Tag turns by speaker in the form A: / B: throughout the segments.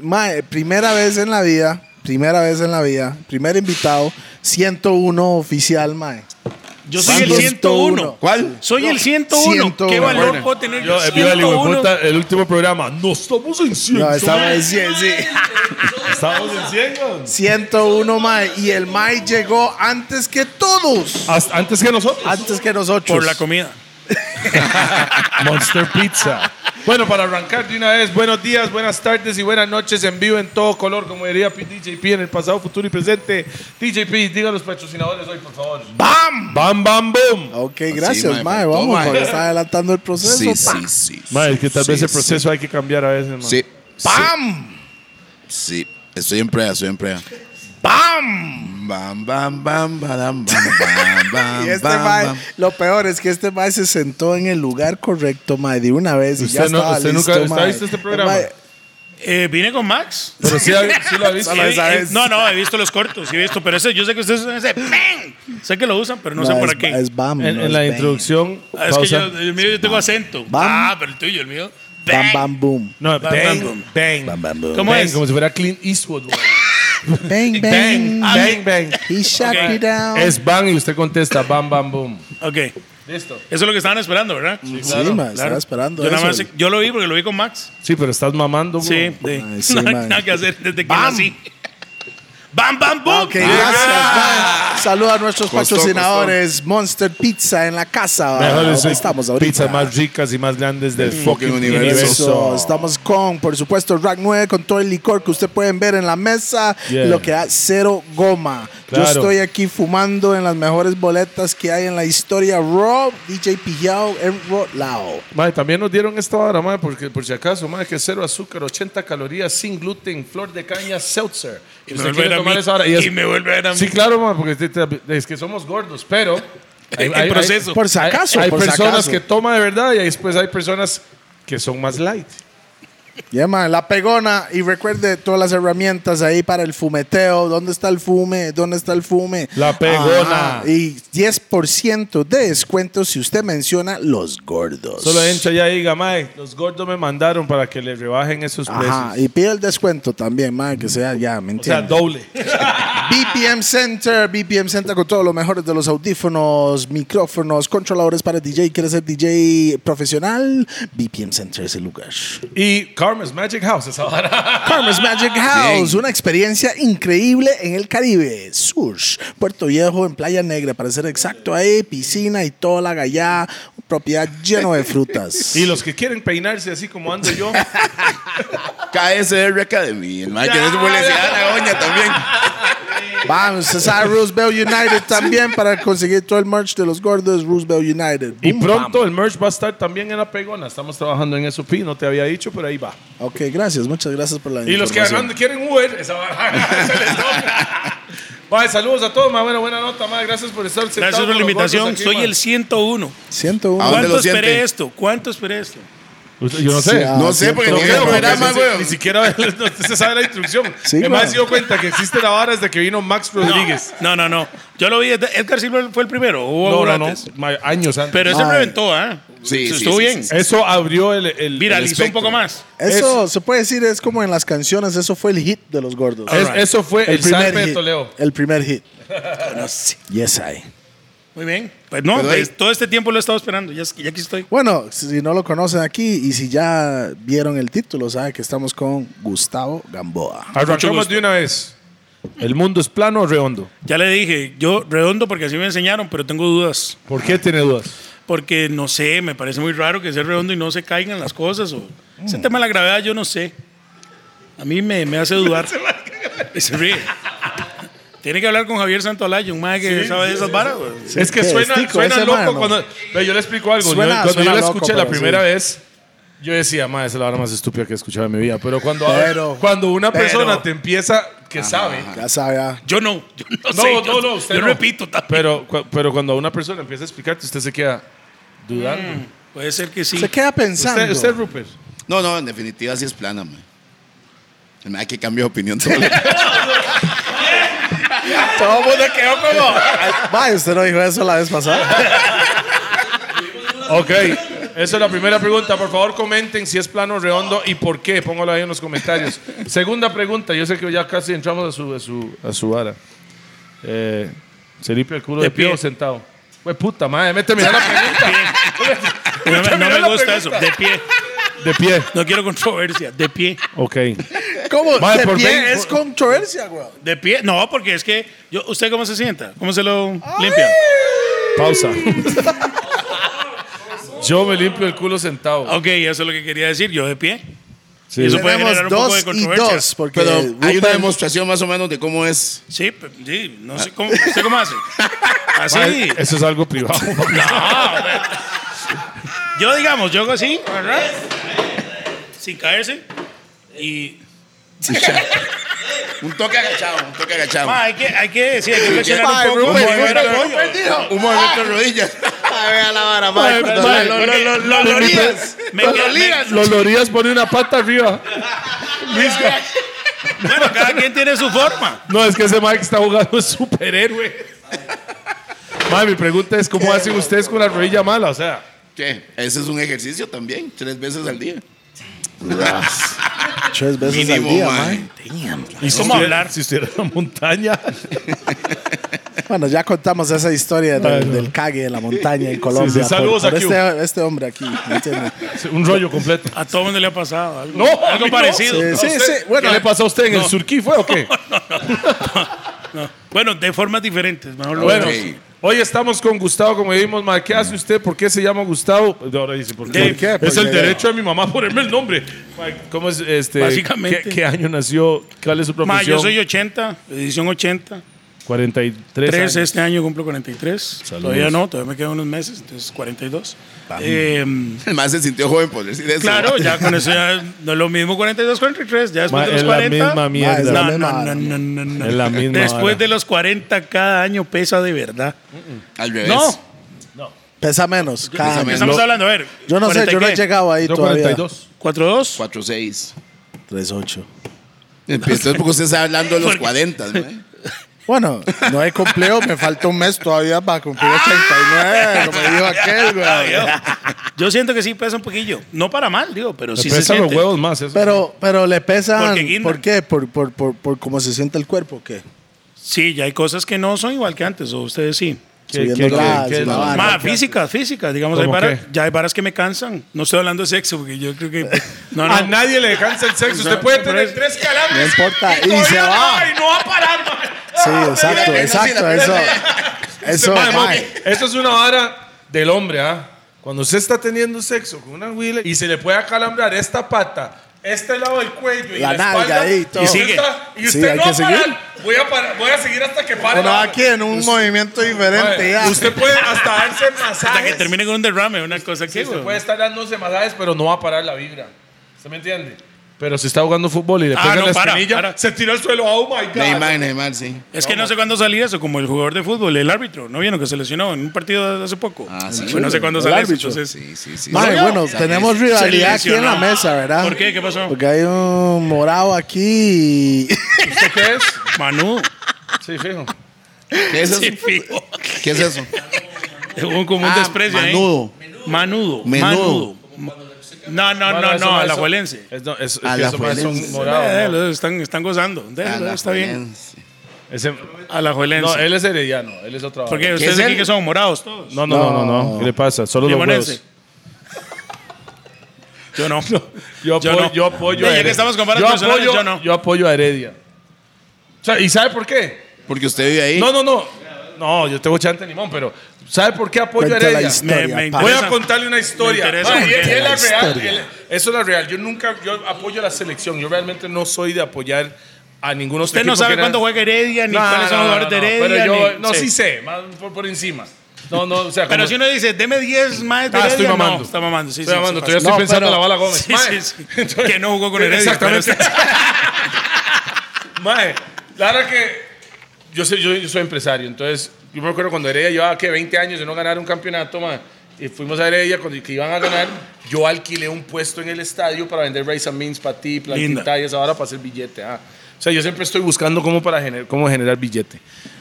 A: Mae, eh, primera vez en la vida, primera vez en la vida, primer invitado, 101 oficial, mae.
B: Yo soy el
A: ¿Cuántos?
B: 101.
C: ¿Cuál?
B: Soy el 101.
A: 101.
B: ¿Qué valor
C: Bueno,
B: puedo tener
D: Yo,
B: yo?
D: eh, viva el hijo de
B: 101.
D: puta, el último programa. No estamos en 100.
A: No, estaba en 100, sí.
D: Estamos en 100. weón.
A: 101, mae. Y el mae llegó antes que todos.
D: Hasta- Antes que nosotros.
A: Antes que nosotros.
B: Por la comida.
D: Monster Pizza. Bueno, para arrancar de una vez, buenos días, buenas tardes y buenas noches en vivo en todo color, como diría DJP en el pasado, futuro y presente. DJP, diga a los patrocinadores hoy, por favor. ¡Bam! ¡Bam, bam, boom!
A: Ok,
C: Así,
A: gracias,
C: mae,
A: mae.
C: faltó,
A: Vamos,
C: mae.
A: porque está adelantando el proceso.
C: Sí,
A: pa.
C: sí, sí.
D: Madre, es que tal
C: sí,
D: vez el
C: sí,
D: proceso hay que cambiar a veces, man.
C: Sí. ¡Pam!
A: ¡Pam!
C: Sí. Estoy en prueba, estoy en prueba.
A: ¡Pam!
C: Bam, bam, bam, badam, bam, bam, bam,
A: Y este
C: bam,
A: mae,
C: bam.
A: lo peor es que este mae se sentó en el lugar correcto, mae, de una vez y
D: Usted
A: ya
D: no-
A: estaba
D: usted
A: listo,
D: nunca- ¿usted
A: mae.
D: ha visto este programa?
A: Mae,
B: Eh, vine con Max.
D: Pero sí, sí lo ha visto.
A: Solo
B: Eh,
A: esa
B: eh,
A: vez.
B: no, no, he visto los cortos, sí he visto, pero ese, yo sé que ustedes usan ese ¡ping! Sé que lo usan, pero no, sé
A: mae,
B: por
A: es-
B: qué.
A: Es bam.
D: En,
A: no
D: en
A: es
D: la
A: bang.
D: introducción,
B: Ah, es que
D: pausa.
B: yo, el mío yo tengo acento.
A: Bam.
B: Ah, pero el tuyo, el mío.
A: Bam,
B: Bang.
A: bam, boom.
D: No,
B: Bam,
D: bang,
B: bam,
D: bang.
C: Bam, bam, bam.
B: ¿Cómo
D: Bang,
B: es?
D: Como si fuera Clint Eastwood, weón.
A: Bang,
D: Bang,
A: bang.
B: Ah,
D: bang, bang.
A: He shut
B: Ok.
A: me down.
D: Es bang y usted contesta bam, bam, boom.
B: Ok. Eso
D: Listo.
B: es lo que estaban esperando, ¿verdad?
A: sí, mae, estaba esperando
B: Yo, nada
A: eso. Uh,
B: más, yo lo vi porque lo vi con Max.
D: Sí, pero estás mamando, weón.
B: Sí, de-
A: Ay, sí,
B: nada,
A: man.
B: nada que hacer desde que nací. ¡Bam, bam, boom!
A: Ok, gracias,
D: "Ah".
A: mae. Saluda a nuestros
C: Costó,
A: patrocinadores. Monster Pizza en la casa.
D: Mejor
A: donde
D: soy
A: Ah, estamos ahorita.
D: Pizzas más ricas y más grandes del fucking
C: universo.
D: universo.
A: Eso, estamos con, por supuesto, Rack 9 con todo el licor que ustedes pueden ver en la mesa,
D: Yeah.
A: lo que da cero goma. Yo
D: Claro.
A: estoy aquí fumando en las mejores boletas que hay en la historia. Rob, DJ Pijao, en Rob Lao.
D: Mae, también nos dieron esta hora, mae, porque por si acaso, mae, que cero azúcar, 80 calorías, sin gluten, flor de caña, seltzer. Y
B: Me
D: usted
B: vuelve a
D: quiere
B: ver a
D: tomar
B: mí,
D: esa hora. Y es-
B: y me vuelve a ver a mí.
D: Sí, claro, mae, porque te- te- es que somos gordos, pero...
B: El proceso.
A: Por si
D: hay-
A: acaso,
D: hay
A: por si
D: personas
A: acaso.
D: que toman de verdad y después hay personas que son más light.
A: Yeah, man, la pegona. Y recuerde todas las herramientas ahí para el fumeteo. ¿Dónde está el fume? ¿Dónde está el fume?
D: La pegona.
A: Ah, y 10% de descuento si usted menciona los gordos.
D: Solo entra allá y diga, mae, los gordos me mandaron para que le rebajen esos
A: Ajá,
D: precios.
A: y pide el descuento también, man, que sea ya, ¿me
D: O sea,
A: entiendes?
D: doble.
A: BPM Center, BPM Center con todos los mejores de los audífonos, micrófonos, controladores para DJ. ¿Quieres ser DJ profesional? BPM Center es el lugar.
D: y Carmen's Magic House esa hora.
A: Karma's Magic
D: Ah,
A: House, una experiencia increíble en el Caribe. Sur, Puerto Viejo, en Playa Negra, para ser exacto, ahí, piscina y toda la gallá, propiedad lleno de frutas.
D: y los que quieren peinarse así como ando yo...
C: KSR Academy. El mae que es publicidad a la goña también.
A: Ah, Vamos, usted sabe Roosevelt United también para conseguir todo el merch de los gordos, Roosevelt United.
D: Y
A: Boom,
D: pronto el merch va a estar también en la pegona. Estamos trabajando en eso, Pi. No te había dicho, pero ahí va.
A: bam. Ok, gracias, muchas gracias por la
D: Y los que
A: información.
D: ganan- quieren Uber, esa va- se les toca. Mae, saludos a todos, mae. Bueno, buena nota, mae. Gracias por estar sentado
B: Gracias por
D: con
B: la
D: los
B: invitación.
D: gordos aquí,
B: Soy
D: mae.
B: el 101.
C: ¿A
D: Ah,
A: 101.
C: dónde
B: ¿Cuánto
C: lo
B: esperé
C: siente?
B: esto? ¿Cuánto esperé esto?
D: Yo no
A: Sí,
D: sé.
A: ah,
C: No sé, porque
D: No
C: ni
D: creo,
C: el
D: porque
C: programa,
D: ni-
C: weón.
D: Ni siquiera no se sabe la instrucción.
A: Sí,
D: Además,
A: mae.
D: se dio cuenta que existe la vara desde que vino Max Rodríguez.
B: No, no, no. Yo lo vi. desde- Edgar Silva fue el primero. Hubo
D: No,
B: uno
D: no, no.
B: antes.
D: mae, años antes.
B: Pero ese
A: Madre.
B: reventó, ¿ah?
C: eh. Sí, sí,
B: Estuvo
C: sí,
B: bien.
C: sí,
D: Eso abrió el. el- el
B: Viralizó un
D: espectro.
B: poco más.
A: Eso se puede decir, es como en las canciones, eso fue el hit de los gordos.
D: Es- Ah, eso fue el, zarpe de
A: hit.
D: Toledo.
A: El primer hit. Conocí. Yes, I.
B: Muy bien. Pues no,
C: Pero,
B: pues,
C: ey.
B: todo este tiempo lo he estado esperando. Ya, ya aquí estoy.
A: Bueno, si no lo conocen aquí y si ya vieron el título, saben que estamos con Gustavo Gamboa.
B: Mucho
D: Arrancamos
B: gusto.
D: de una vez. ¿El mundo es plano o redondo?
B: Ya le dije, yo redondo porque así me enseñaron, pero tengo dudas.
D: ¿Por qué tiene dudas?
B: Porque no sé, me parece muy raro que sea redondo y no se caigan las cosas. O ese tema de la gravedad, yo no sé. A mí me, me hace dudar. se ríe. Tiene que hablar con Javier Santolaya, un mae que sabe de esas varas. güey.
D: es que
A: ¿qué?
D: suena,
A: Estico,
D: suena
A: ese
D: loco
A: mano.
D: cuando... Pero yo le explico algo.
A: Suena-
D: yo, cuando
A: suena
D: yo la
A: loco,
D: escuché la
A: pero
D: primera
A: sí.
D: vez, yo decía, ma, esa es la hora más estúpida que he escuchado en mi vida. Pero cuando,
A: Pero-
D: cuando una
B: pero-
D: persona te empieza que sabe...
A: Ya ah, sabía.
B: Yo no, yo no,
D: No,
B: sé.
D: no,
B: yo,
D: no, usted
B: yo
D: no.
B: repito también.
D: Pero, cu- pero cuando una persona empieza a explicarte, usted se queda dudando.
A: Mm,
B: Puede ser que sí.
A: Se queda pensando.
D: Usted, usted, Rupert.
C: No, no, en definitiva sí es plana, man. El mae que cambia de opinión todo el-
A: Todo el mundo quedó "Ah, como. Vaya, usted no dijo eso la vez pasada.
D: Ok. Esa es la primera pregunta. Por favor, comenten si es plano o redondo y por qué. Póngalo ahí en los comentarios. Segunda pregunta. Yo sé que ya casi entramos a su, a su, a su vara. Eh, ¿Se limpia el culo de,
B: De
D: pie
B: pie.
D: o sentado? Pues puta madre, me terminó la pregunta.
B: No me, no
D: Terminó
B: me
D: la
B: gusta eso.
D: pregunta.
B: De pie.
D: De pie.
B: No quiero controversia. De pie.
D: Ok.
A: ¿Cómo?
D: Mae,
A: de
D: por
A: pie
D: veinte-
A: es controversia, güey.
B: De pie. No, porque es que. Yo, ¿Usted cómo se sienta? ¿Cómo se lo limpia?
D: Pausa. Yo me limpio el culo sentado.
B: Ok, eso es lo que quería decir. Yo de pie.
D: Sí.
B: Eso puede
A: Tenemos
B: generar un poco de
A: dos y
B: controversia.
A: dos, porque
C: Pero hay una
A: Rupert-
C: demostración más o menos de cómo es.
B: Sí, pe- sí, no sé cómo, ¿usted cómo hace? Así.
D: Mae, Eso es algo privado.
B: No, hombre. yo digamos, yo hago así, ¿verdad? sin caerse. Y
C: Un toque agachado, un toque agachado.
B: ma, hay, que, hay que decir, hay que flexionar
A: Ay,
B: un poco.
A: Rupert,
B: mover
A: Rupert,
B: apoyo.
C: Un movimiento de rodillas.
A: Ah, vea la vara,
D: Mae,
A: mae.
D: mae,
A: Perdón.
D: mae.
B: Lo- lo- lo- lo-
D: Me-
B: lo
D: me-
B: lías. Me-
D: lo-
B: me-
D: lo lías. Los lorías pone una pata arriba.
B: Bueno, cada quien tiene su forma.
D: No, es que ese Mike está jugando es superhéroe. Mae, mi pregunta es: ¿cómo hacen ustedes con la rodilla mala? O sea,
C: ¿Qué? Ese es un ejercicio también, tres veces al día.
A: Tres veces
C: Mínimo,
A: al día,
C: mae.
A: mae. Damn.
D: ¿y
B: ¿Cómo hablar?
D: Si estuviera en la montaña.
A: Bueno, ya contamos esa historia del,
D: Bueno.
A: del cague de la montaña en Colombia. por-
D: saludos
A: por
D: a Q.
A: este, este hombre aquí, ¿me entiende?
D: Un rollo completo.
B: A todo mundo le ha pasado algo,
D: No, a
B: algo
D: mí no.
B: parecido.
A: Sí, sí, sí. Bueno,
D: ¿Qué le pasó a usted en el surquí? ¿Fue o qué?
B: No. Bueno, de formas diferentes, mejor lo
D: Bueno,
B: vemos.
C: Ok.
D: hoy estamos con Gustavo, como dijimos, ma, ¿qué hace usted? ¿Por qué se llama Gustavo? Ahora dice, ¿por qué? Pues
B: ¿Por qué?
D: Es
A: Porque-
D: el derecho de mi mamá a ponerme el nombre. Ma, ¿Cómo es este?
B: Básicamente.
D: ¿qué, qué año nació? ¿Cuál es su
B: Ma,
D: profesión?
B: yo soy 80, edición 80.
D: 43
B: Tres,
D: años.
B: este año cumplo 43. Todavía no, todavía me quedan unos meses, entonces 42. Eh,
C: El más se sintió joven por decir eso.
B: claro, ya con eso ya no es lo mismo 42, 43, ya después
D: Ma,
B: de los
D: es la
B: 40.
D: misma mierda.
A: es la
B: no,
A: misma
B: no,
A: vara.
B: no, no, no, no.
D: Es la misma vara.
B: Después de los 40 cada año pesa de verdad.
C: Al revés.
B: No,
A: pesa menos. caga.
C: menos.
B: estamos
C: Lo-
B: hablando, a ver.
A: Yo no sé,
B: 40 y
A: yo no he
B: qué?
A: llegado ahí
D: Yo
A: todavía.
D: 42.
B: 42.
C: 4, 6.
A: 3-8.
C: Entonces, porque usted está hablando de los
B: Porque-
C: 40, ¿no?
A: Bueno, no he cumplido, me falta un mes todavía para cumplir 89, como dijo aquel,
B: Ay,
A: güey.
B: Dios. Yo siento que sí pesa un poquillo. No para mal, digo, pero sí se
D: Pesan los
B: siente.
D: huevos más. eso.
A: Pero, pero le pesan,
B: Porque guindan.
A: ¿por qué? ¿Por, por, por, por cómo se siente el cuerpo o qué?
B: Sí, ya hay cosas que no son igual que antes, o ustedes sí.
D: ¿Qué-
A: Subiendo
D: qué- qué-
A: grasa,
D: qué-
A: la vara.
B: Más físicas, físicas. Digamos, hay
D: ¿Cómo
B: varas-
D: qué?
B: ya hay varas que me cansan. No estoy hablando de sexo, porque yo creo que. No,
D: A
B: no.
D: nadie le cansa el sexo. Usted
B: No,
D: puede
B: no,
D: tener
B: pero-
D: tres calambres.
A: No importa, y
D: todavía
A: se
D: no
A: va.
D: va, y no va a parar, ma.
A: Sí,
D: Ah,
A: exacto,
D: mira,
A: exacto,
C: mira,
A: eso. Eso,
D: Mae,
A: mae.
D: Eso es una vara del hombre, ¿ah? Cuando usted está teniendo sexo con una huila y se le puede acalambrar esta pata, este lado del cuello y la,
A: La nalga
D: espalda,
A: ahí, todo.
D: usted
B: Y sigue.
D: está- y usted
A: Sí, hay
D: no
A: que
D: va a parar.
A: seguir.
D: Voy a, parar- voy a seguir hasta que pare.
A: Uno
D: la-
A: aquí en un movimiento diferente,
D: Mae,
A: ya.
D: Usted puede hasta darse
B: Hasta que
D: masajes.
B: termine con un derrame, una cosa que.
D: Usted
B: güey.
D: puede estar dándose masajes, pero no va a parar la vibra. ¿Usted me entiende? Pero si está jugando fútbol y le
B: Ah,
D: pega
B: no,
D: la
B: para,
D: espinilla,
B: para.
D: se tira al suelo. Oh my God.
C: Neymar, Neymar, sí.
B: Es que no sé cuándo salía eso, como el jugador de fútbol, el árbitro, ¿no vieron que se lesionó en un partido de hace poco?
C: Ah, sí.
B: Yo no sé cuándo
A: El
B: sale eso,
A: árbitro.
B: entonces...
C: Sí, sí, sí.
A: Mae,
C: No,
A: bueno,
C: esa
A: tenemos
C: es-
A: rivalidad aquí en la
B: lesionó.
A: mesa, ¿verdad?
B: ¿Por qué? ¿Qué pasó?
A: Porque hay un morado aquí. y-
D: ¿Usted qué es?
B: Manu.
D: Sí, fijo.
C: ¿Qué es eso?
B: Sí, fijo.
C: ¿Qué es eso?
B: Hubo como un
C: Ah,
B: desprecio ahí.
C: manudo.
B: Manudo.
C: Menudo.
B: Manudo. No, no,
D: Bueno,
B: no,
D: eso
B: no,
D: es-
B: a la Juelense. Eh,
D: Es, no, es, es
C: A
D: que
C: la
D: esos maes son
C: Juelense.
D: morados, ¿no?
B: Están, están gozando.
C: Ah,
B: Déjalo, está bien.
D: Ese-
B: A la Juelense.
D: no, él es herediano, él es otra
B: Porque
D: vara.
B: ustedes
C: es
B: aquí
C: él?
B: que son morados todos.
D: No, no, no, no, no, ¿Qué le pasa? Solo los
B: Limonense.
D: huevos.
B: Yo no.
D: Yo apoyo, yo,
B: no.
D: apoyo
B: Ya, ya que estamos con varas
D: yo
B: personales,
D: apoyo,
B: yo no.
D: Yo apoyo a Heredia. O sea, ¿y sabe por qué?
C: Porque usted vive ahí.
D: No, no, no. No, yo tengo chante limón, pero ¿sabe por qué apoyo a
A: Cuenta la
D: Heredia?
A: historia.
B: Me, me
A: pa.
D: Voy
B: interesa.
D: a contarle una historia.
B: Me interesa
D: Ma, y- y
B: porque-
D: es la
A: La
D: real,
A: historia.
D: el- eso es la real. Yo nunca yo apoyo a la selección. Yo realmente no soy de apoyar a ninguno
B: Usted no sabe cuándo juega Heredia, ni
D: No,
B: cuáles son los
D: no, no,
B: jugadores de
D: no,
B: Heredia.
D: Pero yo,
B: ni-
D: no, sí, sé, más por, por encima. No, no, o sea,
B: Pero
D: como-
B: si uno dice, deme 10 más de
D: Ah,
B: Heredia.
D: estoy mamando.
B: No, está mamando, sí,
D: Estoy
B: sí,
D: mamando,
B: sí,
D: todavía
B: sí.
D: estoy
A: No,
D: pensando en
A: pero-
D: la bala Gómez.
B: Sí,
D: Mae.
B: sí, sí. Que no jugó con Heredia.
D: Exactamente.
B: pero está-
D: Mae, la verdad que yo soy, yo, yo soy empresario, entonces yo me acuerdo cuando Heredia llevaba que 20 años de no ganar un campeonato, mae, y fuimos a Heredia cuando que iban a ganar, yo alquilé un puesto en el estadio para vender rice and beans, patí,
B: Linda.
D: plantita y esa hora para hacer billete. ah. O sea, yo siempre estoy buscando cómo, para gener- cómo generar billete.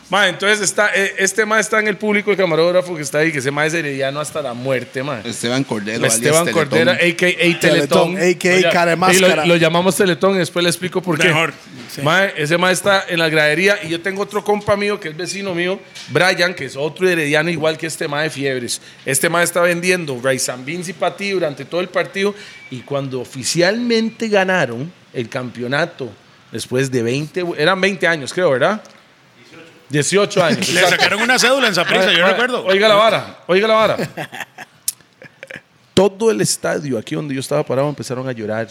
D: Ma, entonces está, eh, este ma está en el público, el camarógrafo que está ahí, que ese ma es herediano hasta la muerte, ma.
C: Esteban Cordero,
D: Esteban
C: alias Teletón.
D: Cordera, a.k.a.
A: Teletón,
D: Teletón.
A: a.k.a.
D: Oye,
A: cara de
D: y
A: máscara.
D: Lo, lo llamamos Teletón y después le explico por qué.
B: Mejor, sí.
D: Mae, ese mae está en la gradería y yo tengo otro compa mío que es vecino mío, Brian, que es otro herediano igual que este mae de fiebres. Este mae está vendiendo rice and beans y patí durante todo el partido y cuando oficialmente ganaron el campeonato, después de 20, bu- eran 20 años creo, ¿verdad? 18 años.
B: Le sacaron una cédula en Zaprisa, yo
D: Oiga,
B: recuerdo.
D: Oiga la vara, oiga la vara. Todo el estadio aquí donde yo estaba parado empezaron a llorar.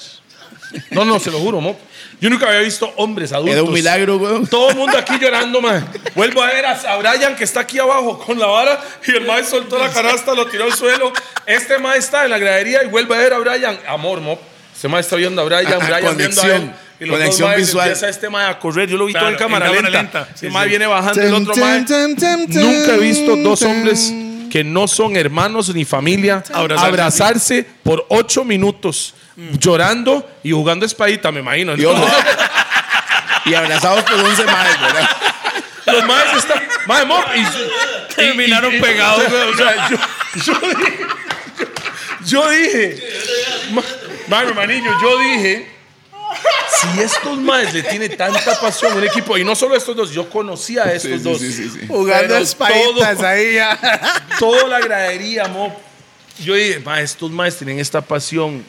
D: No, no, se lo juro, mo. Yo nunca había visto hombres adultos.
C: Era un milagro, weón.
D: Todo el mundo aquí llorando, man. Vuelvo a ver a, a Brian que está aquí abajo con la vara y el mae soltó la canasta, lo tiró al suelo. Este mae está en la gradería y vuelve a ver a Brian. Amor, mo. Este mae está viendo a Brian,
C: Ajá,
D: Brian viendo a él.
C: conexión,
D: Y los
C: conexión
D: dos maes
C: visual.
D: empieza este mae a correr. Yo lo vi todo en
B: Claro,
D: cámara
B: en
D: lenta.
B: cámara lenta. Sí,
D: el mae
B: sí.
D: viene bajando, el otro mae. Nunca he visto dos hombres que no son hermanos ni familia abrazarse,
B: Abrazarse.
D: por ocho minutos llorando y jugando espadita, me imagino.
C: Y, ojo, y abrazados por 11 más, ¿verdad?
D: Los maes están. Mae, mo, y,
B: Terminaron pegados.
D: o sea, o sea, yo, yo dije. Yo dije. ma- Mae, hermanillo, yo dije. Si estos maes le tiene tanta pasión a un equipo, y no solo estos dos, yo conocía a estos
C: Sí, sí,
D: dos.
C: sí, sí, sí.
A: Jugando
D: Pero
A: espaditas
D: todo-
A: ahí ya.
D: toda la gradería, mo. Yo dije, ma, estos maes tienen esta pasión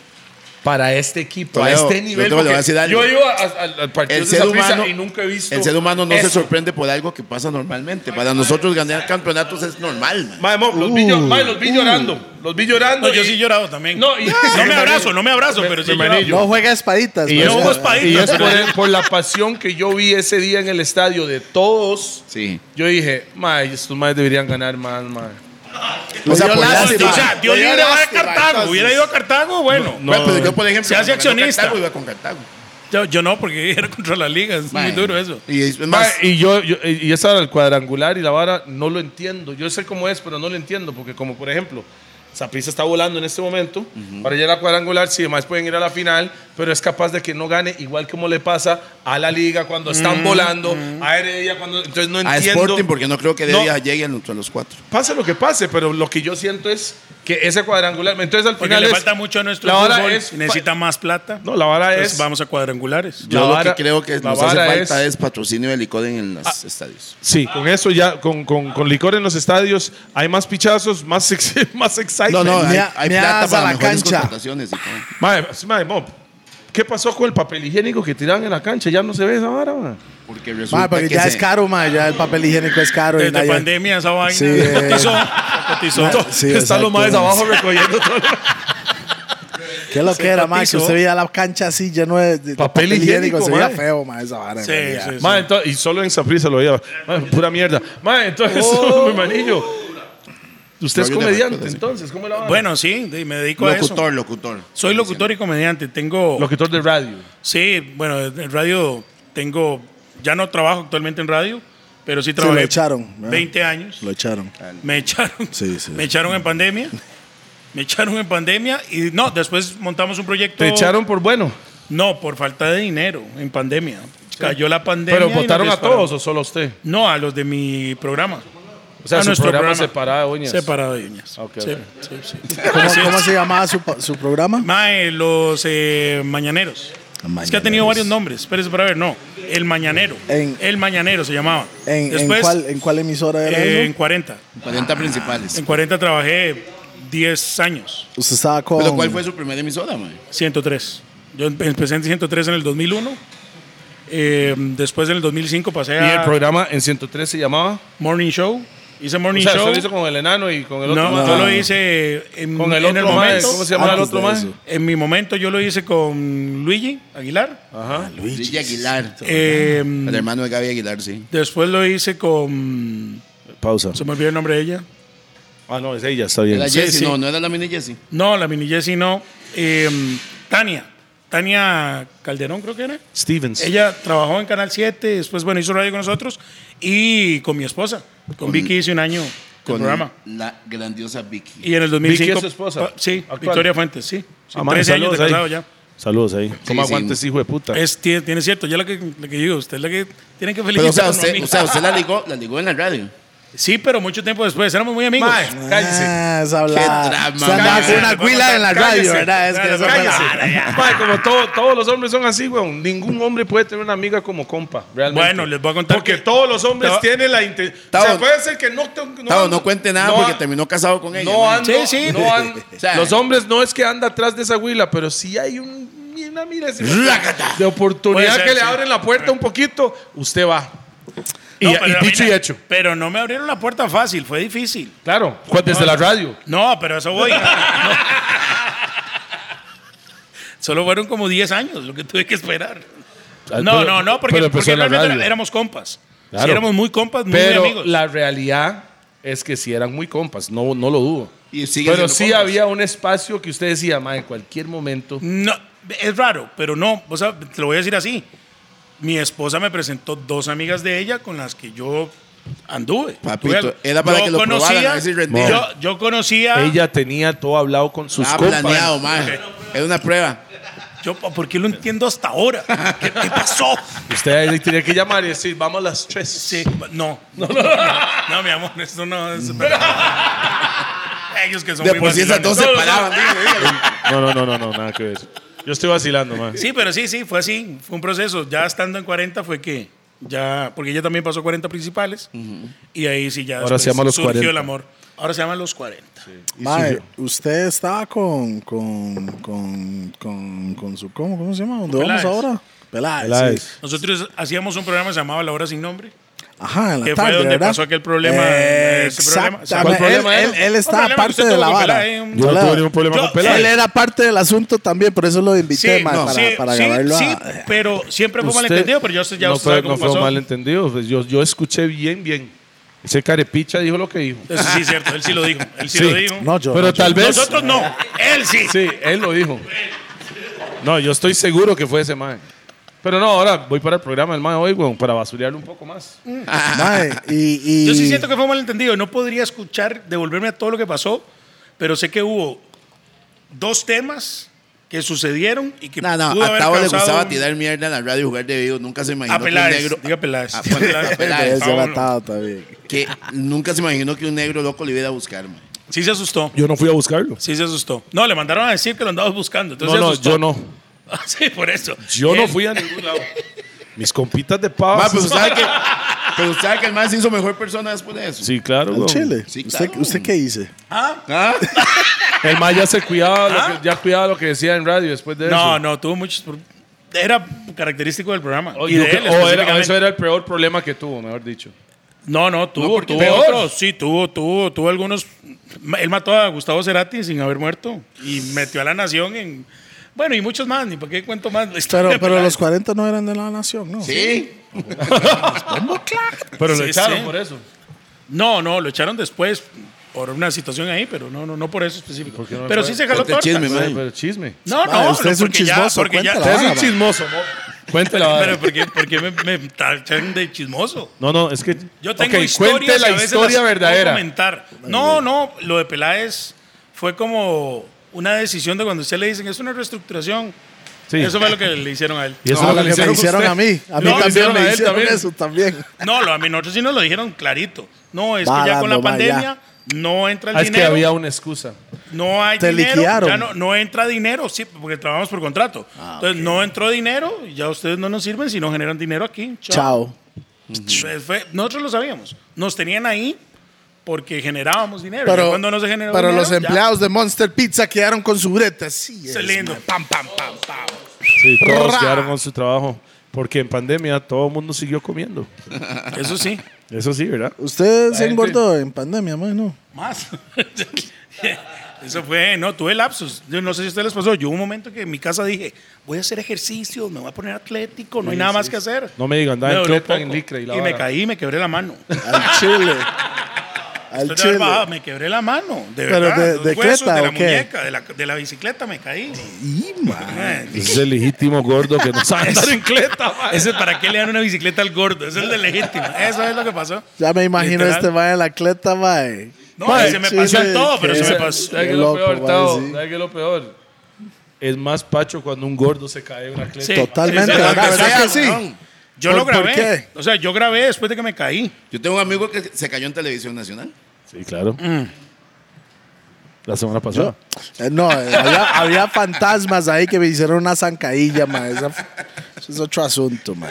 D: para este equipo, a
C: Toledo,
D: este nivel.
C: yo te voy a
D: porque
C: decir algo.
D: Yo iba a- al- al partido
C: El
D: de
C: ser,
D: Saprissa
C: humano,
D: y nunca he visto.
C: el ser humano no se
D: eso.
C: sorprende por algo que pasa normalmente. Para nosotros ganar campeonatos es normal. man.
D: Mae, mo, los, vi, llor- mae, los vi llorando. Los vi llorando.
B: No, yo
D: y-
B: sí he llorado también.
D: No, y-
B: me abrazo, no me abrazo, pero sí he llorado.
D: manillo.
A: No juega espaditas. pues,
D: Y
A: pero o
D: yo
A: sea,
B: juego espaditas.
D: Y es por, el- por la pasión que yo vi ese día en el estadio de todos.
C: Sí.
D: Yo dije, mae, estos maes deberían ganar más, mae.
A: le dio
C: por
A: lástima.
B: O sea, Dios
A: Le dio
B: libre va a
A: lástima,
B: Cartago.
A: entonces.
B: Hubiera ido a Cartago, bueno.
D: No,
C: Bueno, pero yo, por ejemplo,
B: Se hace
C: cuando ganó
B: accionista.
C: Cartago, iba con Cartago.
B: Yo, yo no, porque era contra la liga. Es muy
C: Man.
B: duro eso.
C: Y es es
D: Mae,
C: más,
D: y yo, yo- y esa era el cuadrangular y la vara, no lo entiendo. Yo sé cómo es, pero no lo entiendo, porque como por ejemplo, Saprissa está volando en este momento, para llegar a cuadrangular, sí, más pueden ir a la final, pero es capaz de que no gane, igual como le pasa a la liga cuando están volando, a Heredia cuando... Entonces no
C: a
D: entiendo...
C: Sporting, porque no creo que
D: No.
C: Heredia llegue a los- a los cuatro.
D: Pase lo que pase, pero lo que yo siento es que ese cuadrangular... Entonces al
B: Porque
D: final
B: le
D: es-
B: falta mucho a nuestro
D: la vara
B: fútbol.
D: es-
B: y necesita más plata.
D: No, la vara
B: Entonces
D: es...
B: vamos a cuadrangulares.
D: La
C: Yo lo
D: vara-
C: que creo que
D: la
C: nos hace
D: vara
C: falta
D: es-
C: es, patrocinio de licor en los estadios.
D: Sí, con eso ya, con, con, con licor en los estadios, hay más pichazos, más, ex- más
C: No,
D: excitement.
C: no, hay,
A: mea-
C: hay
A: meadas
C: plata
A: a la
C: para mejores
A: cancha.
C: contrataciones. y todo.
D: Mae, mae, Bob, ¿qué pasó con el papel higiénico que tiraban en la cancha? Ya no se ve esa vara, mae.
C: Porque resulta
A: Ma, porque
C: que
A: ya
C: se-
A: es caro, ma, ya el papel higiénico es caro. y
B: Desde
A: nadie-
B: pandemia esa vaina.
A: Sí, eh.
B: cotizó. cotizó.
A: Sí,
D: Están
A: exacto.
D: los maes abajo recogiendo todo.
A: Qué lo que era, ma, que
B: cotizó.
A: usted veía la cancha así lleno de, de
D: Papel higiénico,
A: se veía
D: ma.
A: feo, ma, esa vara. en
B: Sí,
A: realidad.
B: sí, sí.
D: Mae, entonces- y solo en Saprissa lo veía. Mae, pura mierda. Mae, entonces, mi manillo. Usted es
C: No, yo te
D: comediante,
C: recuerdo, sí.
D: entonces, ¿cómo la va?
B: Bueno, sí, de- me dedico a eso.
C: Locutor, locutor.
B: Soy locutor y comediante. Tengo.
D: locutor de radio.
B: Sí, bueno, en radio tengo. Ya no trabajo actualmente en radio, pero sí trabajé.
A: lo echaron, ¿no?
B: 20 años.
A: Lo echaron.
B: Me echaron.
A: Sí, sí.
B: Me echaron en pandemia. Me echaron en pandemia y no, después montamos un proyecto.
D: Te echaron por bueno.
B: No, por falta de dinero en pandemia. Cayó la pandemia.
D: Pero
B: y nos
D: votaron a
B: dispararon.
D: todos o solo a usted.
B: No, a los de mi programa.
D: O sea,
B: a
D: su programa separado de Uñas.
B: Separado de uñas.
D: Ok,
B: Sí,
D: ok.
B: sí, sí.
A: ¿Cómo,
B: Así
A: cómo
B: es.
A: se llamaba su, pa- su programa?
B: Mae, los eh, mañaneros. Es que ha tenido
A: Mañaneros.
B: varios nombres. Espérese para ver. No, El Mañanero.
A: En-
B: el Mañanero se llamaba.
A: ¿En, en
B: Después,
A: cuál, ¿En cuál emisora era
B: eh, en
A: eso?
B: 40.
C: 40 principales.
B: Ah, En 40 trabajé 10 años.
A: Usted estaba con.
C: ¿Pero cuál fue su primera emisora, man?
B: 103. Yo empe- empecé en 103 en el 2001. Eh, después en el 2005 pasé
D: Y el
B: a
D: programa en 103 se llamaba.
B: Morning Show. Hice
D: O
B: Morning
D: sea,
B: Show.
D: usted lo hizo con el enano y con el otro.
B: no,
D: mae.
B: yo lo hice en,
D: Con el
B: en
D: otro mae.
B: momento.
D: ¿Cómo se llamaba el
A: Antes
D: otro
A: de
D: mae?
A: eso.
B: En mi momento yo lo hice con Luigi Aguilar.
D: Ajá.
C: Gigi Aguilar.
D: pues
B: Eh,
C: El hermano de Gaby Aguilar, sí.
B: después lo hice con...
D: Pausa.
B: Se me olvidó el nombre de ella.
D: Ah, no, es ella, está bien.
C: Era
B: Sí,
C: Jessy,
B: sí.
C: no, no era la mini Jessy.
B: No, la mini Jessie no. Eh, Tania. Tania Calderón creo que era.
D: Stevens.
B: Ella trabajó en Canal 7, después, bueno, hizo radio con nosotros y con mi esposa. Con, Vicky hice un año con
C: Con
B: programa.
C: la grandiosa Vicky.
B: Y en el 2005...
D: es su esposa,
B: pa- ah, Sí,
D: actual.
B: Victoria Fuentes, sí. sí
D: Ah, madre,
B: 13 años de
D: saludos ahí.
B: casado ya.
D: Saludos ahí. ¿Cómo
C: sí.
D: aguantes, hijo de puta?
B: Es, tiene, tiene cierto, yo la que, la que digo, usted es la que tiene que
C: Pero, o sea,
B: felicitar.
C: usted, o sea, usted la ligó, la ligó en la radio.
B: Sí, pero mucho tiempo después, éramos muy amigos.
D: Mae, cállese.
A: Ah, esa habla.
C: Qué drama.
A: Usted andaba
C: Cállese,
A: con una guila en la radio,
B: cállese.
A: ¿verdad? Es que
B: Claro,
A: eso fue
B: cállese.
A: la-
D: Mae, como todo- todos los hombres son así, weón. Ningún hombre puede tener una amiga como compa, realmente.
B: Bueno, les voy a contar
D: Porque
B: que-
D: todos los hombres
B: Tao-
D: tienen la intención. O
C: Tao-
D: sea, puede ser que no... te-
C: No, no cuente nada
D: no
C: porque
D: ha-
C: terminó casado con ella.
D: No
C: mae.
D: ando,
B: Sí, sí.
D: no ando.
C: O sea,
D: los hombres no es que anda atrás de esa huila, pero sí hay un, una mira así-
C: Rácata.
D: de oportunidad
B: Puede ser,
D: que le
B: sí.
D: abren la puerta un poquito, usted va.
B: No,
D: y
B: pero
D: y
B: a mí
D: dicho
B: no-
D: y hecho.
B: Pero no me abrieron la puerta fácil, fue difícil.
D: Claro, pues desde la radio.
B: No, pero eso voy. No. Solo fueron como 10 años lo que tuve que esperar. No, no, no, porque,
D: Ah, pero
B: porque
D: empezó en la
B: realmente
D: radio.
B: éramos compas. Sí,
D: Claro.
B: éramos muy compas, muy
D: Pero
B: amigos.
D: la realidad es que sí eran muy compas, no, no lo dudo.
C: Y sigue
D: Pero
C: siendo
D: sí
C: compas.
D: había un espacio que usted decía, ma, en cualquier momento.
B: No, es raro, pero no, o sea, te lo voy a decir así. Mi esposa me presentó dos amigas de ella con las que yo anduve.
C: Papito,
B: Tuve-
C: era para que lo probaran, a ver si rendía.
B: yo, yo conocía.
D: Ella tenía todo hablado con sus
C: Estaba
D: compas.
C: planeado, mae. Es una prueba.
B: Yo, ¿Por qué lo entiendo hasta ahora? ¿Qué, qué pasó?
D: Usted ahí le tenía que llamar y decir, vamos a las tres.
B: Sí, no. No, mi amor, esto no es. Ellos que son
C: De
B: muy
C: por sí
B: vacilones.
C: esas dos se paraban. dígale, dígale.
D: No, no, no, no, no, nada que ver. Yo estoy vacilando, man.
B: Sí, pero sí, sí, fue así. Fue un proceso. Ya estando en 40 fue que ya, porque ella también pasó 40 principales. Y ahí sí ya
D: Ahora se
B: después
D: llama Los
B: surgió
D: 40.
B: el amor. Ahora se llaman los 40.
A: Mae, usted estaba con, con, con, con, con su. ¿Cómo, cómo se llama? ¿Dónde
B: Peláez.
A: vamos ahora? Peláez.
D: Peláez.
A: sí.
B: Nosotros hacíamos un programa llamado La Hora Sin Nombre.
A: Ajá, en la
B: Que fue
A: tarde.
B: donde
A: ¿verdad?
B: pasó aquel problema, eh, ese problema.
A: Exactamente.
B: ¿Cuál
D: problema
A: él,
D: era?
A: él, él
B: Un
A: estaba
B: problema que
A: parte
B: usted
A: de
B: tuvo
A: la
B: con
A: vara.
B: Peláez, un-
D: Yo no
A: Hola.
D: tuve ningún problema
B: Yo-
D: con
B: Peláez.
A: Él era parte del asunto también, por eso lo invité, mae,
B: no,
A: para, para
B: sí,
A: grabarlo
B: sí,
A: a- eh,
B: pero siempre fue
D: Usted-
B: malentendido, pero yo sé- ya
D: no
B: usted
D: fue,
B: sabe
D: no
B: cómo
D: fue un
B: pasó.
D: malentendido. pues, Yo, yo escuché bien, bien. Ese carepicha dijo lo que dijo.
B: Eso sí es cierto, él sí lo dijo. Él sí,
D: Sí.
B: lo dijo.
A: No, yo.
D: Pero
A: no, yo-
D: tal vez.
B: Nosotros no, él sí.
D: Sí, él lo dijo. No, yo estoy seguro que fue ese man. Pero no, ahora voy para el programa del man hoy, weón, para basurearlo un poco más.
A: mae, y, y-
B: Yo sí siento que fue un malentendido. No podría escuchar, devolverme a todo lo que pasó, pero sé que hubo dos temas que sucedieron y que
C: No, no,
B: pudo
C: a
B: haber
C: Tavo le
B: causado
C: gustaba
B: un-
C: tirar mierda en la radio y jugar de vivo. Nunca se imaginó
B: A Peláez,
C: que un negro.
B: diga Peláez.
C: A- a- bueno, a Peláez.
A: Ese era
B: vámonos.
A: atado también.
C: que nunca se imaginó que un negro loco le iba a buscar, mae.
B: Sí se asustó.
D: Yo no fui a buscarlo.
B: Sí se asustó. No, le mandaron a decir que lo andabas buscando.
D: No,
B: Entonces se
D: no,
B: asustó.
D: yo no.
B: sí, por eso.
D: Yo no
B: Él-
D: fui a ningún lado. Mis compitas de pavo.
C: Mae, pero
B: pues
C: usted pues, sabe que, pero usted sabe que el man se hizo mejor persona después de eso.
D: Sí, claro,
A: Al
D: weón.
A: Chile.
C: Sí,
A: ¿Usted,
C: claro.
A: ¿Usted qué dice?
C: ¿Ah?
D: El man ya se cuidaba, lo que- ya cuidaba lo que decía en radio después de
B: ¿Ah? No,
D: eso.
B: no, tuvo muchos. pro- Era característico del programa.
D: O,
B: y
D: Oh, yo
B: de
D: que-
B: él
D: o era- o
B: específicamente.
D: eso era el peor problema que tuvo, mejor dicho.
B: No, no, tuvo,
D: porque-
B: tuvo
D: Peor.
B: otros, sí, tuvo, tuvo, tuvo algunos. Ma- Él mató a Gustavo Cerati sin haber muerto y metió a la nación en. Bueno, y muchos más, ni para qué cuento más. la historia
A: Pero,
B: de
A: pero
B: Peláez.
A: los 40 no eran de la nación, ¿no?
C: Sí.
D: Pero
B: lo
D: lo echaron
B: echaron por
D: por eso.
B: No, no, lo echaron después por una situación ahí, pero no, no, no por eso específico.
D: qué no
B: pero
D: fue?
B: sí se jaló
C: Cuenta el
B: tortas.
C: chisme, man.
D: Pero, pero chisme.
B: No,
A: Ah,
B: no,
A: usted es un
B: porque ya-
A: chismoso,
B: porque ya-
A: cuéntala.
D: Usted es
A: vara,
D: un
A: ma.
D: chismoso, mo. Cuéntela. vara.
B: Pero ¿por qué, por qué me, me tachan de chismoso?
D: No, no, es que.
B: Yo tengo
D: Ok,
B: historias
D: Cuente
B: y a
D: la
B: veces
D: historia
B: las puedo
D: verdadera.
B: Comentar. No, no, lo de Peláez fue como una decisión de cuando a usted le dicen, es una reestructuración.
D: Sí.
B: Eso fue lo que le hicieron a él.
D: Y eso
A: No,
D: es lo que,
A: me hicieron
D: usted.
A: a mí. A mí
B: No, le
A: también
D: hicieron a
A: me
D: él
A: hicieron
D: también.
A: eso también.
B: No, lo- a mí nosotros sí nos lo dijeron clarito. No, es que ya
A: Bajando,
B: con la
A: ma, ya.
B: pandemia no entra el
D: Ah, es
B: dinero.
D: que había una excusa.
B: No hay
A: Te
B: dinero.
A: liquidaron. Ah,
B: Ya no, no entra dinero, sí, porque trabajamos por contrato. Entonces no entró dinero, y ya ustedes no nos sirven si no generan dinero aquí. Chao.
A: Chao.
B: Pues fue- nosotros lo sabíamos. Nos tenían ahí porque generábamos dinero. Ya
A: Pero,
B: cuando no se generó
A: pero
B: dinero,
A: los
B: ya
A: empleados de Monster Pizza quedaron con su breta. Sí,
B: se lindo. Pam, pam, pam, pam.
D: Sí, todos
A: Ra.
D: quedaron con su trabajo. Porque en pandemia todo el mundo siguió comiendo.
B: Eso sí,
D: Eso sí, ¿verdad?
A: Usted
D: gente-
A: se engordó en pandemia, mae, ¿no?
B: más. Eso fue, no, tuve lapsus. Yo no sé si a ustedes les pasó. Yo hubo un momento que en mi casa dije, voy a hacer ejercicio, me voy a poner atlético, no hay nada más que hacer.
D: No me digan, andaba
B: Me
D: en
B: dolió
D: cleta, en
B: poco.
D: licra y la
B: Y me
D: vara.
B: caí y me quebré la mano.
A: Al chile. Al
B: Estoy de
A: chile.
B: barbada, me quebré la mano, de
A: Pero
B: verdad.
A: de-
B: los
A: de
B: huesos,
A: cleta,
B: de la
A: ¿o qué?
B: muñeca, de la, de la bicicleta me caí.
A: Y, mae.
B: Eh,
D: Ese es el legítimo gordo que no sabe andar en cleta, ma.
B: Ese es para qué le dan una bicicleta al gordo, ese es el de legítimo. Eso es lo que pasó.
A: Ya me imagino
B: Literal.
A: este mae en la cleta, mae.
B: No,
D: Mae,
B: se me
A: sí,
B: pasó
A: sí,
B: en todo,
A: que
B: pero se
A: ese-
B: me
D: ¿Sabe-
B: pasó.
D: ¿Sabe qué es
A: Qué
D: lo
A: loco,
D: peor,
A: mae,
D: Tao?
A: sí.
D: ¿Sabe qué es lo peor? es más pacho cuando un gordo se cae de una cleta.
B: Sí.
A: Totalmente,
B: Esa es la
A: ¿verdad
B: verdad.
A: que sí?
C: cabrón.
B: Yo
A: ¿Por-
B: lo
A: por
B: grabé.
A: qué?
B: O sea, yo grabé después de que me caí.
C: Yo tengo un amigo que se cayó en televisión nacional.
D: Sí, claro. La semana pasada.
A: Eh, No, eh, había, había fantasmas ahí que me hicieron una zancadilla, ma. Esa f- eso es otro asunto, ma.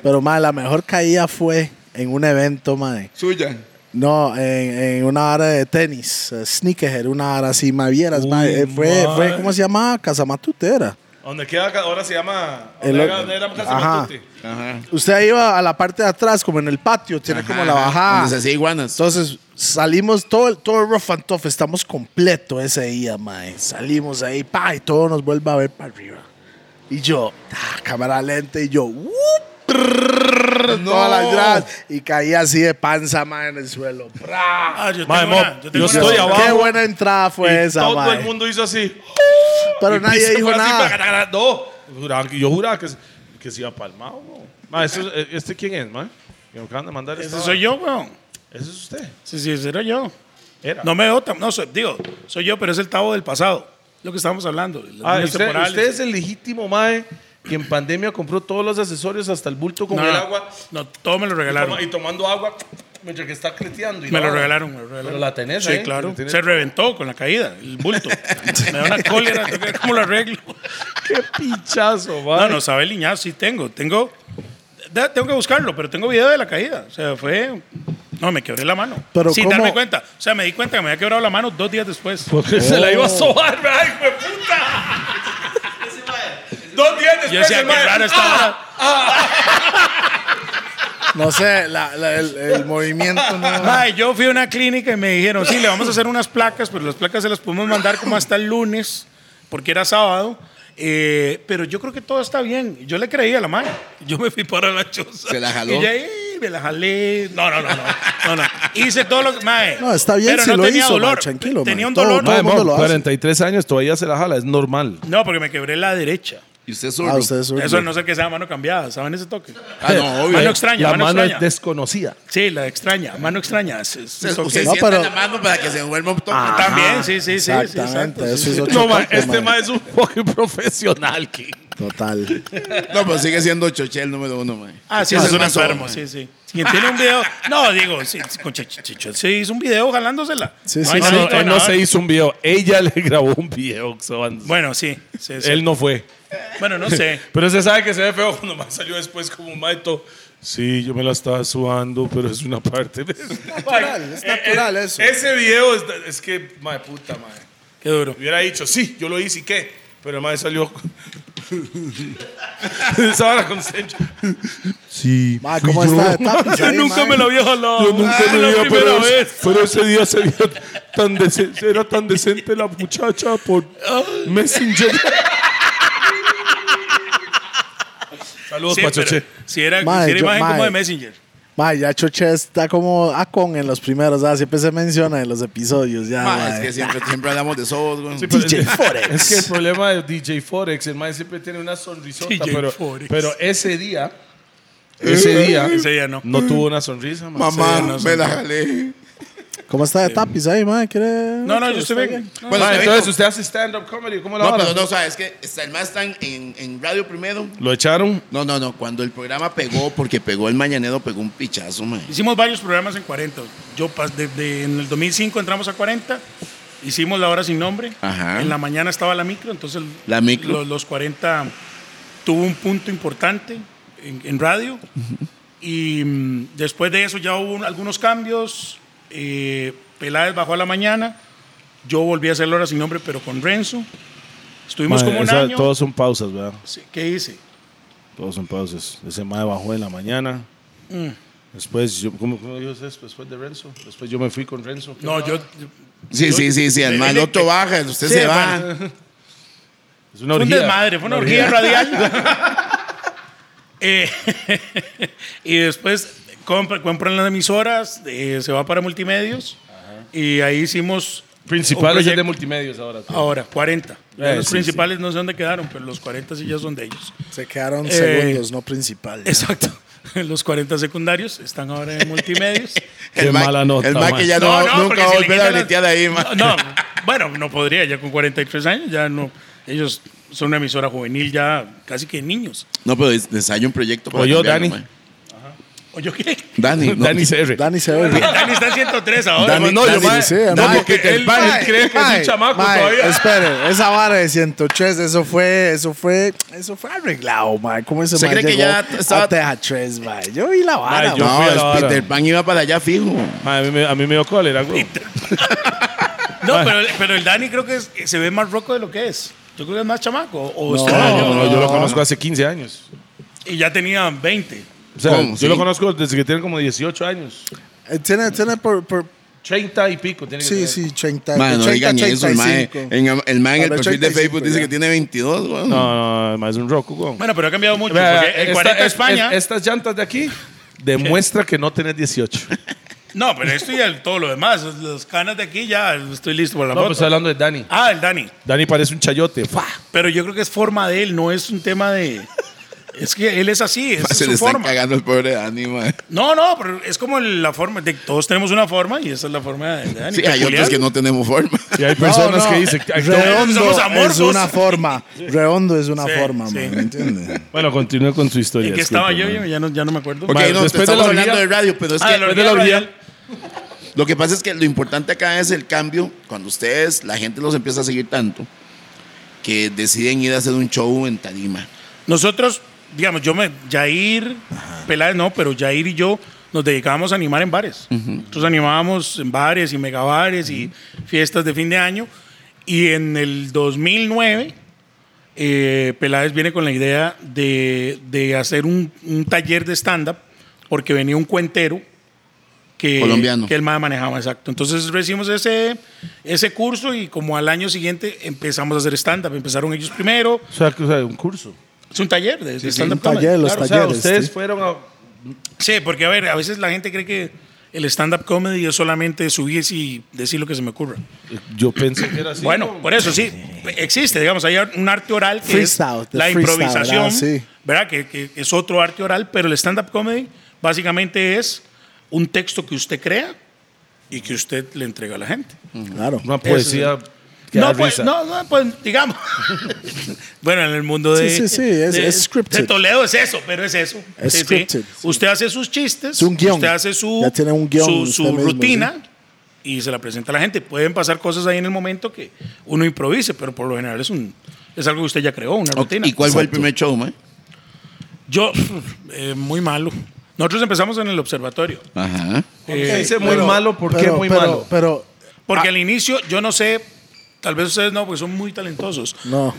A: Pero, ma, la mejor caída fue en un evento, ma.
C: Suya.
A: No, en, en una área de tenis, eh, sneakerhead, una área así, ma, vieras, ma.
D: Uy,
A: Eh, Fue,
D: ma.
A: fue, ¿cómo se llama? Casamatute era.
D: Donde queda, ca- ahora se llama.
A: El
D: donde
A: o-
D: era- donde era Casa
A: Ajá.
D: Matute.
C: Ajá.
A: Usted iba a la parte de atrás, como en el patio, tiene
C: Ajá,
A: como la
C: ajá.
A: bajada.
C: Donde se hacía iguanas.
A: Entonces salimos todo el, todo el rough and tough, estamos completo ese día, mae. Salimos ahí, pa, y todo nos vuelve a ver para arriba. Y yo, ah, cámara lenta, y yo, ¡wup! Prrrr, todas las gradas. Y caí así de panza, mae, en el suelo.
B: Ah, yo
D: Mae,
B: tengo
D: mo,
B: una- yo tengo
D: yo
B: una-
D: estoy abajo.
A: Qué buena entrada fue
D: Y
A: esa,
D: todo
A: mae.
D: el mundo hizo así.
A: Pero
D: Y
A: nadie
D: piso
A: dijo
D: fue así, pa,
A: nada.
D: ra, ra, No. Juraba que- yo juraba que, se- que se iba palmado. bro. Ma, eso- eh, ¿Este quién es, man? Me acaban de mandar esta
B: Ese
D: vara.
B: soy yo, weón.
D: Ese es usted.
B: Sí, sí, ese era yo.
D: Era.
B: No me veo tan. No, soy- digo, soy yo, pero es el tabo del pasado. Lo que estábamos hablando. las
D: Ah,
B: líneas
D: usted,
B: temporales.
D: usted es el legítimo mae que en pandemia compró todos los accesorios hasta el bulto con
B: No,
D: el
B: no,
D: agua
B: No, todo me lo
D: y,
B: regalaron.
D: toma- y tomando agua mientras que está cleteando. y
B: Me
D: la
B: lo
D: vara.
B: regalaron, me lo regalaron.
D: Pero la tenés
B: Sí,
D: ahí,
B: claro.
D: la tenés.
B: Se reventó con la caída, el bulto. me da una cólera, tengo que ver ¿cómo lo arreglo?
D: ¡Qué pichazo, mae!
B: No, no, sabe el liñazo, sí tengo. Tengo, de- tengo que buscarlo, pero tengo video de la caída. O sea, fue... No, me quebré la mano.
A: Pero
B: sin
A: ¿cómo?
B: darme cuenta. O sea, me di cuenta que me había quebrado la mano dos días después.
D: Porque se la iba a sobar, mae. ¡Ay, hijo de puta! Dos días después,
B: Yo decía,
D: el
B: qué
D: mae,
B: raro
D: ¡ah!
B: está ahora.
A: No sé, la- la- el, el movimiento
D: Ah.
A: no.
B: Mae, yo fui a una clínica y me dijeron, sí, le vamos a hacer unas placas, pero las placas se las podemos mandar como hasta el lunes, porque era sábado. Eh, pero yo creo que todo está bien. Yo le creí a la madre. Yo me fui para la choza.
C: Se la jaló.
B: Y ya, "Ey, me la jalé. No, no, no, no. no, no. Hice todo lo que. Mae,
A: No, está bien
B: pero
A: si
B: no
A: lo
B: tenía
A: hizo, mae,
B: dolor.
A: tranquilo, mae.
B: Tenía un
A: Todo-
B: dolor.
A: todo el
D: Mae,
A: mundo
D: mo,
A: lo hace.
D: 43 años todavía se la jala, es normal.
B: No, porque me quebré la derecha.
C: Y usted es
A: Ah,
C: zurdo.
A: usted es zurdo.
B: Eso a no ser que sea mano cambiada. ¿Saben ese toque?
C: Ah, no, obvio.
B: Mano extraña,
D: la
B: mano
D: mano es
B: extraña.
D: desconocida.
B: Sí, la extraña. Mano extraña. Es- es un
C: Usted,
B: toque.
C: usted
A: No,
C: sienta
A: pero-
C: la mano para que se vuelva un toque.
B: También, sí, sí, sí. sí, exacto,
A: Exactamente,
B: sí,
A: eso
B: sí.
A: es otro
D: No, mae,
A: toque,
D: este
A: mae.
D: mae es un fucking profesional, King.
A: Total.
C: No, pero sigue siendo Choché el número uno, man.
B: Ah, sí,
C: Ese
B: es un
C: más
B: enfermo,
C: joven,
B: sí, sí.
C: man.
B: Quien tiene un video. No, digo, sí, sí, con Chicho, se hizo un video jalándosela.
A: Sí, sí,
B: hay
A: sí.
D: No,
B: nadie
D: no,
B: que
D: él no
B: nada.
D: se hizo un video. Ella le grabó un video. Xavan.
B: Bueno, sí. sí, sí.
D: él no fue.
B: Bueno, no sé.
D: Pero se sabe que se ve feo cuando más salió después como un maito. Sí, yo me la estaba sudando, pero es una parte. de-
A: natural, es
D: Eh, eh,
A: natural eso.
D: Ese video es, es que, madre puta, madre.
B: Qué duro.
D: Hubiera dicho, sí, yo lo hice y qué. Pero el madre salió. Esa vara con Sencho. Sí.
A: Ma,
D: fui
A: ¿cómo
D: yo.
A: está de tapis
B: Yo
A: ahí,
B: nunca
A: mae?
B: me lo había jalado.
D: Yo nunca
B: Ah,
D: me
B: la
D: había-
B: primera
D: pero,
B: vez.
D: pero ese día se vio tan dece- era tan decente la muchacha por Messenger. Saludos,
B: Sí,
D: Pachoche.
B: pero si era,
A: Mae,
B: si era
A: yo-
B: imagen como
A: mae.
B: de Messenger.
A: Ma, ya Choche está como Acon en los primeros, ah, siempre se menciona en los episodios. Ya,
C: Ma,
A: ma.
C: Ah, es que siempre, siempre hablamos de sobos, güey.
A: DJ Forex.
D: Es que el problema de DJ Forex, el man siempre tiene una sonrisota,
B: DJ
D: pero,
B: Forex.
D: pero ese día, ese día,
B: Ese día no.
D: no tuvo una sonrisa, man.
C: Mamá, me la jalé.
A: ¿Cómo está de tapis ahí, ma? ¿Quiere-
B: No, no, yo
A: está
B: estoy bien. No,
C: Bueno,
D: Man,
C: se
D: entonces
C: dijo-
D: usted hace stand-up comedy, ¿cómo la
C: No,
D: vara?
C: pero no, o sea, es que está- el más están en, en radio primero.
D: Lo echaron.
C: No, no, no. Cuando el programa pegó, porque pegó el mañanero, pegó un pichazo, man.
B: Hicimos varios programas en 40. Yo pas- de- de- en el 2005 entramos a 40. Hicimos la hora sin nombre.
C: Ajá.
B: En la mañana estaba la micro, entonces el-
C: La micro.
B: Los, los 40 tuvo un punto importante en, en radio. Y mm, después de eso ya hubo un- algunos cambios. Eh, Peláez bajó a la mañana. Yo volví a hacer la hora sin nombre, pero con Renzo. Estuvimos
D: Man,
B: como un
D: esa-
B: año.
D: Todos son pausas, ¿verdad?
B: Sí, ¿Qué hice?
D: Todos son pausas. Ese mae bajó de la mañana. Después, yo, ¿cómo, cómo dijo usted? Después de Renzo. Después yo me fui con Renzo.
B: No, yo.
C: Sí,
B: yo-
C: sí, sí, sí. El
B: me-
C: mal
B: me-
C: otro baja, usted
B: Sí,
C: se va.
B: bueno.
D: Es una
B: Fue un
D: orgía.
B: desmadre, fue una orgía radial. Eh, y después compra- compran las emisoras, eh, se va para multimedios. Y ahí hicimos. un
D: Principales es
B: proyecto- Ah,
D: de multimedios ahora. sí.
B: Ahora, 40. Ya
D: Eh,
B: los
D: sí,
B: principales no sé dónde quedaron, pero los 40 sí ya son de ellos.
A: Se quedaron
B: Eh,
A: segundos, no principal. ya.
B: Exacto. Los 40 secundarios están ahora en multimedios.
D: Qué
C: el ma-
D: mala nota,
C: El mal
D: man.
C: que ya no,
B: porque
C: nunca va
B: si
C: a
B: le
C: volver a
B: quitan las-
C: bretear ahí, man.
B: No, no, bueno, no podría, ya con 43 años, ya no. Ellos son una emisora juvenil ya casi que niños.
C: No, pero des- ensayo un proyecto.
D: O yo, Dani.
C: cambiarlo, mae.
B: ¿O yo qué?
C: Dani. no.
D: Dani CR.
A: Dani se ve.
B: Dani está en 103 ahora.
C: Dani,
B: man.
D: no, yo
C: Dani
D: mae,
A: Licea,
D: no,
A: mae.
D: porque
A: Que
D: el man cree que es un chamaco todavía.
A: Espere, esa vara de 103, eso fue, eso fue, eso fue arreglado, mae. ¿Cómo ese
C: ¿Usted
A: mae
C: cree que
A: llegó
C: ya t- estaba-
A: a Teja 3, mae? Yo vi la vara,
D: Mae,
A: mae.
D: yo- fui
C: No,
D: a la
C: es
D: vara.
C: Peter Pan iba para allá fijo.
D: Ma, a, mí me, a mí me dio cólera, güey.
B: No, pero, pero el Dani creo que es- se ve más roco de lo que es. Yo creo que es más chamaco. O o
D: No,
B: está-
D: no, no, yo lo conozco hace 15 años.
B: Y ya tenía 20.
D: O sea,
C: ¿Cómo?
D: yo
C: Sí.
D: lo conozco desde que tiene como 18 años.
A: Eh, Tiene, tiene por, por,
D: 30 y pico tiene que
A: sí,
D: tener.
A: sí, 30,
C: Mae, no
A: 30,
C: digan eso. El mae
A: 35.
C: en, el, mae en el
A: Para
C: perfil de
A: 85
C: Facebook dice
A: ya.
C: que tiene 22, weón.
D: No, no, ma, es un roco, güey.
B: Bueno, pero ha cambiado mucho.
D: Vea,
B: porque el
D: esta-
B: 40
D: es-
B: España.
D: es- estas llantas de aquí demuestra que no tenés 18.
B: No, pero esto y el- todo lo demás. Los canas de aquí ya estoy listo para la
D: No,
B: foto.
D: pues hablando de Dani.
B: Ah, el Dani.
D: Dani parece un chayote. ¡Fua!
B: Pero yo creo que es forma de él, no es un tema de. Es que él es así, esa
C: Mae,
B: es
C: se
B: su
C: le están
B: forma.
C: cagando al pobre Dani, mae.
B: No, no, pero es como la forma. de- todos tenemos una forma y esa es la forma de Dani.
C: Sí, hay otros
B: peculiar.
C: que no tenemos forma.
D: Y hay personas
A: No, no,
D: que dicen. "Ay, no".
B: somos
A: Redondo
B: amorfos.
A: es una forma. Redondo es una
B: Sí,
A: forma,
B: sí.
A: mae, ¿me entiendes?
D: Bueno, continúe con su historia.
B: ¿En qué estaba yo?
D: disculpe,
B: Yo
D: ma.
B: Ya no, ya no me acuerdo.
C: Ok,
D: Mae,
C: no,
D: después de
C: estamos
D: la
C: hablando
D: orgía-
C: de radio, pero es
B: Ah,
C: que
B: de la
D: Después de la
B: Royal.
D: orgía.
C: Lo que pasa es que lo importante acá es el cambio. Cuando ustedes, la gente los empieza a seguir tanto, que deciden ir a hacer un show en Tarima.
B: Nosotros, digamos, yo me. Jair, Peláez no, pero Jair y yo nos dedicábamos a animar en bares. Nosotros animábamos en bares y megabares y fiestas de fin de año. Y en el 2009, eh, Peláez viene con la idea de, de hacer un, un taller de stand-up, porque venía un cuentero. Que,
C: Colombiano.
B: que el MAE manejaba, exacto. Entonces recibimos ese, ese curso y como al año siguiente empezamos a hacer stand-up. Empezaron ellos primero,
D: O sea, que- o sea, un curso.
B: es un taller de, de
A: sí,
B: stand-up
A: un taller.
B: comedy.
A: Los
D: Claro, o sea,
A: talleres,
D: ustedes
A: sí.
D: fueron a.
B: Sí, porque a ver, a veces la gente cree que el stand-up comedy es solamente subir y decir lo que se me ocurra.
D: Yo pensé que era así.
B: bueno,
D: ¿no?
B: por eso sí, existe, digamos, hay un arte oral que
A: Freestyle,
B: es
A: the
B: la
A: freestyle,
B: improvisación,
A: ¿verdad? Sí.
B: ¿verdad? Que, que es otro arte oral, pero el stand-up comedy básicamente es un texto que usted crea y que usted le entrega a la gente.
A: Claro.
D: Una poesía. que da
B: No pues,
D: risa.
B: no, no, pues digamos. bueno, en el mundo de.
A: Sí, sí, sí, es-
B: de-
A: es scripted.
B: de Toledo es eso, pero es eso.
A: Es
B: Sí, sí.
A: scripted, sí.
B: Usted hace sus chistes,
A: Es un guión.
B: usted hace su,
A: Ya tiene un guión
B: su,
A: usted
B: su
A: mismo,
B: rutina y se la presenta a la gente. Pueden pasar cosas ahí en el momento que uno improvise, pero por lo general es, un, es algo que usted ya creó, una rutina.
C: ¿Y cuál fue el primer show, mae?
B: Yo, eh, muy malo. Nosotros empezamos en el observatorio.
C: Ajá.
B: Eh,
D: Dice muy malo, ¿por qué
A: pero-
D: muy
A: pero-
D: malo?
A: Pero,
B: porque al inicio, yo no sé, tal vez ustedes no, porque son muy talentosos,
A: no.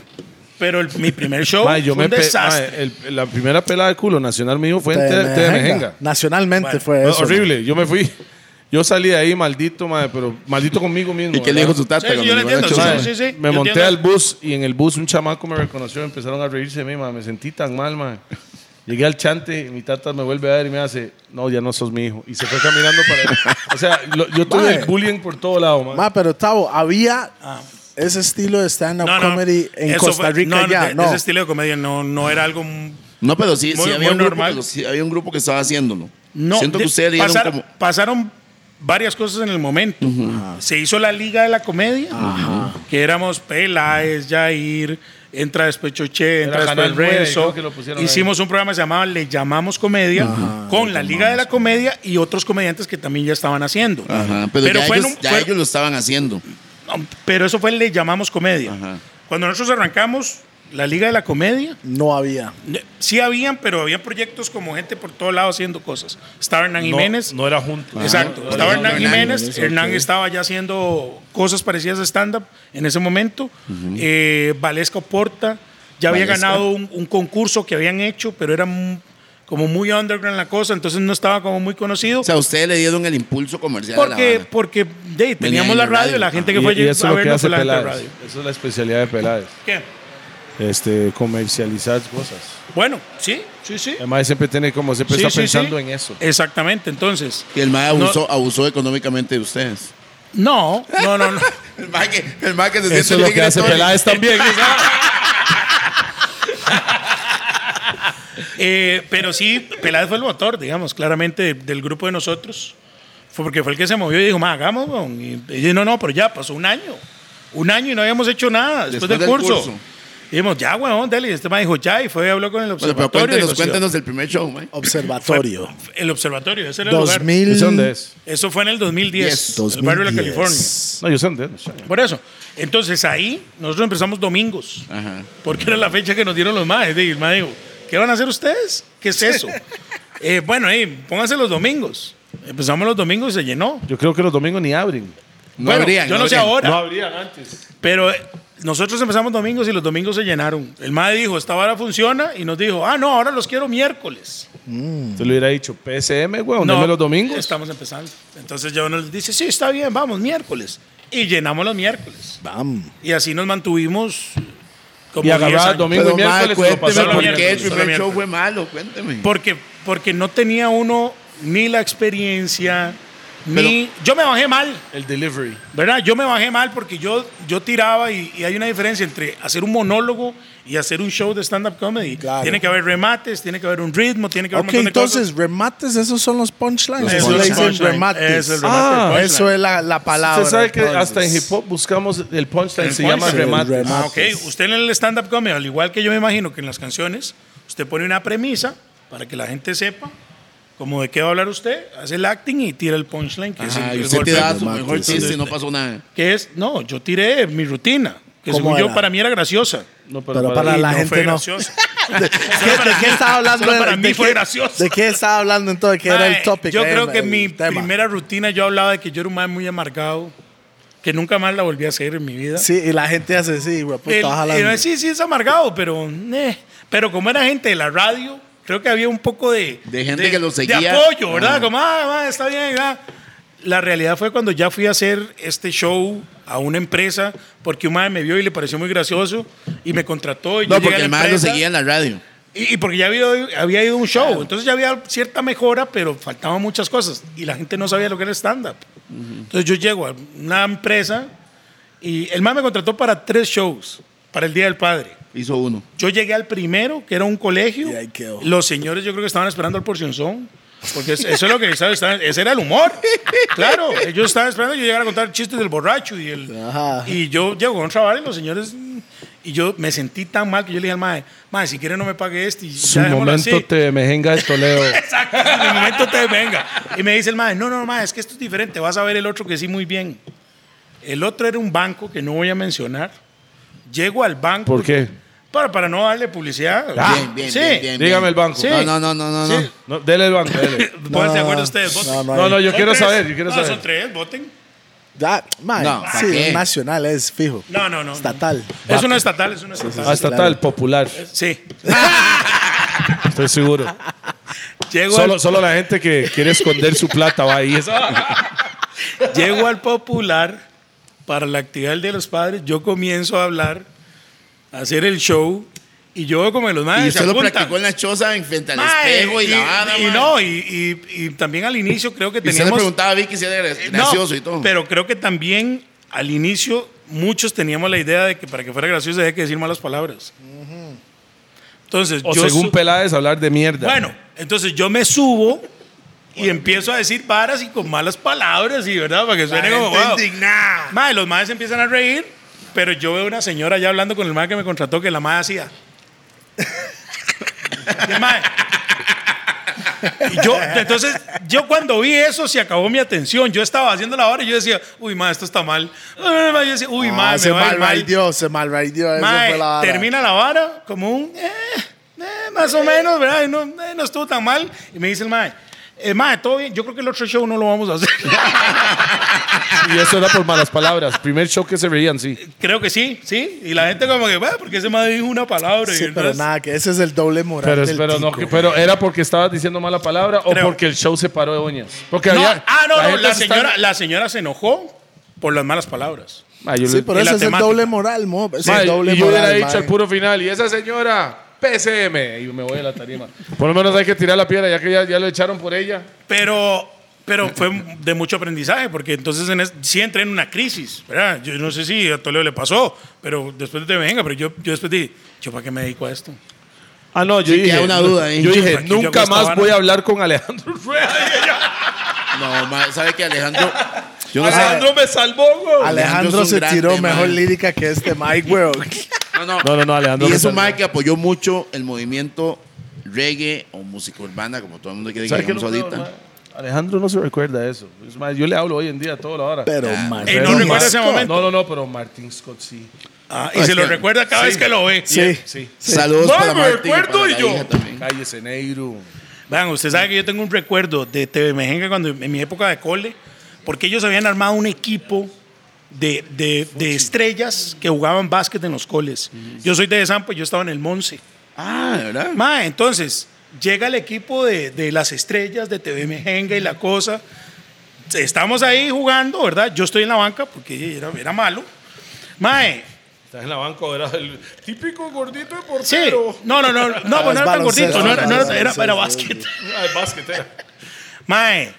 B: pero el- mi primer show
D: Ma, yo
B: fue
D: me
B: un
D: pe-
B: desastre.
D: ma, el- la primera pelada de culo nacional mío fue en Te-
A: Temejenga.
D: Te- Mejenga.
A: Nacionalmente
B: Bueno,
A: fue eso.
D: Ah, horrible, yo me fui. Yo salí de ahí maldito, madre, pero maldito conmigo mismo.
C: ¿Y qué le
D: ¿verdad?
C: dijo su tata?
B: Sí, sí,
C: cuando
B: yo lo
C: llegó la
B: entiendo,
C: choza,
D: Mae,
B: sí,
C: mae?
B: sí, sí.
D: me
B: yo
D: monté
B: entiendo.
D: al bus y en el bus un chamaco me reconoció, empezaron a reírse de mí, mae, me sentí tan mal, mae. Llegué al chante y mi tata me vuelve a ver y me hace, no, ya no sos mi hijo. Y se fue caminando para... O sea, lo- yo tuve
A: Mae.
D: el bullying por todo lado, mae.
A: Ma, pero Tavo, había ese estilo de stand-up
B: Ah. No, no,
A: comedy en
B: eso
A: Costa
B: fue-
A: Rica
B: no, no,
A: ya.
B: de-
A: No,
B: Ese estilo de comedia no, no era algo.
C: No, pero sí,
B: Muy-
C: sí, había
B: muy
C: un grupo
B: normal.
C: que, sí había un grupo que estaba haciéndolo.
B: No,
C: Siento que
B: de-
C: ustedes dieron
B: pasar-
C: como.
B: Pasaron varias cosas en el momento. Se hizo la Liga de la Comedia, que éramos Peláez, Jair, entra después Choche, entra
D: Era
B: después
D: Canal nueve,
B: Renzo.
D: creo que lo pusieron ahí.
B: Hicimos un programa que se llamaba Le Llamamos Comedia, con la Liga de la Comedia y otros comediantes que también ya estaban haciendo.
C: Ajá, pero, ya,
B: fue en
C: ellos,
B: un-
C: ya
B: fue-
C: ellos lo estaban haciendo.
B: no, pero eso fue Le Llamamos Comedia.
C: Ajá.
B: Cuando nosotros arrancamos la Liga de la Comedia,
A: no había.
B: Sí habían, pero había proyectos como gente por todo lado haciendo cosas. Estaba Hernán
D: No-
B: Jiménez.
D: No, era junto.
B: Exacto,
D: No,
B: estaba
D: no,
B: Hernán
C: Hernán
B: Jiménez.
A: Jiménez,
B: Hernán
A: ok.
B: estaba ya haciendo cosas parecidas a stand-up en ese momento. Eh, Valesca Porta ya había
C: Valesca.
B: ganado un, un concurso que habían hecho, pero era mu- como muy underground la cosa, entonces no estaba como muy conocido.
C: O sea, ustedes le dieron el impulso comercial. a la
B: porque
C: vara.
B: porque de, teníamos
C: en
B: la
C: la
B: radio,
C: radio.
B: la gente
D: Y-
B: que fue
D: y eso
B: a
D: es lo que
B: vernos
D: hace
B: fue la gente de
D: Peláez.
B: radio.
D: Eso es la especialidad de Peláez.
B: ¿Qué?
D: Este, comercializar cosas.
B: Bueno, sí, sí, sí.
D: Además, siempre tiene como, siempre
B: Sí,
D: está
B: sí, sí.
D: pensando en eso.
B: Exactamente, entonces.
C: Y el MAE
B: No-
C: abusó, abusó económicamente de ustedes.
B: No, no, no, no.
C: El MAE que, el mae que se
D: Eso es
C: el
D: lo que
C: tigre
D: hace
C: todo el-
D: Peláez también.
B: Eh, pero sí, Peláez fue el motor, digamos, claramente de- del grupo de nosotros. Fue porque fue el que se movió y dijo, más hagamos, weón". Y, y dije, no, no, pero ya pasó un año. Un año y no habíamos hecho nada después,
C: Después
B: del,
C: del
B: curso.
C: curso.
B: Dijimos, ya, weón, dale. Y este man dijo, ya, y fue y habló con el
C: Bueno, pero
B: observatorio. y
C: cuéntenos,
B: negoció.
C: cuéntenos del primer show, mae.
A: Observatorio.
B: El observatorio, ese era el lugar.
A: 2000.
D: ¿Yo sé dónde es?
B: Eso fue en el 2010,
C: Yes,
B: el barrio de la
A: 2010.
B: California.
D: No, yo sé dónde es.
B: Por eso. Entonces ahí nosotros empezamos domingos.
C: Ajá.
B: Porque era la fecha que nos dieron los maes. Y el mae dijo, ¿qué van a hacer ustedes? ¿Qué es eso? Eh, bueno, ahí, pónganse los domingos. Empezamos los domingos y se llenó.
D: Yo creo que los domingos ni abren.
C: No
B: Bueno,
C: habrían,
B: yo no,
C: no
B: sé
C: habrían.
B: ahora,
D: abrían antes.
B: pero eh, nosotros empezamos domingos y los domingos se llenaron. El mae dijo, esta vara funciona y nos dijo, ah, no, ahora los quiero miércoles.
D: Te lo hubiera dicho PSM, weón. No, los domingos.
B: Estamos empezando. Entonces yo nos dice, sí, está bien, vamos, miércoles. Y llenamos los miércoles.
A: Bam.
B: Y así nos mantuvimos como
D: Y
B: 10
D: agarraba
B: años.
D: domingo.
C: Pero,
D: y miércoles
C: mae,
D: se lo
C: cuénteme
D: pasaron
C: por
B: miércoles,
C: qué el
B: solo
C: primer show
B: miércoles.
C: fue malo, cuénteme.
B: Porque, porque no tenía uno ni la experiencia, ni... Yo me bajé mal,
D: El delivery.
B: ¿verdad? Yo me bajé mal porque yo, yo tiraba y, y hay una diferencia entre hacer un monólogo y hacer un show de stand-up comedy.
A: Claro.
B: Tiene que haber remates, tiene que haber un ritmo, tiene que haber
A: Ok,
B: un montón de
A: entonces, remates, esos son los punchlines.
C: Los
A: Eso
B: es
A: le
C: punchlines.
A: dicen remates.
B: Eso es el remate,
A: Ah,
B: el punchline.
A: eso es la, la palabra.
D: Usted sabe que
A: entonces.
D: hasta en hip hop buscamos el punchline,
B: El
D: se
B: punchline.
D: llama
B: Sí,
A: el
D: remate.
A: remate.
B: Ah, ok. Usted en el stand-up comedy, al igual que yo me imagino que en las canciones, usted pone una premisa para que la gente sepa como de qué va a hablar usted, hace el acting y tira el punchline, que es el,
C: Ajá, y
B: el
C: usted
B: golpe.
C: te da su
A: Remate,
C: mejor
A: sí.
C: chiste y no pasó nada.
B: Que es, no, yo tiré mi rutina, que
A: ¿Cómo
B: según yo
A: era?
B: para mí era graciosa.
D: No,
A: Pero para
B: Y
A: la gente
B: fue
A: no.
B: graciosa.
A: ¿Qué- ¿De qué estaba hablando?
B: Solo para
A: ¿De
B: mí
A: qué-
B: fue gracioso.
A: ¿De qué estaba hablando entonces? ¿Qué era
B: Mae,
A: el topic?
B: Yo
A: eh,
B: creo que
A: el
B: mi
A: tema?
B: primera rutina yo hablaba de que yo era un man muy amargado, que nunca más la volví a hacer en mi vida.
A: Sí, y la gente hace así, güey, pues, puta,
B: El-
A: ojalá.
B: eh, sí, sí, es amargado, pero. eh. Pero como era gente de la radio, creo que había un poco de.
C: De gente que lo seguía.
B: De apoyo, ¿verdad?
C: Ah.
B: Como, ah, ah, está bien, ah. La realidad fue cuando ya fui a hacer este show a una empresa, porque un madre me vio y le pareció muy gracioso y me contrató. Y yo
C: No,
B: llegué
C: porque
B: a la
C: el mae lo
B: empresa,
C: seguía en la radio.
B: Y, y porque ya había, había ido a un show, entonces ya había cierta mejora, pero faltaban muchas cosas y la gente no sabía lo que era stand-up. Entonces yo llego a una empresa y el man me contrató para tres shows, para el Día del Padre.
C: Hizo uno.
B: Yo llegué al primero, que era un colegio.
A: Y ahí quedó.
B: Los señores yo creo que estaban esperando al porcionzón. Porque es- eso es lo que estaban, estaban- ese era el humor. Claro, ellos estaban esperando yo llegara a contar chistes del borracho y el
A: Ajá.
B: y yo llego con trabajo y los señores mm, y yo me sentí tan mal que yo le dije al mae, "Mae, si quiere no me pague este y
D: Su
B: ya dejémoslo
D: momento
B: así".
D: te mejenga el toleo.
B: Exacto, en el momento te venga. Y me dice el mae, "No, no, mae, es que esto es diferente, vas a ver el otro que sí muy bien." El otro era un banco que no voy a mencionar. Llego al banco.
D: ¿Por qué? Ah.
B: Para, para no darle publicidad.
C: bien, bien,
B: sí.
C: bien, bien,
D: Dígame
C: bien.
D: el banco.
B: Sí.
C: No, no, no, no, no.
B: Sí.
C: no.
D: No, dele el banco, dele.
B: Pónganse
A: No,
B: de acuerdo ustedes, voten.
A: no, no,
D: No, no, yo
B: Son
D: quiero
B: tres.
D: saber, yo quiero
B: no,
D: saber.
B: son tres, voten.
A: Ya, man,
C: No, ¿pa'
A: sí,
C: qué?
A: es nacional es fijo.
B: No, no, no.
A: Estatal.
B: Es una estatal, es una estatal.
D: Hasta
A: claro.
D: tal, popular.
B: Sí.
D: Estoy seguro.
B: Llego,
D: Solo, solo la gente que quiere esconder su plata va ahí. Eso-
B: al, llego al popular para la actividad del Día de los Padres. Yo comienzo a hablar, a hacer el show. Y yo veo como que los
C: Y
B: madres se
C: usted lo
B: apuntan.
C: practicó en la choza, en frente al
B: Mae,
C: espejo y, la vara,
B: y
C: mae.
B: no, y, y- y también al inicio creo que
C: Y usted le
B: teníamos... Eh,
C: preguntaba a Vicky si era gra-
B: No,
C: gracioso y todo.
B: Pero creo que también al inicio muchos teníamos la idea de que para que fuera gracioso había que decir malas palabras. Entonces,
D: O
B: yo
D: según
B: su-
D: Peláez, hablar de mierda.
B: bueno, entonces yo me subo y empiezo a decir varas y con malas palabras y verdad, para que suene como
C: gente
B: wow. Mae, los madres empiezan a reír, pero yo veo una señora ya hablando con el madre que me contrató que la madre hacía. Y el mae- y yo, entonces, yo cuando vi eso se acabó mi atención. Yo estaba haciendo la hora y yo decía, uy, madre, esto está mal. Yo decía, uy,
A: Ah,
B: madre,
A: se
B: me va a ir mal.
A: malraidió, se malraidió. eso
B: Mae,
A: fue la vara.
B: termina la vara como un eh, eh, más o menos, ¿verdad? Y no, eh, no estuvo tan mal. Y me dice el mae, eh, mae, todo bien. Yo creo que el otro show no lo vamos a hacer.
D: Y eso era por malas palabras. Primer show que se veían, sí.
B: creo que sí, sí. Y la gente como que, bueno, porque ese mae dijo una palabra. y
A: Sí, pero
B: entonces-
A: nada, que ese es el doble moral.
D: Pero,
A: del
D: pero, no,
A: tico.
D: que- pero era porque estabas diciendo mala palabra o
B: Creo.
D: porque el show se paró de uñas. Porque
B: No,
D: había-
B: ah, no, no,
D: gente
B: la
D: se está-
B: señora, la señora se enojó por las malas palabras.
D: Ah, yo
A: Sí,
D: le-
A: pero
B: y
A: ese
B: la
A: es el
B: temática.
A: doble moral, mo. ese Es
D: Ma,
A: el doble
D: y yo hubiera
A: moral,
D: dicho
A: mae.
D: al puro final, y esa señora, PSM, y me voy a la tarima. Por lo menos hay que tirar la piedra, ya que ya, ya lo echaron por ella.
B: Pero, pero fue de mucho aprendizaje, porque entonces en es- sí entré en una crisis, ¿verdad? Yo no sé si a Toledo le pasó, pero después de venga, pero yo, yo después dije, ¿yo para qué me dedico a esto?
D: Ah, no, yo
C: dije- queda una duda ahí.
D: Yo
B: Yo
D: dije,
B: aquí, yo
D: nunca
B: hago esta
D: más
B: vara".
D: voy a hablar con Alejandro
B: Ah.
C: No, mae, sabe que Alejandro. Yo no sé.
D: Alejandro me salvó, güey.
A: Alejandro
C: Alejandro es
A: se
C: un grande,
A: tiró
C: mae.
A: mejor lírica que este Mike, weón.
C: No, no.
D: No, no, no, Alejandro
C: Y es un
D: Fernández.
C: mae que apoyó mucho el movimiento reggae o música urbana, como todo el mundo quiere que
D: ¿Sabe qué
C: digamos
D: es lo peor,
C: ahorita.
D: mae? Alejandro no se recuerda eso. Es más, yo le hablo hoy en día a toda la hora.
A: Pero
C: Ah,
A: Martín
B: y no recuerda ese
A: Scott.
B: momento.
D: No, no, no, pero Martin Scott sí.
B: Ah,
C: Ah,
B: y se
C: es
B: lo
C: que-
B: recuerda cada vez que lo ve.
A: Sí.
D: Sí.
C: Saludos
B: Mae,
C: para
B: me
C: Martín y para
B: recuerdo
C: la
B: y yo.
C: hija también.
D: Calle Neiro.
B: Vean, usted sabe que yo tengo un recuerdo de TV Mejenga cuando en mi época de cole, porque ellos habían armado un equipo de, de- de estrellas que jugaban básquet en los coles. Yo soy de Desampo y yo estaba en el Monse.
C: Ah, de ¿verdad?
B: Ma, entonces, llega el equipo de, de las estrellas de TV Mejenga y la cosa. Estamos ahí jugando, ¿verdad? Yo estoy en la banca porque era, era malo. Mae,
D: Estás en la banca, era el típico gordito de
B: sí.
D: portero.
B: No, no, no, no, pues no
A: Ah, es
B: era tan
A: baloncesto,
B: gordito, no era, no era- era
A: baloncesto,
B: para
A: sí.
B: básquet.
D: Ah, el básquet era.
B: Mae,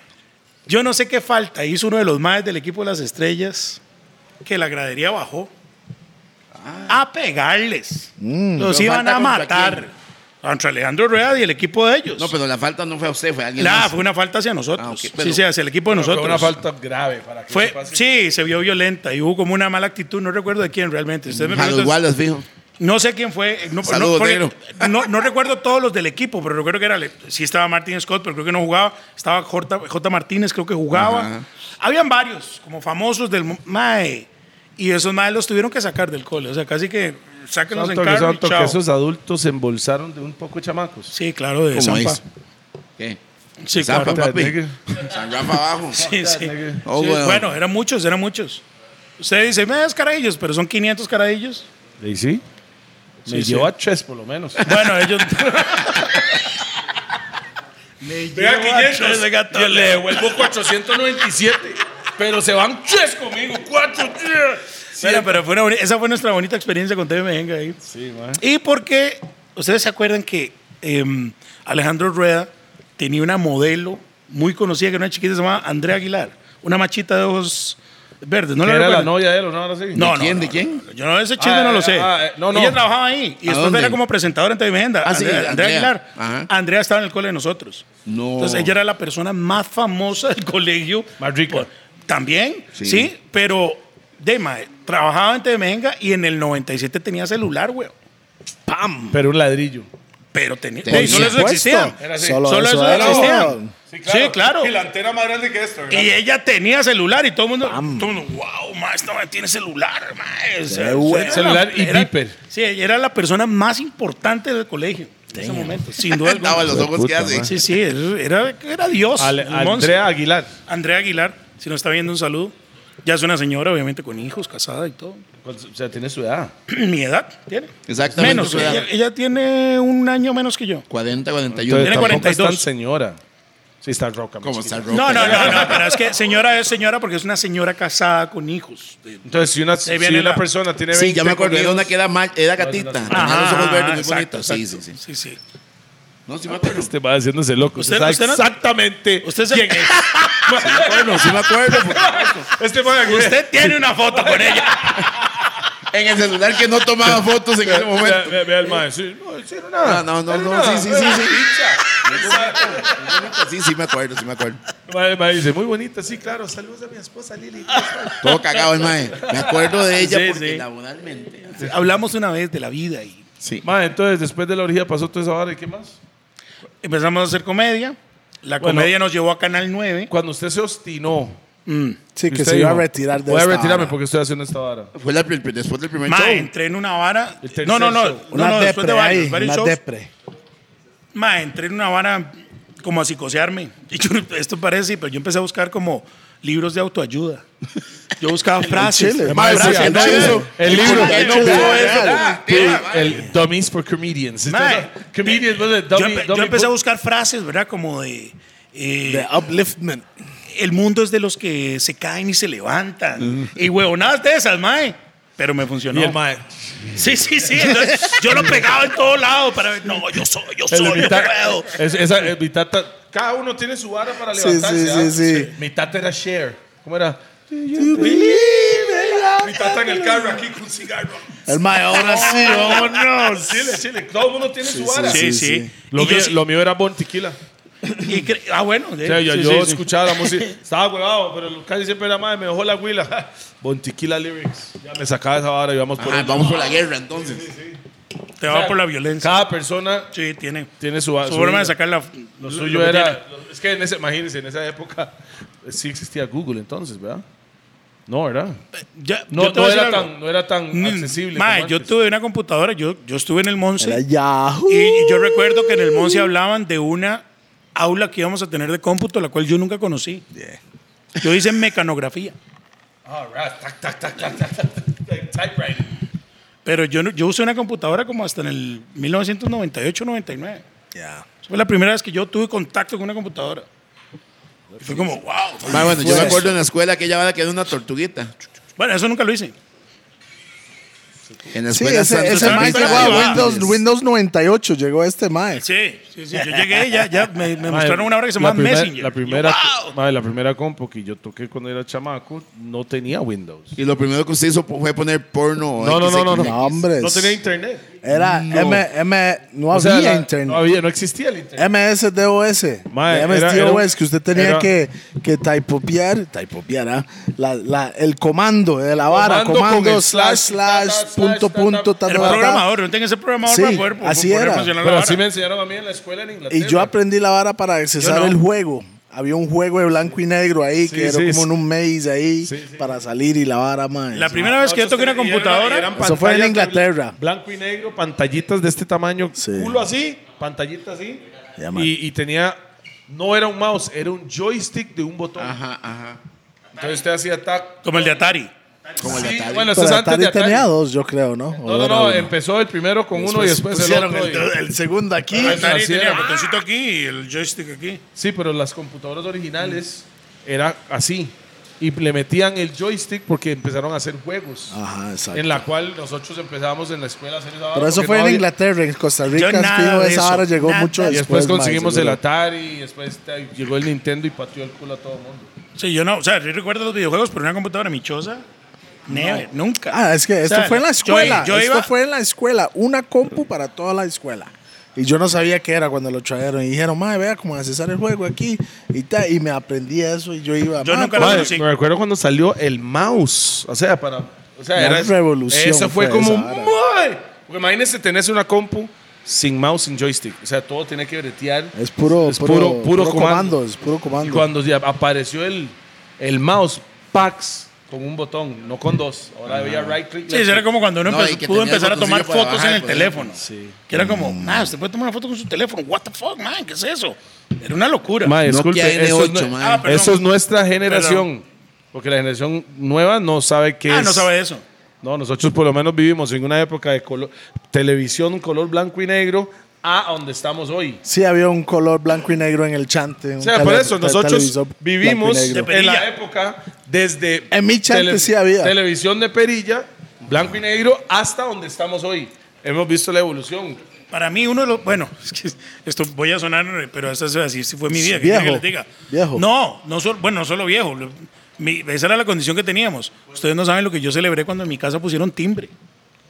B: yo no sé qué falta. Hizo uno de los maes del equipo de las estrellas que la gradería bajó a pegarles. Mm. Los
C: Ah. Mm. Pero
B: iban
C: falta
B: a
C: contra
B: matar.
C: quién?
B: Contra Alejandro Rueda y el equipo de ellos.
C: No, pero la falta no fue a usted, fue a alguien
B: La,
C: más.
B: fue una falta hacia nosotros.
C: Ah, ok,
B: sí,
C: pero-
B: sí, hacia el equipo de
D: Fue
B: nosotros.
D: una falta grave para que
B: Fue-
D: sepa si-
B: sí, se vio violenta y hubo como una mala actitud. No recuerdo de quién realmente. Ustedes me
C: A los
B: preguntan-
C: Wallace, fijo.
B: no sé quién fue. eh, No,
C: Saludos,
B: no, porque-
C: negro.
B: no- no recuerdo todos los del equipo, pero recuerdo que era. Sí estaba Martin Scott, pero creo que no jugaba. Estaba J, J. Martínez, creo que jugaba.
C: Ajá.
B: Habían varios, como famosos del mu- MAE. Y esos MAE los tuvieron que sacar del cole. O sea, casi que sáquenlos
D: Santo
B: en
D: que
B: carro. y
D: santo, que
B: chao.
D: esos adultos se embolsaron de un poco de chamacos.
B: Sí, claro, de
C: ¿Cómo
B: Zampa.
C: es? ¿Qué?
B: Sí,
C: Zampa,
B: claro.
C: papi.
D: Nigga.
C: San Rafa abajo.
B: Sí, sí.
C: Oh,
B: Sí,
C: bueno.
B: Bueno, eran muchos, eran muchos. Usted dice, me das caradillos, pero son 500 caradillos.
D: ¿Y sí? Me
B: Sí, sí.
D: llevó a tres por lo menos.
B: Bueno, ellos. Me
D: Vea,
B: llevo a
D: 500.
B: tres de gato.
D: Yo le devuelvo 497, pero se van tres conmigo, cuatro.
B: Bueno, pero fue una boni- esa fue nuestra bonita experiencia con TV Mejenga ahí.
D: Sí, man.
B: Y porque, ustedes se acuerdan que em, Alejandro Rueda tenía una modelo muy conocida, que era una chiquita, se llamaba Andrea Aguilar, una machita de ojos verdes. ¿No la
D: era la
B: recuerdan?
D: novia de él o pues- no? Ahora sí.
B: No,
C: ¿De
B: no,
C: quién,
B: no,
C: de
B: no,
C: quién?
B: no, yo no, ese chisme
D: Ah,
B: no lo
D: eh,
B: sé.
D: ah, eh, no, no.
B: Ella trabajaba ahí y
C: ¿A
B: después
C: dónde?
B: era como presentadora en TV Agenda.
C: Ah, sí,
B: Andrea, Andrea
C: Andrea.
B: Aguilar.
C: Ajá.
B: Andrea estaba en el cole de nosotros.
C: No.
B: Entonces ella era la persona más famosa del colegio.
D: Más rica.
B: Por- También,
C: Sí.
B: sí, pero de mae, trabajaba en TV Agenda y en el 97 tenía celular, güey. ¡Pam!
D: Pero un ladrillo.
B: Pero tenía.
C: Tenía.
B: Ey, solo eso existía.
D: Era así.
A: Solo,
B: Solo
A: eso,
B: eso
A: era.
B: existía.
A: weón.
B: Sí, claro.
D: Y la antena más grande que esto.
B: Y ella tenía celular y todo el mundo, todo el mundo, wow, ma, esta ma tiene celular, ma. O sea,
A: bueno.
B: era
D: Celular y
B: era-
D: beeper.
B: Sí, ella era la persona más importante del colegio en ese momento, sin duda
C: Estaba los
B: alguna.
C: ojos que hace.
B: Sí, sí, era, era Dios. el monstruo.
D: Andrea Aguilar.
B: Andrea Aguilar, si nos está viendo, un saludo. Ya es una señora, obviamente, con hijos, casada y todo.
D: O sea, tiene su edad.
B: Mi edad tiene.
C: Exactamente.
B: Menos,
C: su edad.
B: ella, ella tiene un año menos que yo.
C: 40,
D: Entonces,
C: 41.
B: Tiene
D: tampoco
B: 42.
D: es tan señora. Sí, está roca. más
C: ¿Cómo
D: chiquita.
C: está Roca?
B: No, no, no, no, pero es que señora es señora porque es una señora casada con hijos.
D: Entonces, si una, si
B: Ahí viene
D: una
B: la-
D: persona tiene 20
C: Sí, ya me acuerdo. Era
D: conmigo,
C: una que era, mal- era gatita.
D: no, no.
C: Tenía los ojos verdes muy
B: Ah, exacto,
C: bonitos. Sí, sí,
B: exacto.
C: sí.
B: sí, sí.
C: No, sí me acuerdo.
D: Este va haciéndose loco. Usted,
B: Usted-
D: sabe
B: usted no-
D: exactamente
B: Usted se-
D: quién es.
C: Bueno, sí me acuerdo. por supuesto.
D: Este va aquí.
B: Usted tiene una foto con ella.
C: En el celular que no tomaba fotos en ese
D: Vea,
C: momento.
D: vea, vea el mae. Sí, no, sí, era nada.
C: No, no, no,
D: Era
C: no,
D: nada.
C: sí, sí, sí, Sí, sí, me acuerdo, sí me acuerdo.
D: El mae- el mae dice, muy bonita, sí, claro. Saludos a mi esposa Lili.
C: Todo cagado el mae. Me acuerdo de ella
B: Sí,
C: porque
B: sí.
C: laboralmente.
B: Hablamos una vez de la vida y
C: Sí.
D: Mae, entonces, después de la orgía pasó toda esa vara. ¿Y qué más?
B: empezamos a hacer comedia. La
D: Bueno.
B: comedia nos llevó a Canal 9.
D: Cuando usted se obstinó.
A: Sí, que
D: usted
A: se iba a
D: dijo,
A: retirar de
D: Voy a
A: esta
D: retirarme
A: vara.
D: porque estoy haciendo esta vara.
C: Fue la pri- después del primer
B: Ma,
C: show.
B: entré en una vara.
D: El tercer
B: No, no, no.
D: show.
B: No,
A: Una
B: no, después
A: depre
B: de
A: ahí,
B: varios, varios
A: una
B: shows.
A: depre.
B: Ma, entré en una vara como a psicosearme. Y yo, esto parece, pero yo empecé a buscar como libros de autoayuda. Yo buscaba frases.
A: chile.
B: ma,
A: Ma,
B: frases.
A: sí,
B: Ma,
A: no,
B: ma,
A: eso.
D: El libro.
A: Porque ahí no pudo eso.
C: Ah,
D: El-
C: ah,
D: El Dummies for Comedians. Este
B: Mae,
D: Entonces, Comedians, ¿no?
B: yo,
D: Dummy-
B: empe- yo
D: dummy
B: empecé a
D: book.
B: buscar frases, ¿verdad? Como de. eh,
A: The upliftment.
B: el mundo es de los que se caen y se levantan. Y huevonadas de esas, mae. Pero me funcionó.
D: Y el mae.
B: Sí, sí, sí. Entonces, yo lo pegaba en todo lado para ver. No, yo soy, yo
D: El
B: soy, yo
D: de mi ta-
B: puedo.
D: es- esa, eh, mi tata- cada uno tiene su vara para
A: Sí,
D: levantarse.
A: sí, sí,
D: ¿ah?
A: sí.
D: Mi tata era share. ¿Cómo era? Mi tata en el carro aquí con cigarro.
A: El mae, ahora sí,
D: Oh,
A: vámonos.
D: Chile, chile. Todo uno tiene su vara.
B: Sí, sí.
A: sí.
B: sí.
D: Lo,
B: Y yo
D: mío,
B: sí-
D: lo mío era Bon Tequila.
B: Y cre- ah, bueno.
D: O sea, yo,
B: sí,
D: yo
B: sí, sí.
D: escuchaba la música, estaba huevado, pero lo- casi siempre era madre, me dejó la huila. Bontiquila lyrics. Ya me sacaba esa vara y vamos por
C: Ah,
D: el-
C: vamos por la guerra entonces.
B: Te va por la violencia.
D: Cada persona
B: Sí, tiene.
D: tiene su,
B: Su forma
D: vida.
B: de sacar la. lo-
D: Lo suyo
B: lo que tiene.
D: era. lo- es que en ese, imagínense, en esa época eh, sí existía Google entonces, ¿verdad? No, ¿verdad?
B: Ya,
D: No,
B: yo te voy a
D: no,
B: decir
D: era,
B: algo.
D: tan, no era tan
B: Mm,
D: accesible.
B: mae,
D: como
B: yo
D: antes.
B: tuve una computadora, yo, yo estuve en el
A: Era
B: Monse
A: Yahoo.
B: y, y yo recuerdo que en el Monse hablaban de una aula que íbamos a tener de cómputo, la cual yo nunca conocí. Yo hice mecanografía,
D: Ah, right. Tac, tac, tac, tac, tac, tac, tac, typewriter.
B: pero yo, no- yo usé una computadora como hasta en el 1998-99.
A: Ya.
B: Fue la primera vez que yo tuve contacto con una computadora. Y fue como, wow.
C: Ma, bueno, yo
A: Pues.
C: me acuerdo en la escuela que ella va a quedar una tortuguita.
B: Bueno, eso nunca lo hice.
C: En la
A: Sí,
C: escuela
A: ese, ese
B: Santa
A: mae
B: Santa
A: llegó
B: Santa
A: a
B: Santa
A: Windows, Windows 98, llegó este mae.
B: Sí, sí, sí. Yo llegué, ya, ya me, me
D: Mae,
B: mostraron una hora que se
D: la
B: llama
D: primer-
B: Messenger.
D: La primera,
B: Yo, wow.
D: mae, la primera compu que yo toqué cuando era chamaco no tenía Windows.
C: Y lo primero que usted hizo fue poner porno.
D: No, no, no, no,
A: No, hombre.
D: No tenía internet.
A: Era M, M, no
D: O sea,
A: había
D: la-
A: internet.
D: No, había, no existía el internet.
A: MSDOS.
D: Mae,
A: de
D: era- era un-
A: MSDOS, que usted tenía
D: era-
A: que, que typopear, typopear, ah, la, la, el comando de la vara,
D: Comando con
A: comando,
D: el
A: slash,
D: slash,
A: slash,
D: ta, ta,
A: punto,
D: ta, ta.
A: punto, ta, ta,
B: Era
A: ta, ta.
B: programador, no tenía ese programador
A: Sí,
B: para poder, po-
A: así
B: poder
A: era.
B: funcionar la
D: Pero
B: vara.
D: así me enseñaron a mí en la escuela en Inglaterra.
A: Y yo aprendí la vara para accesar
B: Yo no.
A: el juego. Había un juego de blanco y negro ahí,
D: Sí,
A: que era
D: sí,
A: como
D: sí.
A: en un maze ahí,
D: Sí, sí.
A: para salir y la vara, mae.
B: La
A: Sí.
B: primera vez que yo toqué una computadora,
A: Eso fue en Inglaterra.
D: Blanco y negro, pantallitas de este tamaño,
A: Sí.
D: culo así, pantallita así.
A: Ya, man.
D: y, y tenía, no era un mouse, era un joystick de un botón.
C: Ajá, ajá.
D: Entonces usted hacía tac.
B: como el de Atari.
C: Como el de
D: Sí,
C: Atari.
D: bueno, esto
A: Pero
D: es antes
A: Atari
D: de Atari.
A: tenía dos, yo creo, ¿no?
D: No, no, no, empezó el primero con uno y después el
A: pusieron
D: otro. y-
A: segundo aquí.
D: Eso
B: Atari
D: así
B: tenía
D: era.
B: el botoncito aquí y el joystick aquí.
D: Sí, pero las computadoras originales era así. Y le metían el joystick porque empezaron a hacer juegos.
A: Ajá, Ah, exacto.
D: En la cual nosotros empezábamos en la escuela a hacer esa vara
A: Pero eso
D: porque
A: fue
D: no
A: en
D: había-
A: Inglaterra, en Costa
B: Yo
A: Rica,
B: nada
A: fijo,
B: de
A: esa
B: eso,
A: hora llegó
B: nada.
A: mucho
D: Y después conseguimos el
A: ataque.
D: Atari y después te- llegó el Nintendo y pateó el culo a todo el mundo.
B: Sí, yo no, o sea, yo recuerdo los videojuegos por una computadora michosa. Never, nunca.
A: Ah, es que esto
B: O sea,
A: fue en la
B: yo-
A: escuela.
B: Yo,
A: esto
B: iba,
A: fue en la escuela. Una compu para toda la escuela. Y yo no sabía qué era cuando lo trajeron. Y dijeron, madre, vea cómo accesar el juego aquí. Y, ta, y me aprendí eso y yo iba.
B: Yo
A: "Ma,
B: nunca
A: ¿cómo
B: lo
D: Madre,
B: conocí.
D: Me recuerdo cuando salió el mouse. O sea, para. O sea,
A: Una
D: era.
A: revolución
D: Eso fue,
A: fue
D: como.
A: esa vara.
D: "Mae". Porque imagínese tenés una compu sin mouse, sin joystick. O sea, todo tiene que bretear.
A: Es puro,
D: Es puro- puro comando.
A: Es puro
D: Y
A: comando.
D: cuando ya apareció el, el mouse, Pax, con un botón, no con dos. Ahora había right click.
B: Sí, eso era como cuando uno
C: No,
B: empezó-
C: y que
B: pudo
C: tenía el
B: empezar a tomar
C: botoncillo
B: fotos
C: para
B: en el
C: bajar, pues, por
B: teléfono.
D: Sí.
B: Que era como, ah, usted puede tomar una foto con su teléfono. What the fuck, man, ¿qué es eso? Era una locura.
D: Mae, disculpe,
C: Nokia
D: eso, es,
C: N8,
D: nue-
C: man.
B: Ah, perdón.
D: eso es nuestra generación. Porque la generación nueva no sabe qué
B: ah,
D: es.
B: no sabe eso.
D: No, nosotros por lo menos vivimos en una época de color, televisión color blanco y negro a donde estamos hoy.
A: Sí, había un color blanco y negro en el chante. un
D: O sea,
A: tele-
D: por eso
A: te-
D: nosotros
A: televisor
D: vivimos
A: blanco y negro.
B: De pe-
D: en la
B: perilla.
D: época desde
A: En mi chante sí había.
D: televisión de perilla, blanco y negro, hasta donde estamos hoy. Hemos visto la evolución.
B: Para mí, uno de los. Bueno, es que esto voy a sonar, pero esto es así, sí fue mi vida. ¿qué
A: Viejo,
B: quiere que les diga?
A: viejo.
B: No, no solo, bueno, no solo viejo. lo- mi- esa era la condición que teníamos. Ustedes no saben lo que yo celebré cuando en mi casa pusieron timbre.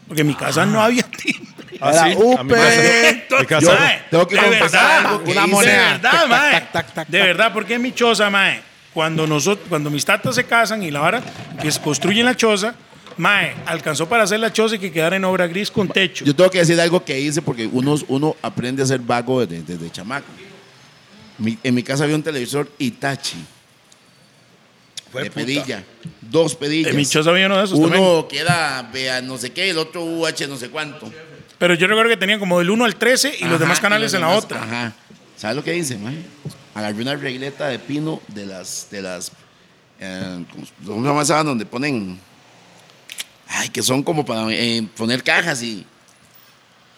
B: Porque en mi casa no había timbre.
A: Era
D: Así, Ah, a mi
A: upe.
D: casa. Mi
B: Entonces,
D: casa-
B: mae,
C: tengo que
B: de
C: confesar
B: verdad,
C: algo que
B: una
C: hice.
B: moneda. De
A: Tac,
B: verdad, mae.
A: tac, tac, tac,
B: De
A: tac.
B: verdad, porque en mi choza, mae, cuando, nosotros, cuando mis tatas se casan y la vara, que se construyen la choza, mae, alcanzó para hacer la choza y que quedara en obra gris con techo. Eh,
C: Yo tengo que decir algo que hice porque uno, uno aprende a ser vago desde, desde chamaco. Mi- en mi casa había un televisor Itachi. de pedilla. Dos pedillas.
B: en mi choza había uno de esos también.
C: uno queda vea no sé qué, el otro UH no sé cuánto.
B: Pero yo recuerdo que tenían como del 1 al 13 y
C: Ajá,
B: los demás canales en
C: los
B: la
C: demás-
B: otra.
C: Ajá. ¿Sabes lo que hice, man? Agarré una regleta de pino de las. De las eh, ¿Cómo se llama esa donde ponen? Ay, que son como para eh, poner cajas y.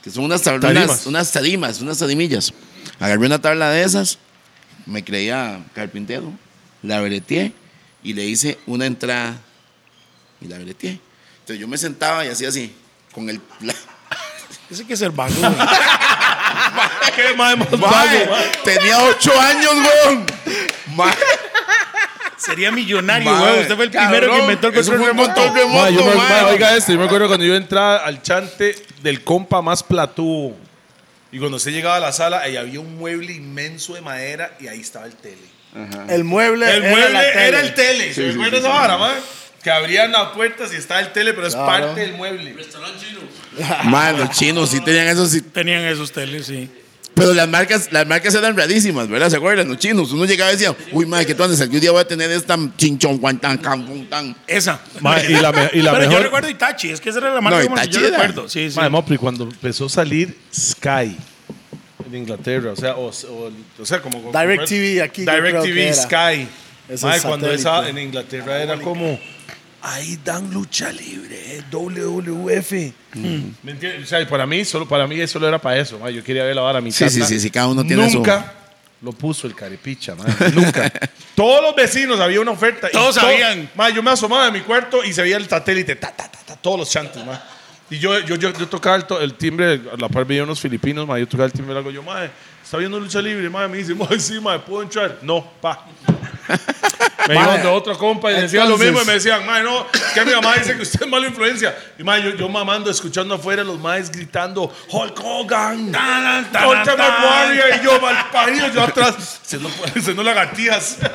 C: Que son unas, tab-
D: Tarimas.
C: unas, unas tarimas, unas tarimillas. Agarré una tabla de esas, me creía carpintero, la breteé y le hice una entrada y la breteé. Entonces yo me sentaba y hacía así, con el.
B: Ese que es el vago. güey.
D: ¿Qué más hemos
C: Mae, Tenía ocho años, weón. Mae,
B: Sería millonario,
C: mae,
B: güey. Usted fue el primero que
C: cabrón,
B: inventó el
C: eso
B: control
C: fue un
B: remoto.
C: control remoto,
D: Ma, yo me-
C: mae.
D: ma, oiga esto, yo me acuerdo cuando yo entraba al chante del compa más platú. Y cuando usted llegaba a la sala, ahí había un mueble inmenso de madera y ahí estaba el tele.
A: El mueble.
D: El
A: era la
D: mueble
A: tele.
D: era el tele. ¿Se
C: sí,
D: recuerda
C: sí,
D: esa vara, man? Que abrían las puertas y estaba el tele, pero es
A: Claro.
D: parte del mueble.
C: Madre, los chinos sí tenían esos. sí-
B: Tenían esos teles, sí.
C: Pero las marcas, las marcas eran rarísimas, ¿verdad? ¿Se acuerdan? Los chinos. Uno llegaba y decía, uy, madre, que tú andas. Yo un día voy a tener esta chinchón, guantán, campun, tan.
B: Esa.
E: Ma, y la me- y la
B: Pero yo
E: mejor-
B: recuerdo Itachi, es que esa era la marca
C: No,
B: como la que yo
C: Itachi era-
B: recuerdo. Sí, sí.
D: Madre, Mopri, cuando empezó a salir Sky en Inglaterra, o sea, o, o- o sea como
A: DirecTV aquí yo creo que
D: DirecTV
A: era.
D: Sky.
A: Es
D: Madre,
A: el
D: cuando
A: satélite.
D: esa en Inglaterra era como ahí dan lucha libre, eh, WWF.
A: Mm.
D: ¿Me entiendes? O sea, y para mí solo para mí solo era para eso, madre. yo quería ver la vara mi
C: Sí,
D: tata
C: sí, sí, sí, cada uno tiene su-
D: Nunca lo puso el caripicha, madre, nunca. Todos los vecinos había una oferta. y
B: Todos
D: to-
B: sabían.
D: Madre, yo me asomaba de mi cuarto y se veía el satélite, ta, ta, ta, ta, todos los chantes, madre. Y yo, yo, yo, yo tocaba el, to- el timbre, a la par veía unos filipinos, madre, yo tocaba el timbre, algo yo, madre, ¿está viendo lucha libre? Madre, me dice, madre, sí, madre, ¿puedo entrar? No, pa. me iba de otro compa y le decía lo
C: entonces-
D: mismo y me decían, madre, no, es que mi mamá dice que usted es mala influencia. Y madre, yo, yo mamando, escuchando afuera los madres gritando, Hulk Hogan,
B: Tan, tan,
D: Ultimate
B: tan.
D: Warrior, y yo, mal parido, yo atrás, siendo, siendo lagartijas.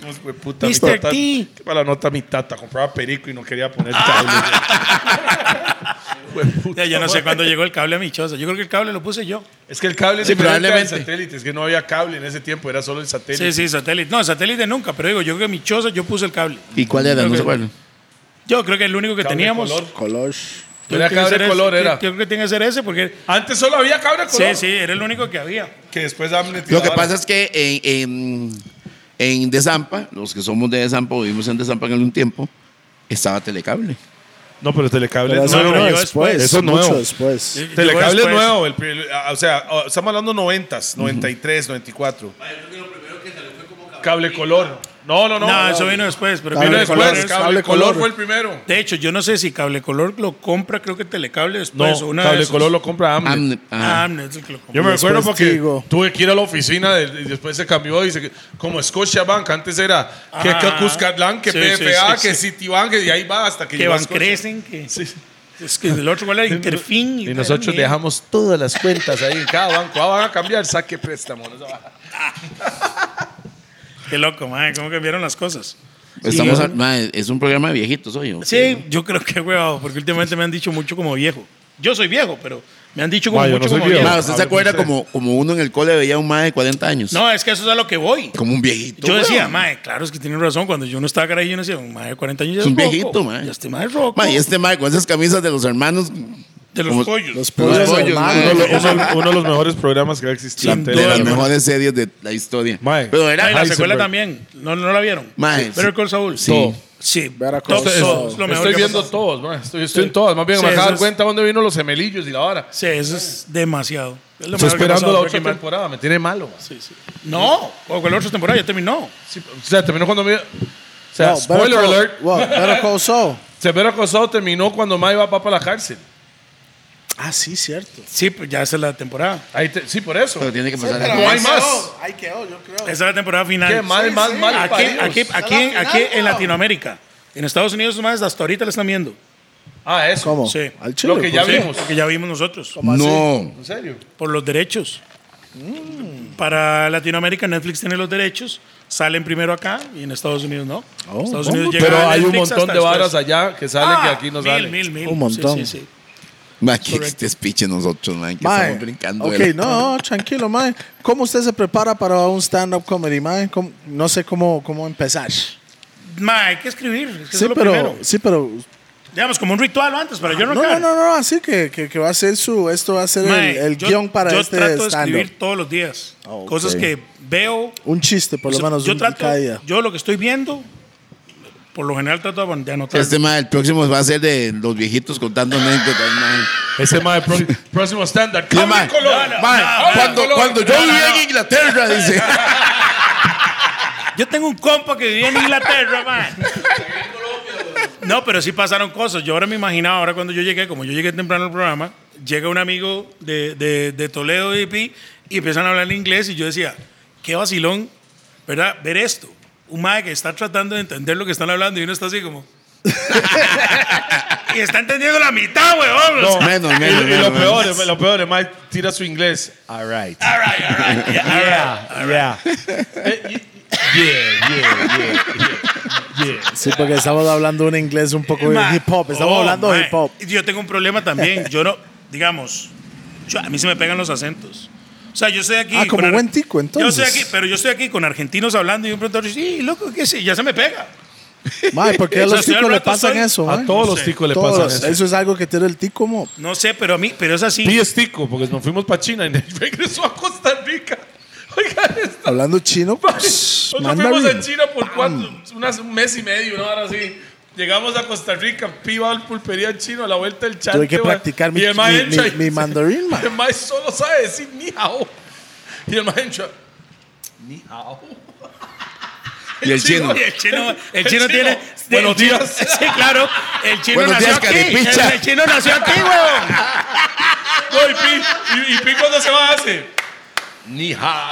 D: Somos puta, mi
B: Mr.
D: tata-
B: T.
D: Qué mala nota mi tata. Compraba perico y no quería poner cable. Hueputa,
B: Ya, yo no sé
D: madre.
B: cuándo llegó el cable a mi choza. Yo creo que el cable lo puse yo.
D: Es que el cable es
C: Sí,
D: diferente al
C: probablemente.
D: satélite. Es que no había cable en ese tiempo, era solo el satélite.
B: Sí, sí, satélite. No, satélite nunca, pero digo, yo creo que mi choza yo puse el cable.
C: ¿Y cuál era?
B: Creo
C: No
B: que-
C: se acuerdan.
B: Yo creo que el único que
D: Cable
B: teníamos.
D: color.
A: Color.
B: yo creo
D: Era
B: que
D: cable
B: ese-
D: color,
B: yo-
D: era.
B: Yo creo que tiene que ser ese porque.
D: Antes solo había cable color.
B: Sí, sí, era el único que había.
D: Que después Amnesty
C: Lo que
D: ahora-
C: pasa es que en, en, en Desampa, los que somos de Desampa o vivimos en Desampa en algún tiempo, estaba Telecable.
E: No, pero el telecable.
A: Pero
E: no,
A: eso
B: no,
A: no,
B: yo
A: después.
E: después, eso
A: mucho
E: nuevo.
A: después.
B: Llegó
D: Telecable
B: después.
D: nuevo. el pri- el- o sea, o- estamos hablando 90s, 93, 94. Cable color. No, no, no.
B: No, eso vino después. Pero
A: Cable
D: Vino
B: vino
D: después.
A: color,
D: Cable,
B: después.
A: cable
D: color.
A: color.
D: fue el primero.
B: De hecho, yo no sé si Cable Color lo compra, creo que Telecable
D: No,
B: después. o una de
D: cable
B: esas.
D: color lo compra Amnet.
C: Amne-
B: Ah,
C: ah.
B: Amnet es el que lo
D: Yo
B: compra.
D: me
A: Después
D: recuerdo porque
A: Tigo.
D: tuve que ir a la oficina de- y después se cambió y se, como Scotiabank, antes era que
B: Ajá.
D: Cuscatlán, que
B: Ah. Sí, sí,
D: PFA,
B: sí,
D: que
B: sí.
D: Citibank, y ahí va hasta que
B: Que
D: llegó a
B: van
D: Scotia.
B: crecen, que.
D: Sí.
B: Es que el otro igual era Interfin.
D: Y nosotros dejamos todas las cuentas ahí en cada banco. Ah, van a cambiar, saque préstamo. no se va.
B: Qué loco, madre, cómo cambiaron las cosas.
C: Estamos
B: Sí,
C: a- madre, es un programa de viejitos hoy. ¿o?
B: Sí, yo creo que huevado, porque últimamente me han dicho mucho como viejo. Yo soy viejo, pero me han dicho como
E: Madre, yo
B: mucho
E: no soy
B: como
E: viejo.
B: viejo.
C: Madre, ¿usted se acuerda como, como uno en el cole veía a un madre de 40 años?
B: No, es que eso es a lo que voy.
C: Como un viejito.
B: Yo decía,
C: weón.
B: mae, claro, es que tienen razón. Cuando yo no estaba carajillo, yo no decía, mae, 40 años ya
C: Es
B: es
C: un
B: roco.
C: viejito, mae.
B: Ya este mae es roco.
C: Madre, y este madre con esas camisas de los hermanos.
B: de los
C: como-
B: pollos.
A: Los
C: Los
A: pollos
C: pollos,
A: hermanos.
E: uno, uno- uno de los mejores programas que ha existido.
B: Sin
E: en
C: de
E: tele.
B: duda,
C: las
B: hermano.
C: mejores series de la historia.
E: Mae.
C: Pero
B: Mae,
C: era.
B: la
E: Heisenberg.
B: secuela también. ¿No, no la vieron?
C: Mae,
B: Pero
C: sí.
B: el Call Saul.
C: Sí.
B: Todo. Sí.
A: Better Call
B: Todo,
A: Saul.
B: todo, es lo mejor
D: Estoy
B: que ha
D: viendo
B: pasado.
D: todos, man. Estoy, estoy en todas. Más bien,
B: Sí,
D: me acabo de
B: eso
D: dar
B: es-
D: cuenta dónde vino los gemelillos y la hora.
B: Sí, eso es demasiado. Es lo
E: Estoy
B: mejor que ha
E: esperando
B: pasado,
E: la
B: Ricky
E: otra
B: Martin.
D: temporada, me tiene malo. man.
B: Sí, sí. No, o con la otra temporada ya terminó.
D: Sí, o sea, terminó cuando me. O sea,
A: No, Better
D: spoiler
A: Call-
D: alert.
A: Wow, Better Call Saul.
D: Severo Acosado terminó cuando Mae va para la cárcel.
A: Ah, sí, cierto.
B: Sí, pues ya esa es la temporada.
D: Ahí te- sí, por eso.
C: Pero tiene que pasar.
D: pero- hay más.
A: Ahí quedó, yo creo.
B: Esa es la temporada final.
D: Qué mal,
B: Sí,
D: mal,
B: sí.
D: mal
B: Aquí,
D: paridos.
B: aquí,
D: Esa
B: aquí,
A: es la
B: aquí
A: final,
B: en
A: wow.
B: Latinoamérica. En Estados Unidos, más hasta ahorita la están viendo.
D: Ah, eso.
A: ¿Cómo?
B: Sí.
A: Al chile.
D: Lo que
A: pues.
D: ya
B: Sí,
D: vimos.
B: lo que ya vimos nosotros.
C: No.
D: ¿En serio?
B: Por los derechos. Para Latinoamérica, Netflix tiene los derechos. Salen primero acá y en Estados Unidos no.
A: Oh,
B: Estados
A: ¿cómo?
B: Unidos llega
D: Pero
B: a
D: hay un
B: Netflix
D: montón
B: hasta
D: de varas
B: después.
D: allá que salen que
B: Ah,
D: aquí no
B: mil,
D: salen.
B: Mil, mil,
A: Un montón.
B: Sí, sí, sí.
C: Mae, que
B: Correcto.
C: este speech nosotros, mae, que
A: Mae,
C: estamos brincando. de
A: Ok,
C: la-
A: no, tranquilo, mae. ¿Cómo usted se prepara para un stand-up comedy, mae? ¿Cómo- No sé cómo, cómo empezar.
B: Ma, hay que escribir. Es que eso
A: Sí
B: es lo
A: pero,
B: primero.
A: sí, pero.
B: Digamos, como un ritual antes para yo
A: No,
B: arrancar.
A: no, no, no, así que, que, que va a ser su. Esto va a ser
B: Ma,
A: el, el
B: yo-
A: guión para
B: yo
A: este
B: trato de
A: stand-up.
B: escribir todos los días.
A: Ah, ok.
B: Cosas que veo,
A: Un chiste, por
B: O
A: lo
B: sea,
A: menos,
B: yo
A: un-
B: trato,
A: cada día.
B: yo lo que estoy viendo, por lo general trato de de anotar.
C: Este mae, el próximo va a ser de los viejitos contando anécdotas, mae.
E: Ese mae pro-
D: Próximo estándar.
C: Sí, mae.
B: color. No, no,
C: Mae,
B: no, no,
C: cuando,
D: color.
C: cuando yo
D: No, no,
C: vivía
D: no.
C: en Inglaterra, dice.
B: Yo tengo un compa que vivía en Inglaterra, man. No, pero sí pasaron cosas. Yo ahora me imaginaba, ahora cuando yo llegué, como yo llegué temprano al programa, llega un amigo de, de, de Toledo, de IP, y empiezan a hablar en inglés y yo decía, qué vacilón, ¿verdad? Ver esto. Un mae que está tratando de entender lo que están hablando y uno está así como... Y está entendiendo la mitad, weón.
E: No,
C: Menos,
E: y-
C: menos,
E: y
C: menos,
E: lo peor,
C: menos.
E: es- lo peor, es Mike tira su inglés. All right.
B: All right, all right. Yeah, all right.
E: Yeah, yeah. Eh, y- Yeah, yeah, yeah, yeah.
A: Sí, porque estamos hablando un inglés un poco
B: Ma-
A: de hip hop. Estamos
B: oh,
A: hablando de
B: ma,
A: hip hop.
B: Yo tengo un problema también. Yo no, digamos, yo- a mí se me pegan los acentos. O sea, yo estoy aquí.
A: Ah, como
B: ar-
A: buen tico, entonces.
B: Yo estoy aquí, pero yo estoy aquí con argentinos hablando y un pronto dice, sí, loco, ¿qué sí? Ya se me pega.
A: Mae, ¿por qué a
B: O sea,
A: los
B: estoy al
A: ticos le
B: rato
A: pasan
B: estoy-
A: eso?
E: A
A: mae?
E: todos
B: no
E: los
B: sé.
E: ticos le
A: Todos.
E: pasan eso.
A: Eso es algo que tiene el tico, mo.
B: No sé, pero a mí, pero es así.
E: Sí, es tico, porque nos fuimos para China y regresó a Costa Rica. Oigan esto.
A: Hablando chino, pues,
D: Nosotros
A: mandarín.
D: fuimos a China por cuatro, unas- un mes y medio, una hora así. Llegamos a Costa Rica, piba al pulpería chino, a la vuelta del chante.
A: Tuve que
D: güey.
A: practicar mi,
D: Y el mae
A: mi-
D: entra
A: mi-
D: y-
A: mi mandarín, mae.
D: El mae solo sabe decir ni hao. Y el mae entra, ni hao.
C: Y el chino.
B: Y El chino, el
D: El
B: chino
D: chino.
B: tiene.
D: Buenos
B: el chino-
D: días.
B: Sí, claro. El chino
C: Buenos
B: nació
C: días,
B: aquí.
C: Caripicha.
B: El, el chino nació aquí, weón.
D: No, y Pi, y, y Pi cuando se va hace, ni hao.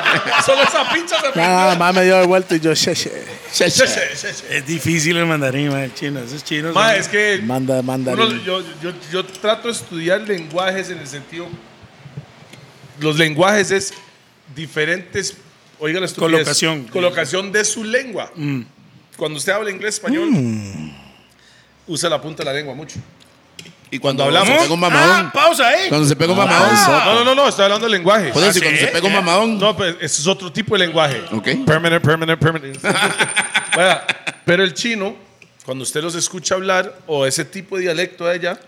D: Solo esa pincha se
A: Nada, nada más me dio de vuelta y yo, che, che.
B: Es difícil el mandarín, man, el chino. Esos chinos.
D: Mae,
B: son-
D: es que
A: Manda,
D: Uno-
A: mandarín.
D: yo, yo- yo trato de estudiar lenguajes en el sentido. Los lenguajes es diferentes. Oiga la estupidez.
B: Colocación.
D: Colocación de su lengua. Cuando usted habla inglés, español,
A: Mm.
D: usa la punta de la lengua mucho.
C: Y cuando hablamos, se pega un
B: Ah,
C: mamadón.
B: pausa ahí.
C: Cuando se pega un mamadón.
D: No, no, no, no, estoy hablando de lenguaje.
A: Pues,
C: Por eso, y cuando se pega un mamadón.
D: No, pero ese es otro tipo de lenguaje.
C: Ok.
E: Permanent, permanent, permanent.
D: Vaya, pero el chino, cuando usted los escucha hablar, o ese tipo de dialecto de allá,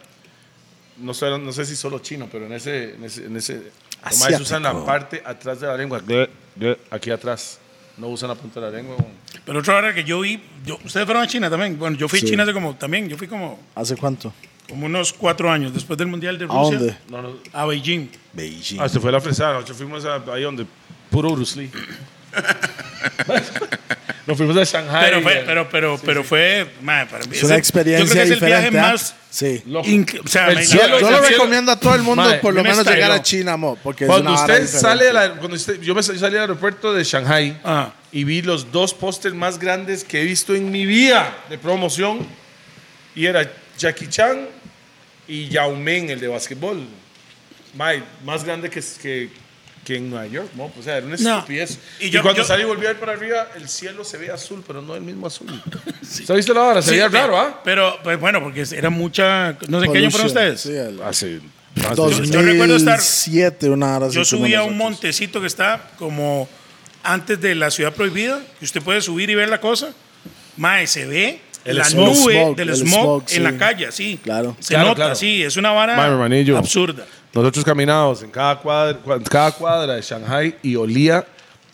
D: no sé, no sé si solo chino, pero en ese. En ese, en ese los maes usan la
A: Asiático.
D: parte atrás de la lengua. gle, gle, Aquí atrás. No usan la punta de la lengua. güey.
B: Pero otra hora que yo vi, yo- ustedes fueron a China también. Bueno, yo fui
A: Sí.
B: a China hace como, también, yo fui como,
A: ¿Hace cuánto?
B: como unos cuatro años después del Mundial de
A: ¿A
B: Rusia.
A: dónde?
D: No, no.
B: A Beijing.
A: Beijing.
E: Ah, se fue la fresada. Nosotros fuimos a, ahí donde. Puro Bruce Lee.
D: Nos fuimos a Shanghai.
B: Pero fue,
D: güey.
B: pero, pero, pero fue, madre, para mí.
A: Es una
B: ese-
A: experiencia
B: Yo creo que es el viaje
A: diferente, ¿ah?
B: más.
A: Sí.
D: Loco.
B: inc- o sea,
D: El
B: me-
D: cielo-
A: Yo
D: el
A: lo
D: cielo-
A: recomiendo a todo el mundo
D: Mae,
A: por lo
B: me
A: menos
B: estalló.
A: llegar a China, mo, porque es
D: Cuando
A: una vara
D: usted
A: diferente.
D: sale de la. Cuando usted, yo me sal- salí del aeropuerto de Shanghai
B: Ajá.
D: y vi los dos pósters más grandes que he visto en mi vida de promoción. Y era Jackie Chan y Yao Ming, el de básquetbol. Mae, más grande que, que, que en Nueva York, ¿no? O sea, era una
B: No.
D: estupidez.
B: Y
D: Y,
B: yo-
D: cuando
B: yo-
D: salí y volví a ver para arriba, el cielo se ve azul, pero no el mismo azul. ¿Se ha visto la hora? Se
B: Sí,
D: veía
B: pe-
D: raro, ¿ah?
B: Pero, pues bueno, porque era mucha. No sé en qué año fueron
A: Pollution.
B: ustedes.
A: Sí, el-
D: Hace. Ah,
B: yo- yo recuerdo estar-
A: 2007, una hora
B: Yo
A: así como
B: subí a un
A: nosotros.
B: montecito que está como antes de la ciudad prohibida, que usted puede subir y ver la cosa. Mae, se ve
A: El
B: la
A: smoke.
B: nube
A: Smoke,
B: del
A: el
B: smog,
A: smoke,
B: en
A: sí.
B: la calle, sí.
A: Claro.
B: Se
D: Claro,
B: nota,
D: claro.
B: sí. Es una vara
E: Mae, mi hermanillo.
B: absurda.
E: Nosotros caminados
D: en cada cuadra, cua- cada cuadra de Shanghai y olía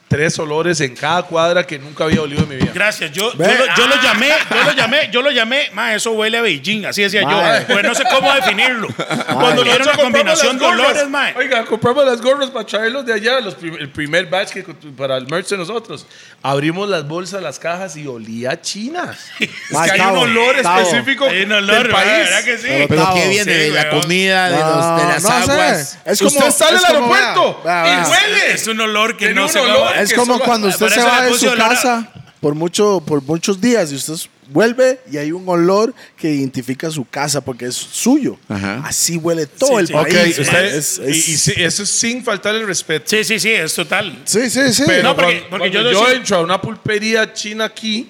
D: tres olores en cada cuadra que nunca había olido en mi vida.
B: Gracias. Yo, yo,
A: Ve.
B: lo, yo lo llamé, yo lo llamé, yo lo llamé. Mae, eso huele a Beijing, así decía
A: Mae.
B: yo. Pues no sé cómo definirlo. Cuando
A: Mae.
B: era una
D: Nosotros compramos
B: combinación de
D: las gorras.
B: olores, mae.
D: Oiga, compramos las gorras para traerlos de allá, los prim- el primer batch que cont- para el merch de nosotros. Abrimos las bolsas, las cajas y olía a China. es
A: Mae,
D: que hay un
A: Tavo,
D: olor
A: Tavo.
D: específico
B: Hay un olor,
D: del
B: mae,
D: país.
B: ¿verdad que sí?
A: Pero
C: Pero ¿qué
A: Octavo,
C: viene?
B: sí,
C: De la
B: weón.
C: comida, de, los, de
A: No,
C: las
A: no sé.
C: aguas.
A: Es como,
D: Usted sale
A: es
D: del
A: como,
D: aeropuerto
A: vea, vea,
D: y
A: vea.
D: huele.
B: Es un olor que
D: Tiene
B: no
D: un
B: se
D: olor.
B: acaba-
A: Es
D: que
A: como
D: solo-
A: cuando usted
B: parece
A: se va
B: la
A: de
B: puse
A: su
B: olor a-
A: casa por, mucho, por muchos días y usted s- vuelve y hay un olor que identifica su casa porque es suyo.
C: Ajá.
A: Así huele todo
B: Sí,
A: el
B: sí.
A: país.
B: Ok,
A: man.
D: Usted-
A: Es-
D: y-
A: es-
D: y sí, eso es sin faltar el respeto.
B: Sí, sí, sí, es total.
C: Pues
A: sí, sí, sí.
D: Pero
B: No, porque-
D: cuando-
B: porque yo
D: cuando yo,
B: decía-
D: entro a una pulpería china aquí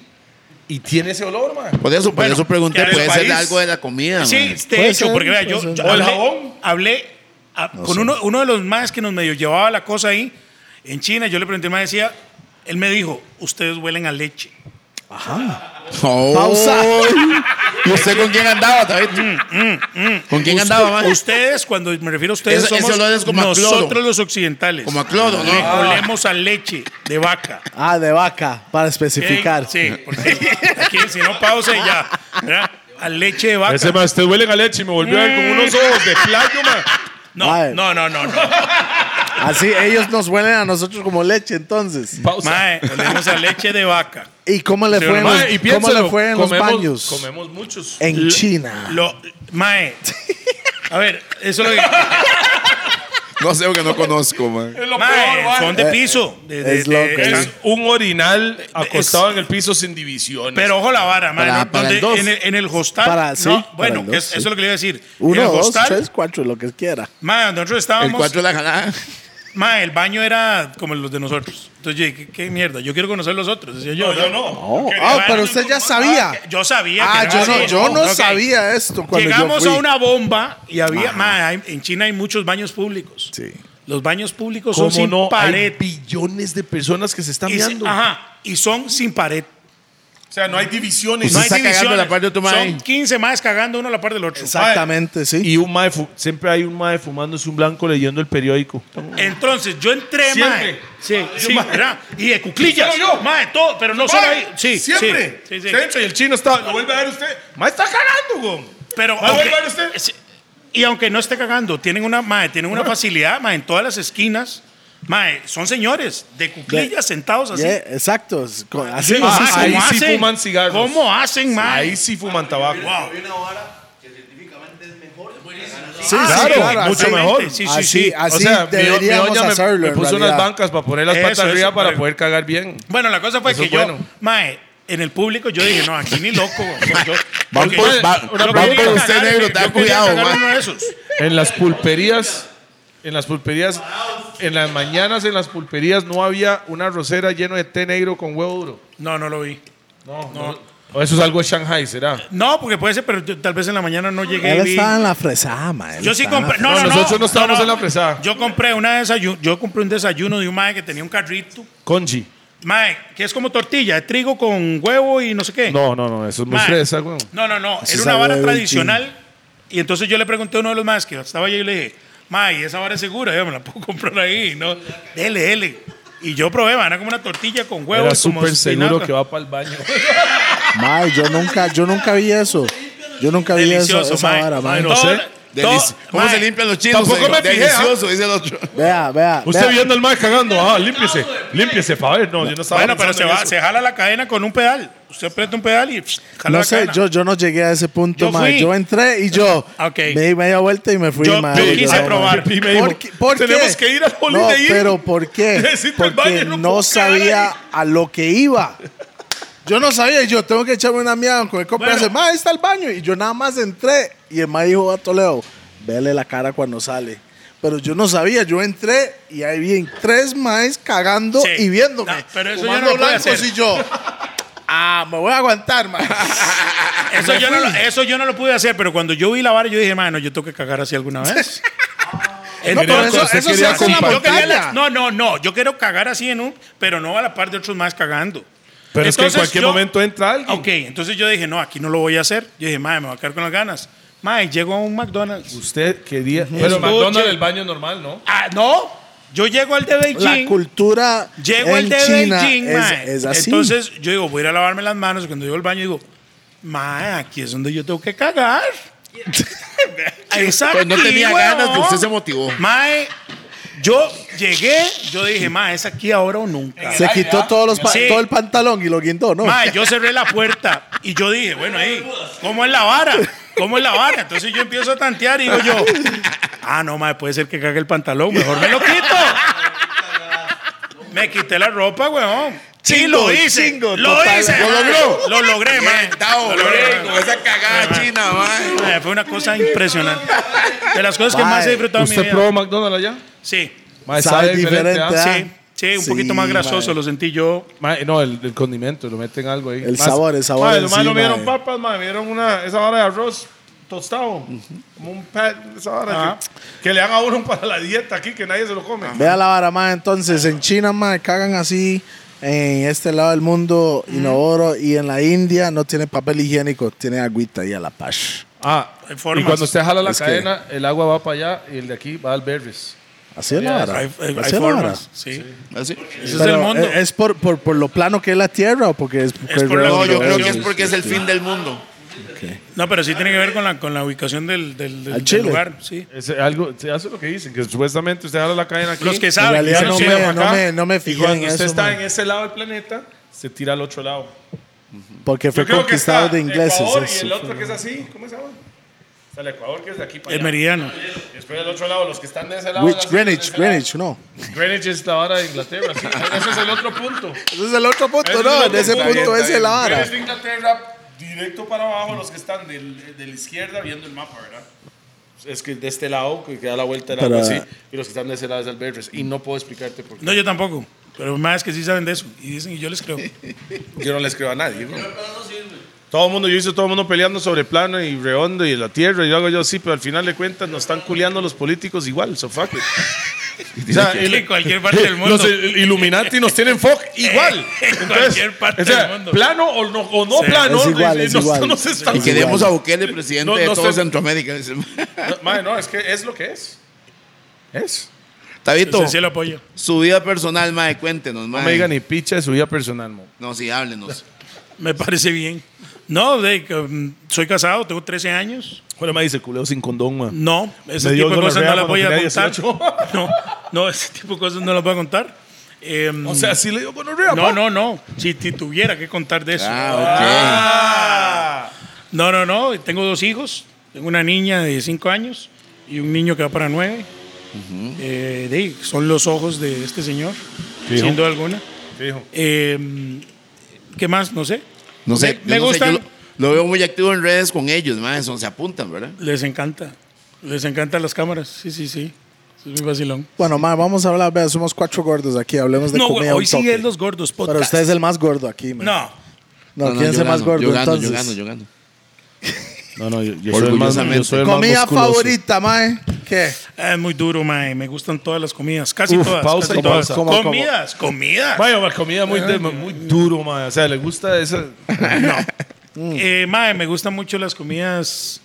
D: y tiene ese olor, man.
C: Por eso, por
B: Bueno,
C: eso
B: que
C: pregunté,
B: del
C: puede
D: país.
C: ser algo de la comida.
B: Sí,
C: man.
B: de
A: Puede
B: hecho,
A: ser,
B: porque vea, yo,
A: puede
B: yo
A: ser.
D: O el
B: hablé,
D: jabón.
B: hablé a- con uno, uno de los más que nos medio llevaba la cosa ahí en China. Yo le pregunté, me decía, él me dijo, ustedes huelen a leche.
C: Oh.
A: Pausa.
C: ¿Y usted con quién andaba, David? ¿Con quién andaba, man?
B: Ustedes, cuando me refiero a ustedes,
C: Ese- ese
B: somos
C: olor es como a
B: nosotros
C: cloro.
B: los occidentales.
C: Como a cloro, ¿no?
B: Le
C: Ah.
B: olemos a leche de vaca.
A: Ah, de vaca, para especificar.
B: Sí, porque aquí si no pausa y ya. ¿verdad? A leche de vaca.
E: Ese más, te huelen a leche y me volvió a ver con
B: Eh.
E: unos ojos de playo, man.
B: No,
A: Mae.
B: no, no, no, no.
A: Así ellos nos huelen a nosotros como leche entonces.
D: Pausa.
B: Mae, olemos a leche de vaca.
A: ¿Y cómo le
B: Pero,
A: fue en
B: mae,
A: los,
D: y
A: cómo
D: piénselo,
A: le fue en los
D: comemos-
A: baños?
D: Comemos muchos.
A: En China.
B: Lo, mae. A ver, eso es lo que.
C: No sé, porque no conozco, man.
D: Es lo
B: Mae,
D: peor, man.
B: son de piso. de- de-
A: es
B: de-
A: loco,
B: están-
D: Es un orinal acostado en el piso sin divisiones.
B: Pero ojo la vara, mae,
C: Para-
B: ¿no?
C: para el
B: Donde-
C: dos.
B: en, el, en el hostal.
A: Para- sí,
B: no,
A: para
B: bueno,
A: el dos,
B: es-
A: sí.
B: eso es lo que le iba a decir. en
A: Uno,
B: el
A: dos,
B: hostal,
A: tres, cuatro, lo que quiera.
B: mae, donde nosotros estábamos.
C: El 4 de la jalada.
B: Mae, el baño era como los de nosotros. Entonces yo dije, ¿qué, qué mierda? Yo quiero conocer los otros. Decía yo,
D: yo
B: no.
A: Oh,
B: Porque-
A: ah,
B: Mae,
A: pero
B: no,
A: usted ya
B: no,
A: sabía.
B: ah, Yo sabía.
A: Ah,
B: que
A: yo
B: era
A: no,
B: así.
A: yo no
B: Ok.
A: sabía esto cuando
B: Llegamos
A: yo
B: a
A: fui.
B: una bomba y había. Mae, hay- en China hay muchos baños públicos.
A: Sí.
B: Los baños públicos
D: ¿Cómo
B: son sin
D: no? Hay
B: pared.
D: billones de personas que se están
B: Y, se-
D: viendo.
B: ajá, y son sin pared.
D: O sea, no hay divisiones.
C: Usted
B: No hay
C: está cagando
B: divisiones.
C: la parte de otro mae.
B: Son 15 más cagando uno a la parte del otro.
A: Exactamente, sí.
D: Y un mae fu- siempre hay un mae fumándose un blanco leyendo el periódico.
B: Entonces, yo entré,
D: Siempre.
B: mae. Sí, sí, ¿verdad? Y de cuclillas.
D: Solo yo.
B: Mae, todo, pero no solo ahí. Sí, sí,
D: siempre.
B: Sí, sí.
D: Siempre. Y el chino está. Lo vuelve a ver usted. Mae está cagando, güey.
B: Pero
D: ¿Va a volver usted?
B: sí, y aunque no esté cagando, tienen una mae, tienen una facilidad, mae, en todas las esquinas. Mae, son señores de cuclillas sentados así.
A: Yeah, exacto. es co- Así,
D: Sí,
B: Mae,
A: así,
D: Ah, ahí
B: ¿cómo
D: sí
B: hacen?
D: fuman cigarros.
B: ¿Cómo hacen, mae?
D: Ahí sí fuman tabaco.
F: Hay una vara que científicamente es mejor.
A: sí, sí,
D: claro,
A: claro,
B: mucho
A: así-
B: mejor. Sí, sí,
A: Así,
B: sí.
A: así
D: O sea, mi- mi
A: deberíamos
D: olla me-
A: hacerlo.
D: Me,
A: en
D: puso unas
A: realidad.
D: bancas para poner las
B: Eso,
D: patas arriba
B: eso,
D: para
B: para-
D: poder cagar bien.
B: Bueno, la cosa fue
D: Eso
B: que
D: es
B: yo,
D: bueno.
B: mae, en el público yo dije, no, aquí ni loco. Yo,
C: Van
B: porque
C: por-
B: yo-
C: va-
B: yo
C: van
B: quería
C: por usted,
B: cagar,
C: negro,
B: yo quería
C: ten cuidado,
B: cagar
C: mae.
B: uno de esos.
D: En las pulperías, en las pulperías, en las mañanas en las pulperías no había una rosera lleno de té negro con huevo duro.
B: No, no lo vi.
D: No, no. O eso es algo de Shanghai, ¿será?
B: No, porque puede ser, pero yo- tal vez en la mañana no llegué. y
A: Él
B: vi-
A: estaba en la fresada, mae, él
B: Yo sí
A: estaba en la
B: compré.
A: fresada.
B: No, no, no.
D: nosotros no estábamos en la fresada.
B: Yo compré una desayuno. Yo compré un desayuno de un mae que tenía un carrito.
D: Conchi.
B: Mae, que es como tortilla de trigo con huevo y no sé qué.
D: No, no, no, eso es muy
B: Mae.
D: fresa, güey.
B: No, no, no.
A: Ese
B: Era una
A: sabe
B: vara
A: de
B: tradicional. Y entonces yo le pregunté a uno de los más que estaba allí y le dije, Mae, esa vara es segura, yo me la puedo comprar ahí, ¿no? Dele, dele. Y yo probé, mae, era como una tortilla con huevo.
D: Era
B: y como
D: súper seguro
B: espinaca.
D: que va para el baño.
A: Mae, yo nunca, yo nunca vi eso. Yo nunca vi eso,
B: Delicioso,
A: esa
B: mae.
A: vara, mae.
B: Todo-
D: sé.
B: todo-
C: Delici- ¿Cómo
B: mae,
C: se limpian los chinos?
D: Tampoco
C: eh?
D: me fijé, ¿ah?
C: Delicioso, dice el otro.
A: Vea, vea.
D: Usted
A: vea.
D: viendo al mae cagando, ah, límpiese, límpiese, pa' ver. No, yo no estaba
B: Bueno, pero se,
D: pensando
B: va,
D: en eso.
B: se jala la cadena con un pedal. Usted aprieta un pedal y pss, jala
A: No
B: la
A: sé,
B: cadena.
A: yo, yo no llegué a ese punto,
B: Yo
A: mae.
B: fui.
A: Yo entré y yo
B: Ok.
A: me di media vuelta y me fui,
B: Yo-
A: mae.
B: yo quise
A: no,
B: probar.
A: mae.
D: Y me dijo,
A: ¿Por qué? por qué?
D: "Tenemos que ir al Holiday
A: No,
D: Inn".
A: pero ¿por qué?
D: Necesito el baño,
A: Porque
D: no
A: no,
D: puedo cagar
A: sabía
D: ahí.
A: a lo que iba. Yo no sabía y yo tengo que echarme una mierda con el compa. y
B: Bueno.
A: hace, "Mae, ahí está el baño. Y yo nada más entré y el mae dijo a Toledo, vele la cara cuando sale. Pero yo no sabía, yo entré y ahí vi tres maes cagando
B: Sí.
A: y viéndome.
B: No, pero eso yo
A: fumando
B: no lo pude
A: blancos
B: hacer.
A: y yo. Ah, me voy a aguantar, mae.
B: Ah, Eso yo, no, lo- eso yo no lo pude hacer, pero cuando yo vi la vara, yo dije, mano, yo tengo que cagar así alguna vez.
A: No, pero eso,
D: usted
A: eso se
D: quería
A: hace en la
D: compartir.
B: Yo quería la-
A: montaña.
B: no, no, no. Yo quiero cagar así en un, pero no a la par de otros más cagando.
D: Pero es que en
B: Entonces
D: cualquier
B: yo-
D: momento entra alguien.
B: Ok, entonces yo dije, no, aquí no lo voy a hacer. Yo dije, madre, me voy a quedar con las ganas. Madre, llego a un McDonald's.
D: Usted quería.
B: Pero McDonald's, el
D: baño normal, ¿no?
B: Ah, no. Yo llego al de
A: La
B: Beijing.
A: cultura
B: Llego al
A: en
B: de
A: China
B: Beijing,
A: es,
B: mae.
A: es así.
B: Entonces yo digo, voy a ir a lavarme las manos. Cuando llego al baño, digo, mae, aquí es donde yo tengo que cagar. Exacto.
C: Pues no tenía ganas, pero usted se motivó.
B: Mae, yo llegué, yo dije, mae, es aquí ahora o nunca.
A: se quitó todos los pa-
B: Sí.
A: todo el pantalón y lo guindó, ¿no?
B: Mae, yo cerré la puerta y yo dije, bueno, ahí, ¿cómo es la vara? ¿Cómo es la vara? Entonces yo empiezo a tantear y digo yo, ah, no, mae, puede ser que cague el pantalón, mejor me lo quito. Me quité la ropa, weón. Sí,
A: Chingo,
B: lo hice.
A: chingo,
B: lo
A: total.
B: hice.
A: ¿Lo
B: mae.
A: logró?
B: Lo logré, mae.
C: Estaba,
B: Lo logré,
C: güey,
B: mae.
C: con esa cagada
B: Mae.
C: china, man.
B: Mae, Fue una cosa impresionante. De las cosas que
A: Mae,
B: más he disfrutado en mi
D: ¿Usted
B: vida.
D: probó McDonald's allá?
B: Sí,
D: Mae,
A: Sabe diferente,
D: ¿ah?
A: ¿ah?
B: sí, sí, un
A: Sí,
B: poquito más grasoso,
A: mae.
B: lo sentí yo.
D: Mae, no, el, el condimento, lo meten algo ahí.
A: El sabor, el sabor
D: Mae,
A: en
D: los
A: sí,
D: maes no me
A: mae.
D: dieron papas, mae, me dieron una, esa hora de arroz tostado. Como un pat, esa hora que, que le dan a uno para la dieta aquí, que nadie se lo come.
A: Vea la vara, mae. Entonces, en China, mae, cagan así. En este lado del mundo, inodoro. Y en la India no tiene papel higiénico, tiene agüita y a la paz.
D: Ah,
B: Hay
D: y
B: formas.
D: cuando usted jala la
A: Es que-
D: cadena, el agua va para allá y el de aquí va al berries.
A: Así es la vara.
B: Hay, hay- hay
A: Así es la vara.
B: formas. Sí.
C: Así.
B: Ese es
A: Pero,
B: el mundo.
A: ¿eh, ¿Es por, por, por lo plano que es la tierra o porque es, porque
B: por la-
A: redondo?
C: No, yo creo que es
B: Sí,
C: porque es el fin del mundo.
B: No, pero sí tiene que ver con la, con la ubicación del, del, del-
A: Al
B: del
A: Chile.
B: lugar. Sí.
D: Es algo, se hace lo que dicen, que supuestamente usted jala la cadena aquí.
B: Los que
A: En
B: saben.
A: realidad
B: yo
A: no
B: sé,
A: me,
B: papá.
A: no me, no me
D: y
A: fijé en
D: cuando usted
A: eso.
D: está
A: mae,
D: en ese lado del planeta, se tira al otro lado.
A: Porque fue
D: Yo creo que
A: conquistado
D: está
A: de ingleses.
D: Ecuador y
A: eso
D: el
A: fue-
D: otro que es así, ¿cómo se llama? Está sea, el Ecuador que es de aquí para
B: El
D: allá.
B: meridiano.
D: Y después del otro lado, los que están de ese lado.
A: Which,
D: las- de
A: Greenwich,
D: ese lado.
A: Greenwich, no.
D: Greenwich es la vara de Inglaterra, sí. Ese es el otro punto.
A: Ese es el otro punto,
D: Ese es el
A: no.
D: otro
A: En ese
D: punto. Está
A: punto
D: bien,
A: ese
D: está
A: es la
D: bien.
A: vara.
D: Vienes de Inglaterra directo para abajo, los que están del- de la izquierda viendo el mapa, ¿verdad? Es que de este lado, que da la vuelta, era
A: Para-
D: algo así, y los que están de ese lado es Albertres. Y no puedo explicarte por qué.
B: No, yo tampoco. Pero más que sí saben de eso. Y dicen, y yo les creo.
D: Yo no le escribo a nadie. ¿no? Todo el mundo, yo hice todo el mundo peleando sobre plano y redondo y la tierra. Y hago yo sí, pero al final de cuentas nos están culeando los políticos igual, so fuck it. O sea,
B: En
D: el-
B: cualquier parte del mundo.
D: Los il- Illuminati nos tienen fuck igual.
B: En cualquier parte
D: o sea,
B: del mundo.
D: Plano o no, o no
B: Sí.
D: plano,
A: Es igual, es
D: nos,
A: igual.
D: nos están
C: Y queremos a Bukele presidente
D: No, no
C: de todo
D: sé.
C: Centroamérica.
D: No, mae, no, es que es lo que es. Es.
C: Tabito,
B: Entonces, sí lo apoyo.
C: su vida personal, mae, cuéntenos, mae.
D: No me diga ni picha de su vida personal, mo.
C: No, sí, háblenos.
B: Me parece bien. No, de que, mm, soy casado, tengo 13 años.
D: Bueno, me dice culeo sin condón, man.
B: No, ese
D: Me dio
B: tipo de cosas
D: gonorrea
B: no las voy a
D: cuando tenía
B: contar. No, no, ese tipo de cosas no las voy a contar. Em,
D: O sea, sí le digo gonorrea,
B: no,
D: pa.
B: no, no. Si si tuviera que contar de eso.
C: Ah,
B: No, no, no. Tengo dos hijos. Tengo una niña de 5 años y un niño que va para 9. son los ojos de este señor,
D: Fijo.
B: sin duda alguna.
D: Fijo.
B: Em, ¿Qué más? No sé.
C: ok. No
B: Me-
C: sé,
B: me
C: yo no sé,
B: gustan-
C: yo lo, lo veo muy activo en redes con ellos, mae, son, se apuntan, ¿verdad?
B: Les encanta. Les encantan las cámaras. Sí, sí, sí. Es muy vacilón.
A: Bueno, ma, vamos a hablar. vea, somos cuatro gordos aquí. Hablemos de
B: No, güey,
A: comida.
B: hoy
A: un toque.
B: sí es los gordos podcast.
A: Pero usted es el más gordo aquí, man.
B: No.
A: No,
C: No, no,
A: ¿quién es
C: yo
A: el más
C: gano,
A: gordo?
C: Yo gano,
A: entonces,
C: yo gano, yo gano.
E: No, no, yo, yo soy el más,
C: Orgullosamente.
E: yo soy el más
A: comida
E: musculoso.
A: favorita, mae. ¿Qué?
B: Ah, Es muy duro, mae. Me gustan todas las comidas. Casi
D: Uf,
B: todas.
D: pausa
B: casi
D: y pausa.
B: todas.
A: ¿Cómo, cómo?
B: comidas, comidas.
D: Vaya, ma, comida muy, de- muy duro, man. O sea, le gusta esa.
B: Eh, mae, me gustan mucho las comidas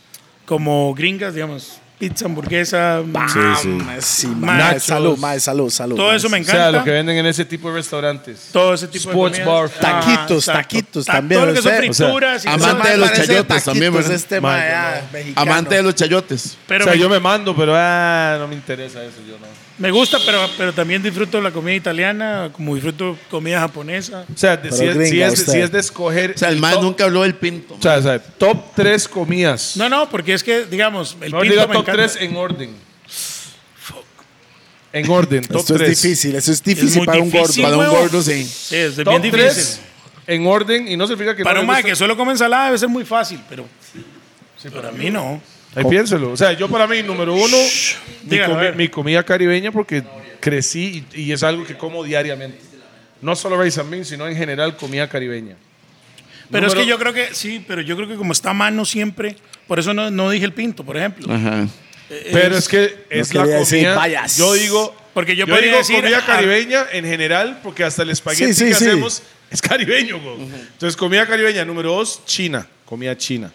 B: como gringas, digamos. Pizza, hamburguesa.
E: Sí, sí.
A: Mae, sí, mae.
B: Nachos.
A: Salud, mae, salud, salud.
B: Todo
A: mae.
B: eso me
D: O sea,
B: encanta.
D: lo que venden en ese tipo de restaurantes.
B: Todo ese tipo
D: Sports
B: de
D: bar.
B: comidas. Ah,
A: Taquitos,
B: exacto.
A: taquitos
B: Ta-
A: también,
B: Todo lo que son
A: o
D: sea,
B: frituras. y
C: amante
B: cosas.
C: Amante de los
A: Parece
C: chayotes
A: taquitos
C: también, ¿verdad?
A: este,
D: Mae,
A: mae,
D: no.
A: ah, mexicano.
C: Amante de los chayotes.
B: Pero
D: o sea,
B: me,
D: yo me mando, pero ah, no me interesa eso, yo no.
B: me gusta, pero, pero también disfruto la comida italiana, como disfruto comida japonesa.
D: O sea, de- si,
A: Pero
D: es, si,
A: gringa
D: es,
A: usted.
D: si es de escoger.
C: O sea, el mae
D: top,
C: nunca habló del pinto.
D: o sea, o sea, top 3 comidas.
B: No, no, porque es que, digamos, el
D: No,
B: pinto
D: diga
B: me
D: top eh,
B: encanta.
D: 3 en orden. En orden, top
A: Esto
D: 3.
A: es difícil, eso es difícil
B: muy
A: para un gordo.
B: difícil,
C: Para un
B: huevo.
C: gordo, sí.
B: Sí, es
D: Top
B: bien difícil.
D: 3 en orden y no significa que
B: Para un
D: no. le
B: mae
D: guste.
B: que solo come ensalada debe ser muy fácil, pero para mí no.
D: Ahí piénselo. O sea, yo para mí, número uno, mi,
B: dígalo,
D: comi-
B: a ver.
D: mi comida caribeña porque crecí y, y es algo que como diariamente. No solo rice and beans, sino en general comida caribeña.
B: Pero es
D: Número-
B: que yo creo que, sí, pero yo creo que como está a mano siempre, por eso no, no dije el pinto, por ejemplo. Eh,
C: Ajá.
D: Ah. Pero es que es la
A: quería
D: comida.
A: decir payas.
D: yo digo,
B: Porque yo
D: yo
B: podría
D: digo
B: decir,
D: comida
B: ah,
D: caribeña en general, porque hasta el espagueti
A: Sí, sí,
D: que
A: sí.
D: hacemos es caribeño. güey. Entonces, comida caribeña número dos, China, comida china.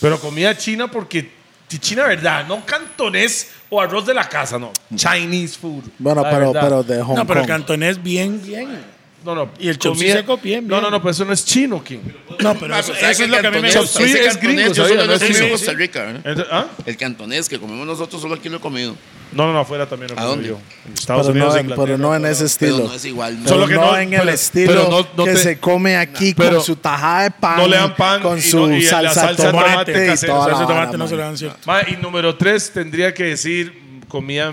D: Pero comida china porque ti- China, verdad, no cantonés o arroz de la casa, no. Chinese food.
A: Mm. Bueno,
D: la
A: pero,
D: verdad.
A: pero de Hong
B: no, pero el
A: Kong.
B: cantonés bien, bien.
D: No, no.
B: Y el chop suey seco, bien,
D: No,
B: bien.
D: no, no, pero eso no es chino, King.
B: No, pero eso, eso es lo que a mí me
D: Chop
B: gusta.
D: suey es gringo,
C: Yo
D: ¿sabía?
C: solo
D: No
C: lo
D: es
C: he comido en
D: chino.
C: Costa Rica, ¿verdad?
D: Entonces, ¿ah?
C: El cantonés que comemos nosotros solo aquí lo he comido.
D: No, no, no, afuera también.
C: ¿A dónde?
D: En Estados
A: Pero
D: Unidos,
A: no, en-
D: Inglaterra,
A: pero no en
D: todo.
A: ese
C: Pero
A: estilo.
C: no es igual.
A: Pero
D: Solo
A: no,
D: que no-
A: en el
D: pero-
A: estilo
D: pero no- no
A: que
D: te-
A: se come aquí con
D: pero
A: su tajada de pan,
D: no le dan pan
A: con
D: y
A: su
D: no- y la
A: salsa,
D: salsa de
A: tomate,
D: tomate
A: y
D: casera,
A: toda la
B: Salsa de
A: vara,
B: tomate no
A: man.
B: se lo dan cierto.
D: Ma, y número tres tendría que decir comida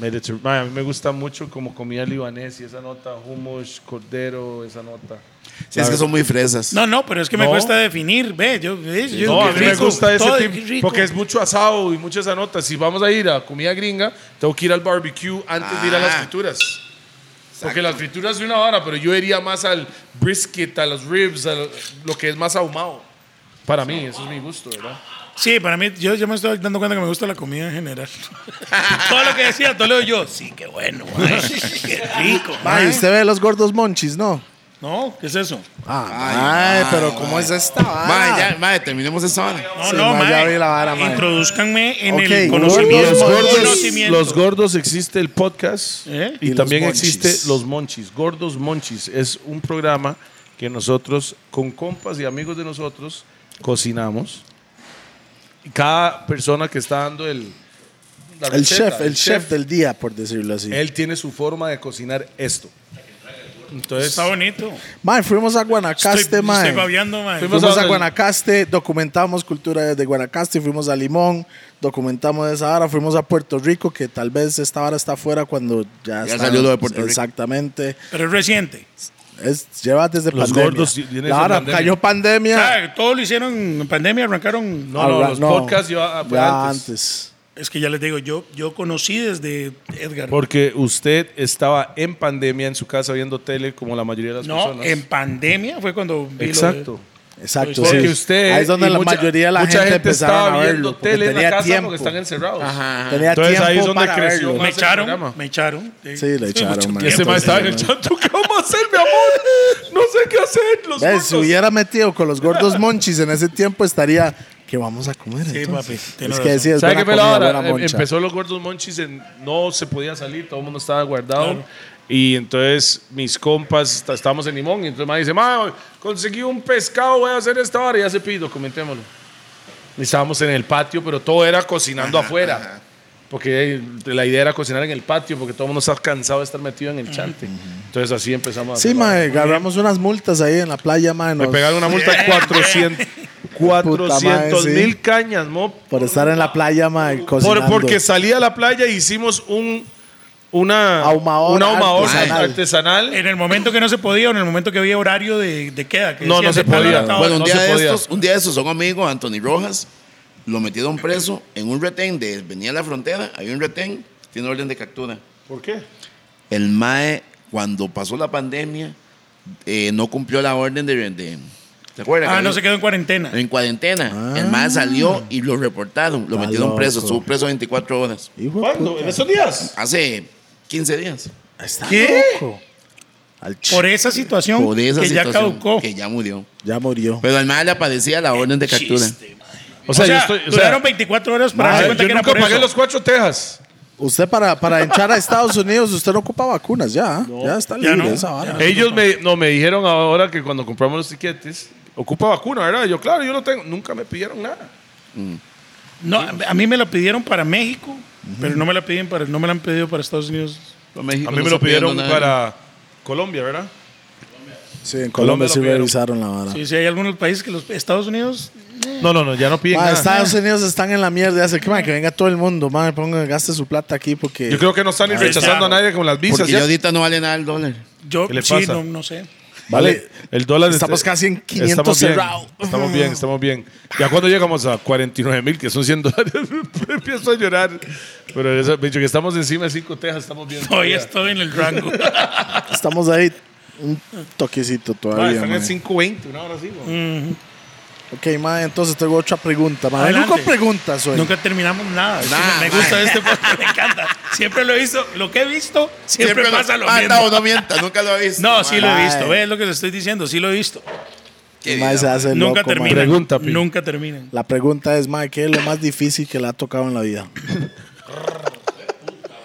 D: mediterránea. A mí me gusta mucho como comida libanesa y esa nota, hummus, cordero, esa nota.
C: Si es que son muy fresas.
B: No, no, pero es que me
D: No.
B: cuesta definir, ve, yo, eh, yo-
D: No, a
B: qué
D: mí me
B: rico,
D: gusta ese
B: todo, qué
D: tipo
B: rico.
D: porque es mucho asado y mucha esa nota. Si vamos a ir a comida gringa, tengo que ir al barbecue antes de ir a las
C: Ah.
D: frituras. Porque las frituras de una hora, pero yo iría más al brisket, a los ribs, a lo, lo que es más ahumado. Para mí, eso es mi gusto, ¿verdad?
B: Sí, para mí, yo, yo me estoy dando cuenta que me gusta la comida en general. todo lo que decía, todo lo yo, sí, qué bueno, mae. qué rico,
A: Ma,
B: mae.
A: y usted ve los gordos monchis, ¿no?
B: No, ¿qué es eso?
A: Ah, ay,
C: ma,
A: pero
C: ma.
A: ¿cómo es esta vara?
C: Mae, ya, mae, terminemos esta hora.
B: No,
A: Sí,
B: no,
A: mae, ya
B: mae.
A: vi la vara, mae.
B: Introduzcanme en
A: Ok,
B: el
A: gordos,
B: conocimiento.
A: Los gordos-
B: Conocimiento.
D: los gordos existe el podcast
B: ¿Eh?
D: y,
A: Y los
D: también
A: monchis.
D: existe Los Monchis. Gordos Monchis es un programa que nosotros, con compas y amigos de nosotros, cocinamos. Y Cada persona que está dando el... la
A: El
D: receta,
A: chef, el chef del día, por decirlo así.
D: Él tiene su forma de cocinar esto. Entonces,
B: Está bonito.
A: Mae, fuimos a Guanacaste,
B: estoy,
A: mae.
B: Estoy babeando, mae.
D: Fuimos-
A: Fuimos a
D: al-
A: Guanacaste, documentamos cultura desde Guanacaste, fuimos a Limón, documentamos esa hora, fuimos a Puerto Rico, que tal vez esta hora está afuera cuando ya,
C: Ya
A: está-
C: salió lo de Puerto Rico.
A: Exactamente.
B: Pero es reciente.
A: Es, lleva desde
D: Los
A: pandemia.
D: gordos tienen
A: La
D: esa
A: hora
D: pandemia.
A: cayó pandemia.
B: Ah, todo lo hicieron en pandemia, arrancaron.
D: Eh, No, no,
A: Ahora-
D: los podcasts ya- fue
A: ya
D: antes.
B: Es que ya les digo, yo, yo conocí desde Edgar.
D: porque usted estaba en pandemia en su casa viendo tele como la mayoría de las
B: no,
D: personas.
B: en pandemia fue cuando vi lo de-
D: Exacto.
A: Exacto.
B: Porque
A: sí.
D: Porque usted.
A: Ahí es donde
D: y
A: la
D: mucha-
A: mayoría de la
D: mucha
A: gente, empezaron
D: estaba
A: a verlo.
D: viendo
A: porque
D: tele en la
A: tenía
D: casa
A: tiempo.
D: porque están encerrados.
A: Tenía
D: Entonces,
A: tiempo
D: ahí es donde
A: para
D: creció
A: verlo.
B: me
D: Más el
B: echaron,
D: programa.
B: me echaron.
A: Sí, lo echaron, man.
B: Y
D: este
E: Ese
A: Entonces,
E: man estaba en
A: man.
E: el chat.
D: ¿Tú qué vamos a hacer, mi amor? No sé qué hacer. Los
A: ¿Ves? Si
D: gordos.
A: hubiera metido con los gordos monchis en ese tiempo, estaría. ¿Qué vamos a comer?
B: Sí,
A: entonces?
B: papi,
A: Es
B: tienes
A: que
B: razón.
A: decías,
D: ¿Sabe
A: buena
D: qué fue la
A: comida,
D: hora?
A: buena
D: Em-
A: moncha.
D: Empezó los gordos monchis, en- no se podía salir, todo el mundo estaba guardado.
B: Claro.
D: Y entonces mis compas, está- estábamos en Limón, y entonces me dice, "Ma, conseguí un pescado, voy a hacer esta hora, y ya se pido, comentémoslo. Y estábamos en el patio, pero todo era cocinando afuera. Porque eh, la idea era cocinar en el patio, porque todo el mundo está cansado de estar metido en el chante. Entonces así empezamos a
A: Sí,
D: hacer la-
A: mae, agarramos unas multas ahí en la playa, mae.
D: Me
A: nos-
D: pegaron una multa de 400 400
A: sí.
D: mil cañas, ¿no?
A: Por estar en la playa, mae,
D: Por-
A: cocinando.
D: porque salí a la playa y hicimos un una
A: Ahumador
D: un ahumador
A: artesanal.
D: artesanal.
B: En el momento que no se podía, o en el momento que había horario de, de queda. que
D: No,
B: decía,
D: no se
B: de tal
D: podía.
B: hora a tal
C: Bueno, un,
D: no
C: día
D: se
C: de
D: podía.
C: estos, un día de estos, son amigos, Anthony Rojas, lo metieron preso en un retén de venía de la frontera, hay un retén, tiene orden de captura.
D: ¿Por qué?
C: El MAE, cuando pasó la pandemia, eh, no cumplió la orden de... de- ¿Se acuerdan?
B: hora. Ah, no se quedó en cuarentena.
C: En cuarentena. El MAE salió y lo reportaron, lo
A: Ah. Está
C: metieron preso,
A: loco.
C: estuvo preso 24 horas.
A: Hijo de
D: ¿Cuándo?
A: puta.
D: ¿En esos días?
C: Hace 15 días.
A: Está
B: ¿Qué?
A: loco. Al ch-
B: Por esa situación
C: Por esa
B: que ya
C: situación
B: caducó.
C: que ya murió.
A: Ya murió.
C: Pero al MAE le aparecía la orden de captura.
B: Chiste.
D: O
B: O sea,
D: sea, yo estoy o sea,
B: duraron 24 horas para
D: madre,
B: darse cuenta
D: yo
B: que era
D: nunca
B: por
D: pagué
B: eso.
D: los cuatro Texas.
A: Usted para, para entrar a Estados Unidos, usted no ocupa vacunas ya. ¿eh? ya está
B: ya
A: libre
B: no.
A: esa vara.
D: Ellos me no me dijeron ahora que cuando compramos los tiquetes ocupa vacuna, ¿verdad? Yo claro, yo lo tengo, nunca me pidieron nada.
B: No, a mí me la pidieron para México, pero no me la piden para, no me la han pedido para Estados Unidos.
D: A mí me lo pidieron para Colombia, ¿verdad?
A: Sí, en Colombia
D: Colombia lo
A: sí
D: pidieron.
A: revisaron la vara.
B: Sí, sí, hay algunos países que los Estados Unidos
D: No, no, no, ya no piden
A: Mae,
D: nada.
A: Estados Unidos están en la mierda. Hace que, mae, que venga todo el mundo. Mae, ponga, gaste su plata aquí porque.
D: Yo creo que no están ni
B: Ahí está.
D: rechazando a nadie con las visas.
C: Porque
D: ya.
C: ya ahorita no vale nada el dólar.
B: yo
D: ¿Qué le
B: sí
D: pasa?
B: no, no sé.
D: Vale, el dólar
A: Estamos casi en 500
D: estamos bien,
A: cerrado.
D: Estamos bien, estamos bien. Ya cuando llegamos a 49 mil, que son 100 dólares, empiezo a llorar. Pero eso, bicho, que estamos encima de 5 tejas, estamos bien.
B: Hoy
D: todavía.
B: estoy en el rango.
D: Pues,
A: Estamos ahí un toquecito
D: Ah,
A: todavía.
D: están
A: mae.
D: en 520, una hora así. güey.
A: Ok, mae, entonces tengo otra pregunta. Mae. Vengo
B: Adelante.
A: con preguntas hoy.
B: Nunca terminamos nada. Es que
C: Nada,
B: me me gusta este podcast, me encanta. Siempre lo he visto, lo que he visto, siempre, pasa lo
C: ah,
B: mismo.
C: No, no mienta, nunca lo ha visto.
B: No, sí lo he
A: Ay.
B: visto. ¿Ves lo que te estoy diciendo? Sí lo he visto.
C: Qué
A: El mae se
C: vida.
A: hace
B: Nunca
A: loco, mae.
B: terminan.
D: Pregunta, Pi.
B: Nunca terminan.
A: La pregunta es, mae, ¿qué es lo más difícil que le ha tocado en la vida?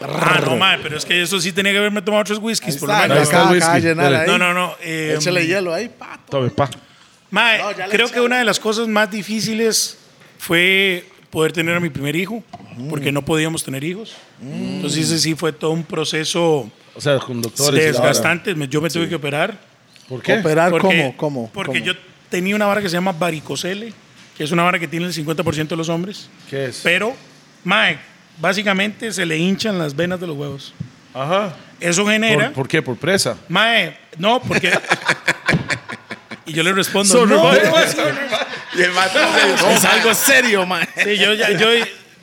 B: Ah, no, madre, pero es que eso sí tenía que haberme tomado tres whiskies, por lo
A: Está,
B: menos.
D: está
A: acaba-
D: el whisky.
A: acaba de llenar
D: Dale.
A: ahí.
B: No, no, no. eh,
A: Échale hielo ahí, pato.
D: Tome, pa.
B: Mae,
A: No, ya le
B: creo que
A: echaron.
B: una de las cosas más difíciles fue poder tener a mi primer hijo,
A: Mm.
B: porque no podíamos tener hijos. Entonces ese sí fue todo un proceso
D: O sea, con doctores.
B: desgastante. Me- Yo me tuve que operar.
D: ¿Por qué?
A: Operar
B: porque,
A: cómo, cómo.
B: Porque
A: cómo?
B: yo tenía una vara que se llama varicocele, que es una vara que tiene el 50% de los hombres.
D: ¿Qué es?
B: Pero, mae, básicamente se le hinchan las venas de los huevos.
D: Ajá.
B: Eso genera...
D: ¿Por, por qué? ¿Por presa?
B: Mae, no, porque... y yo le respondo...
D: Sorry,
B: "No,
D: mae.
B: no, es que-
C: Y el mae se-
A: Es algo serio, mae.
B: Sí, yo, ya- yo,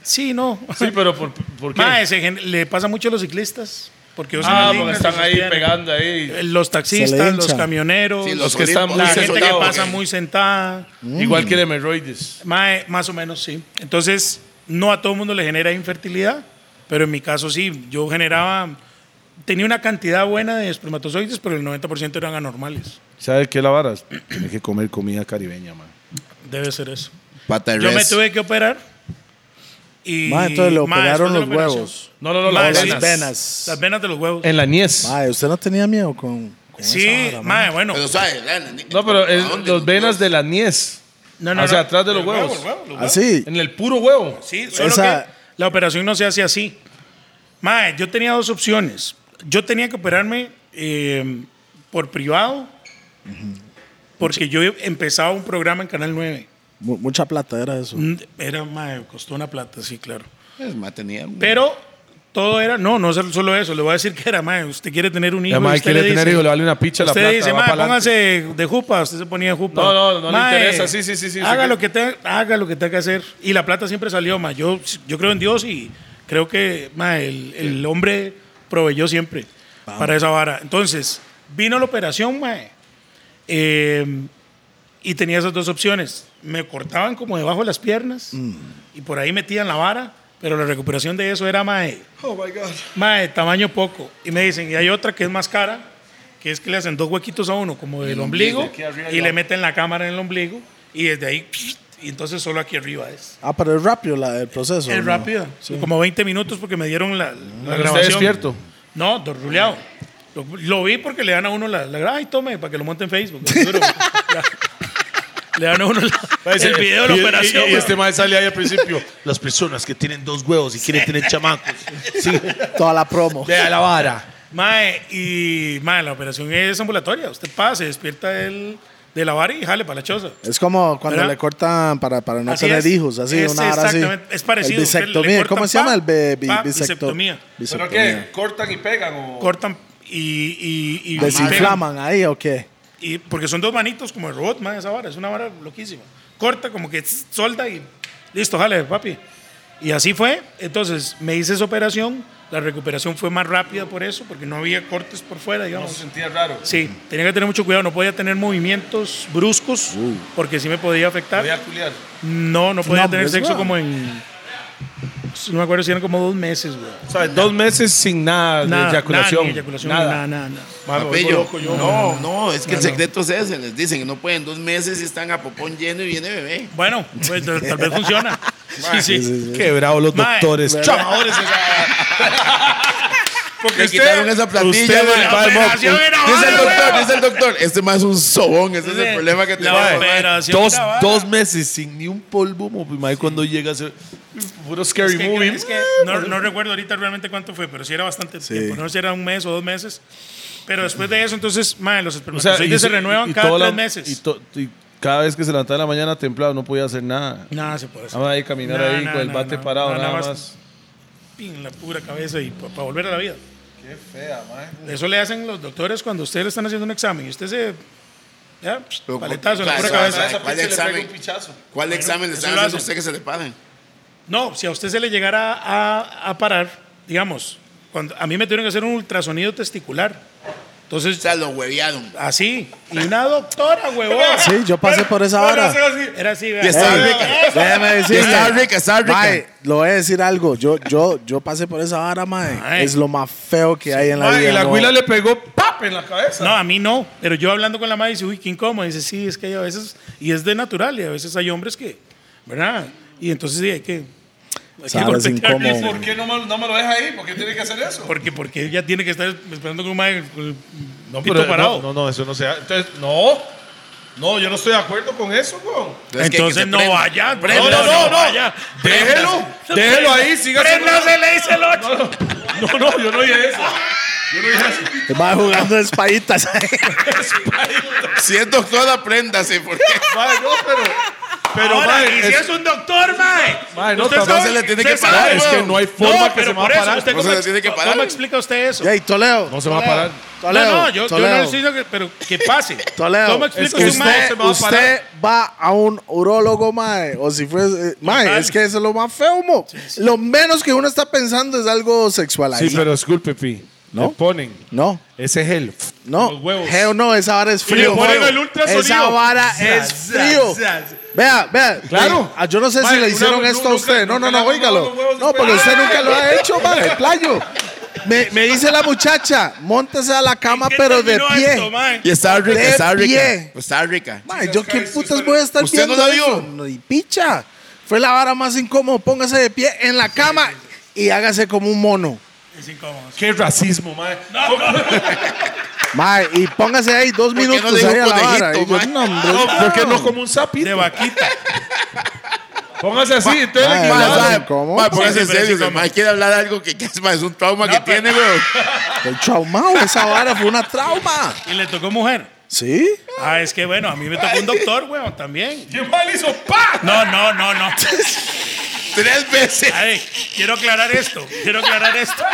B: sí, no.
D: Sí, pero ¿por, por qué?
B: Mae, se gen- le pasa mucho a los ciclistas. Porque usan
D: ah,
B: las
D: porque
B: líneas,
D: están
B: los
D: ahí
B: sostienen.
D: pegando ahí.
B: Eh, Los
A: Se le
B: taxistas, los
A: hincha.
B: camioneros,
C: Sí,
D: los que
C: olimpo-
D: están-
B: la
D: muy
B: gente que
D: sentados,
B: pasa
D: ok.
B: muy sentada.
D: Igual que el hemorroides.
B: Mae, más o menos, sí. Entonces, no a todo el mundo le genera infertilidad, pero en mi caso sí. Yo generaba, tenía una cantidad buena de espermatozoides, pero el 90% eran anormales.
D: ¿Sabes qué la vara? Tienes que comer comida caribeña, man.
B: Debe ser eso.
C: Pata de
B: Yo me
C: res.
B: tuve que operar. Y,
A: Mae, entonces le
B: mae,
A: operaron
B: después de
A: los
B: la operación-
A: huevos.
D: No, no, no,
B: Mae,
D: las
B: sí,
D: venas.
A: venas.
B: Las venas de los huevos.
D: En la niez.
A: Mae, ¿usted no tenía miedo con, con
B: Sí,
A: esa vara, mae?
B: mae, bueno.
C: Pero sabe, dale, ni-
D: No, pero
C: ¿a
D: es-
C: dónde?
D: los venas de la niez.
B: No, no,
D: o sea,
B: no.
D: atrás de los
B: El huevo,
D: huevos.
B: el huevo, el huevo.
A: Así.
D: En el puro huevo.
B: Sí, solo
A: Esa-
B: que la operación no se hace así. Mae, yo tenía dos opciones. Yo tenía que operarme eh, por privado, porque yo empezaba un programa en Canal 9.
A: Mu- mucha plata era eso.
B: Mm, Era, mae, costó una plata, sí, claro.
C: Es más, tenía
D: Mm.
C: un-
B: Pero todo era, no, no ser solo eso, le voy a decir que era, mae, usted quiere tener un hijo.
D: La mae
B: usted
D: quiere
B: le
D: tener hijo, le vale una picha la
B: usted
D: plata,
B: dice,
D: va
B: mae,
D: pa'lante".
B: póngase de jupa, usted se ponía de jupa.
D: No, no, no le
B: Mae,
D: interesa, sí, sí, sí, sí,
B: Haga
D: sí.
B: lo, que tenga, haga lo que tenga que hacer. Y la plata siempre salió, mae. Yo, yo creo en Dios y creo que, mae, el, el hombre proveyó siempre para esa vara. Entonces, vino la operación, mae. Eh, y tenía esas dos opciones. Me cortaban como debajo de las piernas y por ahí metían la vara, pero la recuperación de eso era mae,
D: Oh my God.
B: mae, tamaño poco. Y me dicen, y hay otra que es más cara, que es que le hacen dos huequitos a uno, como del ombligo,
D: ombligo, aquí arriba y
B: y le
D: abajo.
B: meten la cámara en el ombligo, y desde ahí, psh, y entonces solo aquí arriba es.
A: Ah, pero es rápido la, el proceso.
B: Es
A: ¿no?
B: rápido, como 20 minutos porque me dieron la, la
D: ¿Está
B: grabación.
D: despierto?
B: No, dorruleado. Lo, lo vi porque le dan a uno la, la- Ay, tome, para que lo monte en Facebook. Duro. La- le dan a uno la-
D: Pues,
B: el
D: eh,
B: video de la
E: Y- y-
B: operación.
E: Y, este
B: weón.
E: mae sale ahí al principio. Las personas que tienen dos huevos y quieren tener chamacos. Sí.
A: Toda la promo.
E: Vea la vara.
B: Mae, y mae, la operación es ambulatoria. Usted pasa, se despierta el, de la vara y jale para la choza.
A: Es como cuando
B: ¿Verdad?
A: le cortan para, para no
B: Así
A: tener
B: es.
A: hijos, así,
B: Es
A: una hora así.
B: exactamente, es parecido,
A: El
B: usted le
A: bisectomía.
B: cortan,
A: ¿Cómo se llama
B: pa,
A: el be- bi-
B: pa,
A: bisecto-
B: bisectomía.
D: ¿Pero
A: bisectomía?
D: qué? ¿Cortan y pegan o...?
B: Cortan y. y, y
A: ¿Desinflaman ahí o qué?
B: pegan. Y, porque son dos manitos como el robot, mae, esa vara. Es una vara loquísima. Corta, como que tss, solda y listo, jale, papi. Y así fue. Entonces me hice esa operación. La recuperación fue más rápida por eso, porque no había cortes por fuera,
D: No
B: digamos.
D: se sentía raro.
B: Sí, tenía que tener mucho cuidado, no podía tener movimientos bruscos porque sí me podía afectar.
D: Uh. Podía culiar.
B: No, no podía
A: No,
B: tener
A: es
B: sexo
A: verdad.
B: como en no me acuerdo si eran como dos meses, güey.
D: O sea, dos meses sin nada,
B: Nada,
D: de eyaculación.
B: nada, ni eyaculación, nada, nada, nada.
D: Mano,
C: Papillo.
D: vuelvo loco yo.
C: No, no, es que el
B: No, no.
C: secreto es ese. Les dicen que no pueden dos meses y están a popón lleno y viene bebé.
B: Bueno, pues, tal tal vez funciona. Sí, sí.
E: Quebrado los
B: Mae,
E: doctores. Chamadores.
B: Porque
C: Le quitaron esa plantilla.
B: usted
C: güey.
B: la
C: Va al moco.
B: operación era
C: Dice el
B: vara,
C: doctor,
B: güey.
C: dice el doctor. Este más es un sobón, ese es
B: Entonces,
C: el problema que
B: la
C: tenemos.
B: operación
C: mae.
E: Dos,
B: era vara.
E: dos meses sin ni un polvo. mo-
D: pues,
E: Mae, cuando llega a ser.
D: Puro scary
B: Es que-
D: movie.
B: es que no, no recuerdo ahorita realmente cuánto fue, pero sí era bastante tiempo. No sé si era un mes o dos meses. Pero después de eso, entonces, madre, los
D: O sea,
B: espermatozoides se
D: y-
B: renuevan
D: y
B: cada
D: toda
B: tres
D: la-
B: meses.
D: Y, to- y cada vez que se levantaba en la mañana templado no podía hacer nada.
B: Nada se puede hacer.
D: Nada de Ah, caminar
B: No,
D: ahí
B: no,
D: con el
B: no,
D: bate
B: no.
D: parado,
B: No,
D: nada más.
B: pin, la pura cabeza y para volver a la vida.
D: Qué fea, man.
B: Eso le hacen los doctores cuando a usted le están haciendo un examen y usted se. Ya, psh,
C: Pero,
B: paletazo en la
C: claro,
B: pura
C: claro,
B: cabeza.
C: claro. ¿Cuál examen?
D: pichazo.
C: ¿Cuál examen le
B: eso
C: están
B: lo
C: haciendo a
B: hacen.
C: usted que se le paren?
B: No, si a usted se le llegara a, a- a parar, digamos, cuando, a mí me tuvieron que hacer un ultrasonido testicular.
C: O
B: Entonces,
C: sea, lo huevearon.
B: así. Y una doctora, huevón.
A: Sí, yo pasé por esa vara.
B: Era así, vea.
C: Y estaba
A: Ey,
C: rica.
A: Déjame decirle.
C: Está rica, está rica.
A: Mae, lo voy a decir algo. Yo, yo, yo pasé por esa vara, mae.
B: Mae.
A: Es lo más feo que hay en la vida.
D: y la
A: ¿no?
D: güila le pegó pap en la cabeza.
B: No, a mí no. Pero yo hablando con la madre dice, uy, qué incómodo. Dice, sí, es que a veces, y es de natural, y a veces hay hombres que, ¿verdad? Y entonces sí, hay que. hay que
A: Sabes,
B: golpetearles,
A: incómodo.
B: porque-
D: qué no me, no me lo deja ahí? ¿Por qué tiene que hacer eso?
B: Porque, porque ella tiene que estar esperando con un madre con el
D: No,
B: pito
D: pero
B: parado.
D: no, no, no, eso no se hace. Entonces, no. No, yo no estoy de acuerdo con eso, güey.
C: Entonces, que- que
B: Entonces
C: se
B: no
C: prenda.
B: vaya.
D: No, no, no, no. Déjelo. Déjelo ahí. Siga
B: Préndase, le dice el otro.
D: No, no, yo no dije eso. Yo no dije eso.
A: El mae jugando espaditas.
C: Si es doctor, apréndase. Porque
D: Mae, no, pero. Pero,
B: Ahora,
D: mae,
B: y si
D: es-
B: es, un doctor, mae.
D: Mae, no,
B: Usted
D: tampoco
B: sabe-
C: se le tiene
B: usted
C: que parar,
B: sabe,
C: es que
B: weón.
D: no hay forma que
B: pero
D: se me
B: por
D: va a
B: eso,
D: parar.
B: ¿usted
C: No se
B: cómo
C: le tiene
B: ex-
C: que parar.
B: ¿Cómo explica usted eso?
A: Ey, Toledo.
D: no se va a parar.
A: Toledo.
B: no, no, yo, yo no
A: Toledo.
B: estoy diciendo que, pero que pase.
A: Toledo,
B: ¿Cómo explica
A: es que
B: usted,
A: usted,
B: un mae?
D: se me va a
A: usted va a un urólogo, mae, o si fuese, eh, mae,
B: Total.
A: es que eso es lo más feo, mo. Lo menos que uno está pensando es algo sexual ahí.
D: Sí, pero disculpe, Pi.
A: ¿No?
D: Le ponen
A: No,
D: ese gel.
A: no,
D: Los huevos.
A: Hell no, esa vara es frío.
D: le ponen
A: mo.
D: el ultrasonido.
A: Esa vara es frío. Vea, vea.
D: Claro.
A: eh, ah, yo no sé
D: Mae,
A: si le
D: una-
A: hicieron
D: nu-
A: esto a
D: nunca-
A: usted. No, no, no,
D: nunca le han
A: óigalo.
D: tomado los huevos
A: No, porque
D: esperados.
A: usted nunca lo ha hecho, mae, playo. Me, me dice la muchacha, montese a la cama, pero de
B: terminó
A: pie.
B: esto, mae?
C: Y está rica,
A: De
C: está
A: pie.
C: rica. Pues está rica.
A: Mae, yo qué putas voy a estar
C: ¿Usted
A: viendo
C: no la
A: eso?
C: vio?
A: No, y picha. Fue la vara más incómoda. Póngase de pie en la cama y hágase como un mono.
B: Es incómodo.
D: Qué racismo, mae.
A: Mae, y póngase ahí dos
C: qué no
A: minutos
C: le dijo
A: ahí a la vara.
C: conejito,
A: Y yo,
C: mae?
A: no, hombre,
D: No, ¿Por qué no como un sapito?
B: De vaquita.
D: Póngase así, entonces le
A: Mae,
D: quitamos.
A: mae,
C: mae,
A: ¿cómo?
C: mae,
A: Sí,
C: póngase
B: sí,
C: en
B: pero
C: serio.
B: sí,
C: mae,
B: ¿cómo?
C: mae, quiere hablar de algo que, que es, mae, es un trauma que tiene, weón.
A: Estoy traumado, esa vara fue una trauma.
B: Y le tocó mujer.
A: ¿Sí?
B: Ah, es que bueno, a mí me tocó un doctor, weón, también.
D: ¿Qué mal hizo? ¡Pa!
B: No, no, no, no.
C: Tres veces.
B: A ver, quiero aclarar esto. Quiero aclarar esto.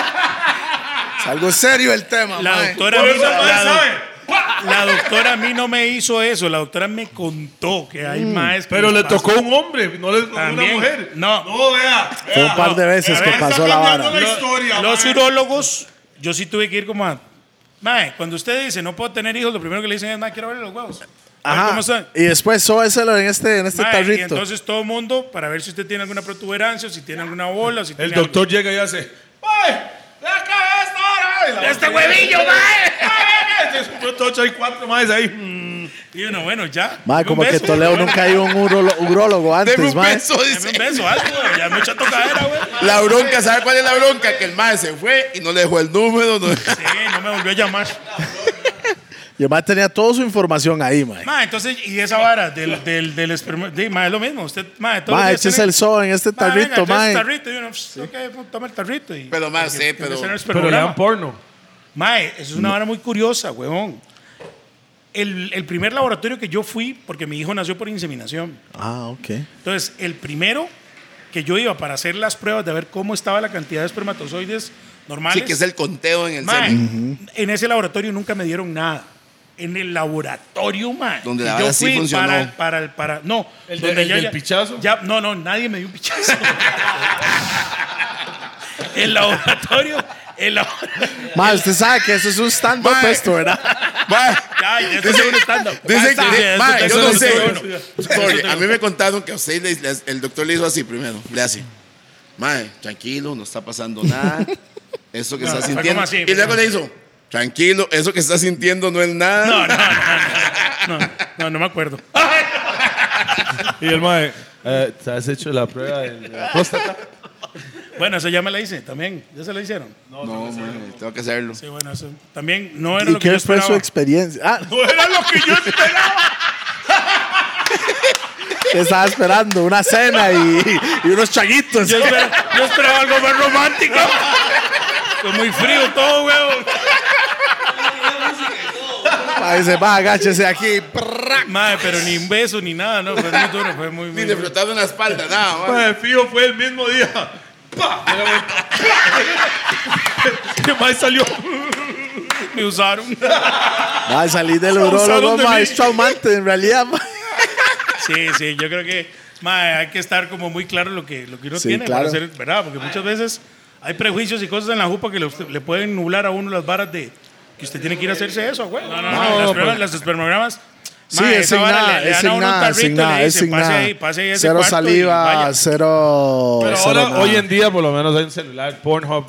A: Es algo serio el tema,
B: La
A: mae.
B: doctora, a
D: Por
B: mí
D: eso
B: no-
D: mae
B: la doc-
D: sabe. ¡Pa!
B: la doctora a mí no me hizo eso. La doctora me contó que hay más.
D: Pero le tocó un hombre, no le tocó una
B: También.
D: mujer.
B: No.
D: No, vea.
A: Fue un par de veces que pasó la vara.
D: Lo- historia,
B: Los
D: mae.
B: urólogos, yo sí tuve que ir como a. Mae, cuando usted dice no puedo tener hijos, lo primero que le dicen es, mae, quiero verle los huevos. A ver
A: Ajá.
B: ¿Cómo están?
A: Y después sóbeselo en este, en este
B: Mae, y
A: tarrito.
B: entonces todo el mundo, para ver si usted tiene alguna protuberancia, si tiene alguna bola, si tiene
D: El doctor llega y hace. ¡Ay! ¡Deja esta hora!
B: ¡Este huevillo, mae!
D: mae! Tocho, hay cuatro más ahí.
B: algo. Y uno, bueno, ya.
A: Mae,
B: Un
A: como que
B: beso,
A: Toledo
B: weón.
A: nunca ha ido a un urolo- urologo
C: Deme
A: antes,
C: un
A: mae.
C: beso,
B: Deme un
C: dice.
B: beso, algo, weón. Ya mucha tocadera, güey.
C: La bronca, ¿sabe cuál es la bronca? Que el mae se fue y no le dejó el número. no-
B: Sí, no me volvió a llamar.
A: Y el mae tenía toda su información ahí, mae.
B: Ma, entonces, y esa vara del, del, del esperma. di, ma, es lo mismo. Usted, ma, todos los
A: Mae,
B: días
A: eches
B: tiene-
A: el sol en este
B: Ma, venga,
A: tarrito,
B: entonces,
A: mae.
B: tarrito, y uno, pss, ok, pues, toma el tarrito. Y,
C: Pero, ma,
B: y-
C: sí,
B: y- y
C: pero-
B: hacer el
D: Pero le dan
B: espermograma.
D: porno.
B: Ma, eso es una vara muy curiosa, huevón. El, el primer laboratorio que yo fui, porque mi hijo nació por inseminación.
A: Ah, ok.
B: Entonces, el primero que yo iba para hacer las pruebas de ver cómo estaba la cantidad de espermatozoides normales.
C: Sí, que es el conteo en el
B: Mae,
C: semen.
B: en ese laboratorio nunca me dieron nada. En el laboratorio, mae.
C: Donde
B: Y
C: la
B: yo
C: vara sí
B: fui
C: funcionó.
B: para, para el para no,
D: ¿El de-
B: donde
D: el
B: ya-
D: del
B: ya-
D: pichazo?
B: Ya, no, no, nadie me dio un pichazo. el laboratorio, el laboratorio.
A: Mae, usted sabe que eso es un stand-up
C: Mae.
A: esto, ¿verdad?
C: Mae,
B: Ay, eso es un estándar.
C: Dicen
B: Ahí
C: que,
B: está.
C: mae,
B: Eso
C: yo no
B: es
C: sé.
B: bueno.
C: Sorry, Pues, a mí me contaron que a usted le- le- el doctor le hizo así primero. Le hace, mae, tranquilo, no está pasando nada. Eso que
B: No,
C: está
B: fue
C: sintiendo.
B: como así,
C: y luego
B: pero-
C: le hizo, tranquilo, eso que está sintiendo no es nada.
B: No, no, no, no, no, no me acuerdo.
D: Y el mae. eh, ¿Te has hecho la prueba de la próstata?
B: Bueno, eso ya me la hice también. ¿Ya se la hicieron?
C: No, mae, tengo que hacerlo.
B: Sí, bueno, eso también no era
A: ¿Y
B: lo que yo
A: qué fue
B: esperaba.
A: su experiencia? Ah,
B: No era lo que yo esperaba.
A: que estaba esperando una cena y, y unos chaguitos.
B: Yo esperaba, yo esperaba algo más romántico. Fue muy frío todo, weón.
A: Mae, dice, va, agáchese aquí.
B: Madre, pero ni un beso ni nada, ¿no? Fue muy duro, fue muy, muy
C: Ni le
B: duro.
C: flotaron la espalda, nada, mae.
D: Mae, fijo, fue el mismo día. ¡Pa! Era bueno. El mae salió.
B: Me usaron.
A: Va a salir del
B: Usaron
A: urólogo,
B: de
A: mae,
B: mí.
A: es traumante en realidad, mae.
B: Sí, sí, yo creo que, madre, hay que estar como muy claro lo que, lo que uno
A: Sí,
B: tiene
A: claro.
B: para hacer, ¿verdad? Porque muchas veces hay prejuicios y cosas en la jupa que le, le pueden nublar a uno las varas de que usted tiene que ir a hacerse eso, güey. No, no, no,
A: no,
B: las,
A: no,
B: pruebas, las espermogramas.
A: Sí,
B: mae,
A: es
B: esa
A: sin
B: vara
A: nada,
B: le- le
A: es
B: dan a
A: sin
B: uno un
A: nada, es
B: tarrito
A: sin
B: y le
A: nada, es
B: dicen,
A: sin
B: "Pase
A: nada.
B: ahí, pase ahí a ese
A: cero
B: cuarto y
A: saliva,
B: vaya".
A: cero.
D: Pero
A: cero
D: ahora,
A: nada.
D: hoy en día, por lo menos hay un celular, Pornhub.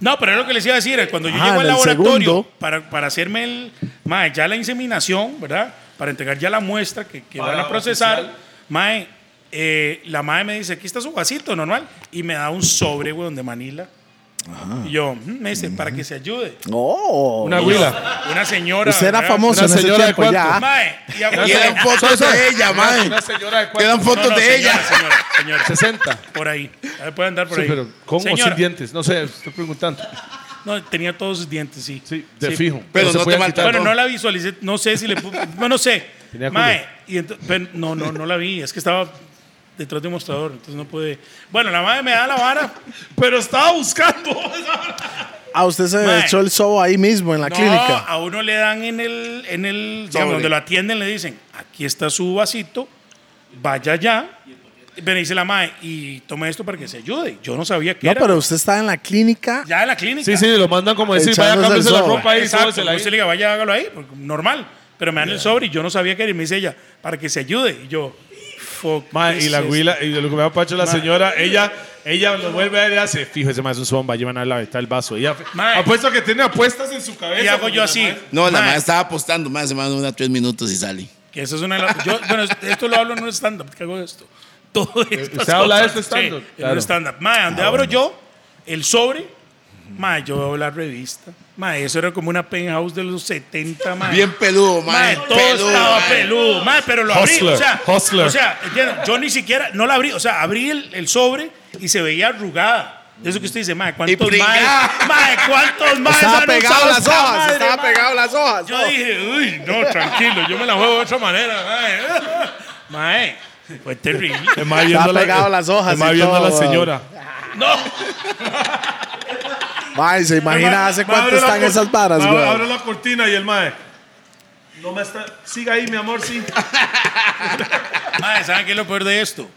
B: No, pero es lo que les iba a decir. es Cuando yo
A: Ajá,
B: llego al
A: en el
B: laboratorio
A: segundo.
B: para, para hacerme el, mae, ya la inseminación, ¿verdad? Para entregar ya la muestra que, que
D: Para
B: van a procesar,
D: oficial.
B: mae, eh, la mae me dice, aquí está su vasito normal. Y me da un sobre, weón, de Manila. Y yo, "Mm", me dice, para que se ayude.
A: Oh.
D: Una huila.
B: Una señora.
A: Usted era
B: ¿verdad?
A: famoso en
D: Una
A: ese
D: señora de
A: tiempo
D: cuánto?
A: ya.
B: Mae, y a-
C: Y eran
D: Soy,
C: fotos
D: soy.
C: de ella, mae.
D: Una señora de cuatro.
C: Eran fotos
B: No, no,
C: de
B: señora,
C: ella.
B: Señora, señora.
D: 60.
B: Por ahí. A ver, puede andar por
D: Sí,
B: ahí.
D: pero con o sin
B: Señora.
D: dientes, no sé, estoy preguntando.
B: No, tenía todos sus dientes, sí.
D: Sí, de fijo.
C: Pero
D: se
C: no te
D: podían
C: maltratan.
D: quitar.
B: Bueno, no la visualicé, no sé si le pu- no, no sé.
D: Tenía
B: Mae, y ento- pero no, no, no la vi, es que estaba detrás de un mostrador, entonces no pude. Bueno, la madre me da la vara.
D: Pero estaba buscando.
A: Ah, usted se
B: Mae.
A: echó el sobo ahí mismo en la
B: No,
A: clínica.
B: a uno le dan en el, en el, digamos,
C: Sobre.
B: donde lo atienden, le dicen, aquí está su vasito, vaya allá. Me dice la madre, y tome esto para que se ayude. Yo no sabía que
A: No,
B: era.
A: pero usted estaba en la clínica.
B: ya en la clínica.
D: Sí, sí, lo mandan como decir,
A: Echándose
D: vaya, cámbiese
A: el
D: la
A: sol.
D: ropa ahí,
B: Exacto,
D: sóbesela
B: usted le
D: ahí.
B: diga, vaya, hágalo ahí, porque normal. Pero me dan el sobre y yo no sabía que era. Y me dice ella, para que se ayude. Y yo, fuck.
D: Ma,
B: ¿qué
D: y
B: es
D: la
B: esto?
D: huila, y lo que me da Pacho, la
B: Ma.
D: señora, ella, ella lo vuelve a ver y hace, fijo, ese más es un zomba, llevan a la está el vaso. Y ella-
B: Ma.
D: apuesto que tiene apuestas en su cabeza.
B: Y hago
D: porque
B: yo
D: la
B: así.
D: ma-
C: No, la
B: Mae,
C: mae estaba apostando, mae, se manda una tres minutos y sale.
B: Que eso es una de las- yo- bueno, esto lo hablo en un stand-up. ¿Qué hago de esto? Todo esto.
D: ¿Usted habla de esto stand-up?
B: en
D: Claro. Ah,
B: un stand-up. Mae, donde abro yo el sobre, mae, yo veo la revista. Mae, eso era como una penthouse de los 70, mae.
C: Bien peludo,
B: Mae,
C: mae.
B: todo
C: peludo,
B: estaba
C: mae.
B: peludo, mae, pero lo abrí,
E: Hustler,
B: o sea,
E: hustler.
B: o sea, entiendo, yo ni siquiera, no la abrí, o sea, abrí el, el sobre y se veía arrugada. Eso que usted dice, mae, ¿cuántos
C: pringada.
B: mae? Mae, ¿cuántos mae?
A: Estaba
B: han
A: pegado a
B: usado
A: las
B: esta
A: hojas,
B: madre,
A: estaba
B: mae?
A: pegado a las hojas.
B: Yo dije, uy, no, tranquilo, yo me la juego de otra manera, mae. Mae, fue terrible.
E: El mae viendo la-
A: pegado a las hojas
E: el mae
A: y
E: viendo a
A: todo,
E: la
A: weón.
E: señora.
B: No.
A: Mae, se imagina hace cuánto están esas varas,
D: Ahora Abre
A: güey.
D: la cortina y el mae. No me está. Siga ahí, mi amor, sí.
B: Mae, ¿saben qué es lo peor de esto?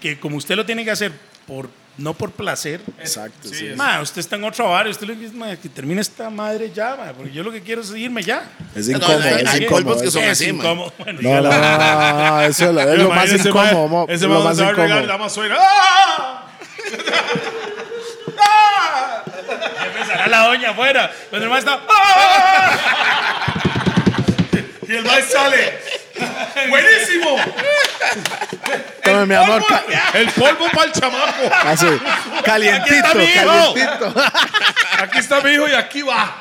B: Que como usted lo tiene que hacer por no por placer,
A: Exacto, sí.
B: mae, usted está en otro barrio, usted lo que dice, mae, que termine esta madre ya, mae, porque yo lo que quiero es irme ya. pues
A: Es
C: No, no,
A: incómodo,
C: hay-
A: es
C: hay
A: incómodo.
C: polvos que
A: eso.
C: son
B: Es
C: así, mae.
B: incómodo. Bueno,
A: No, no, no, no, eso es lo, es lo más
E: Imagínese, mae,
A: incómodo, mo-
E: ese
A: lo
E: mae
A: más
E: se va a
A: incómodo.
E: regalar
D: La más suena. ¡Ah!
B: ya empezará la doña afuera. Cuando el mae está, ¡ah!
D: Y el mae sale. ¡Buenísimo!
A: Tome, mi amor, ca-
B: ah,
D: El polvo para el chamaco.
A: así, calientito,
B: Aquí está mi hijo.
A: calientito.
D: Aquí está mi hijo y aquí va.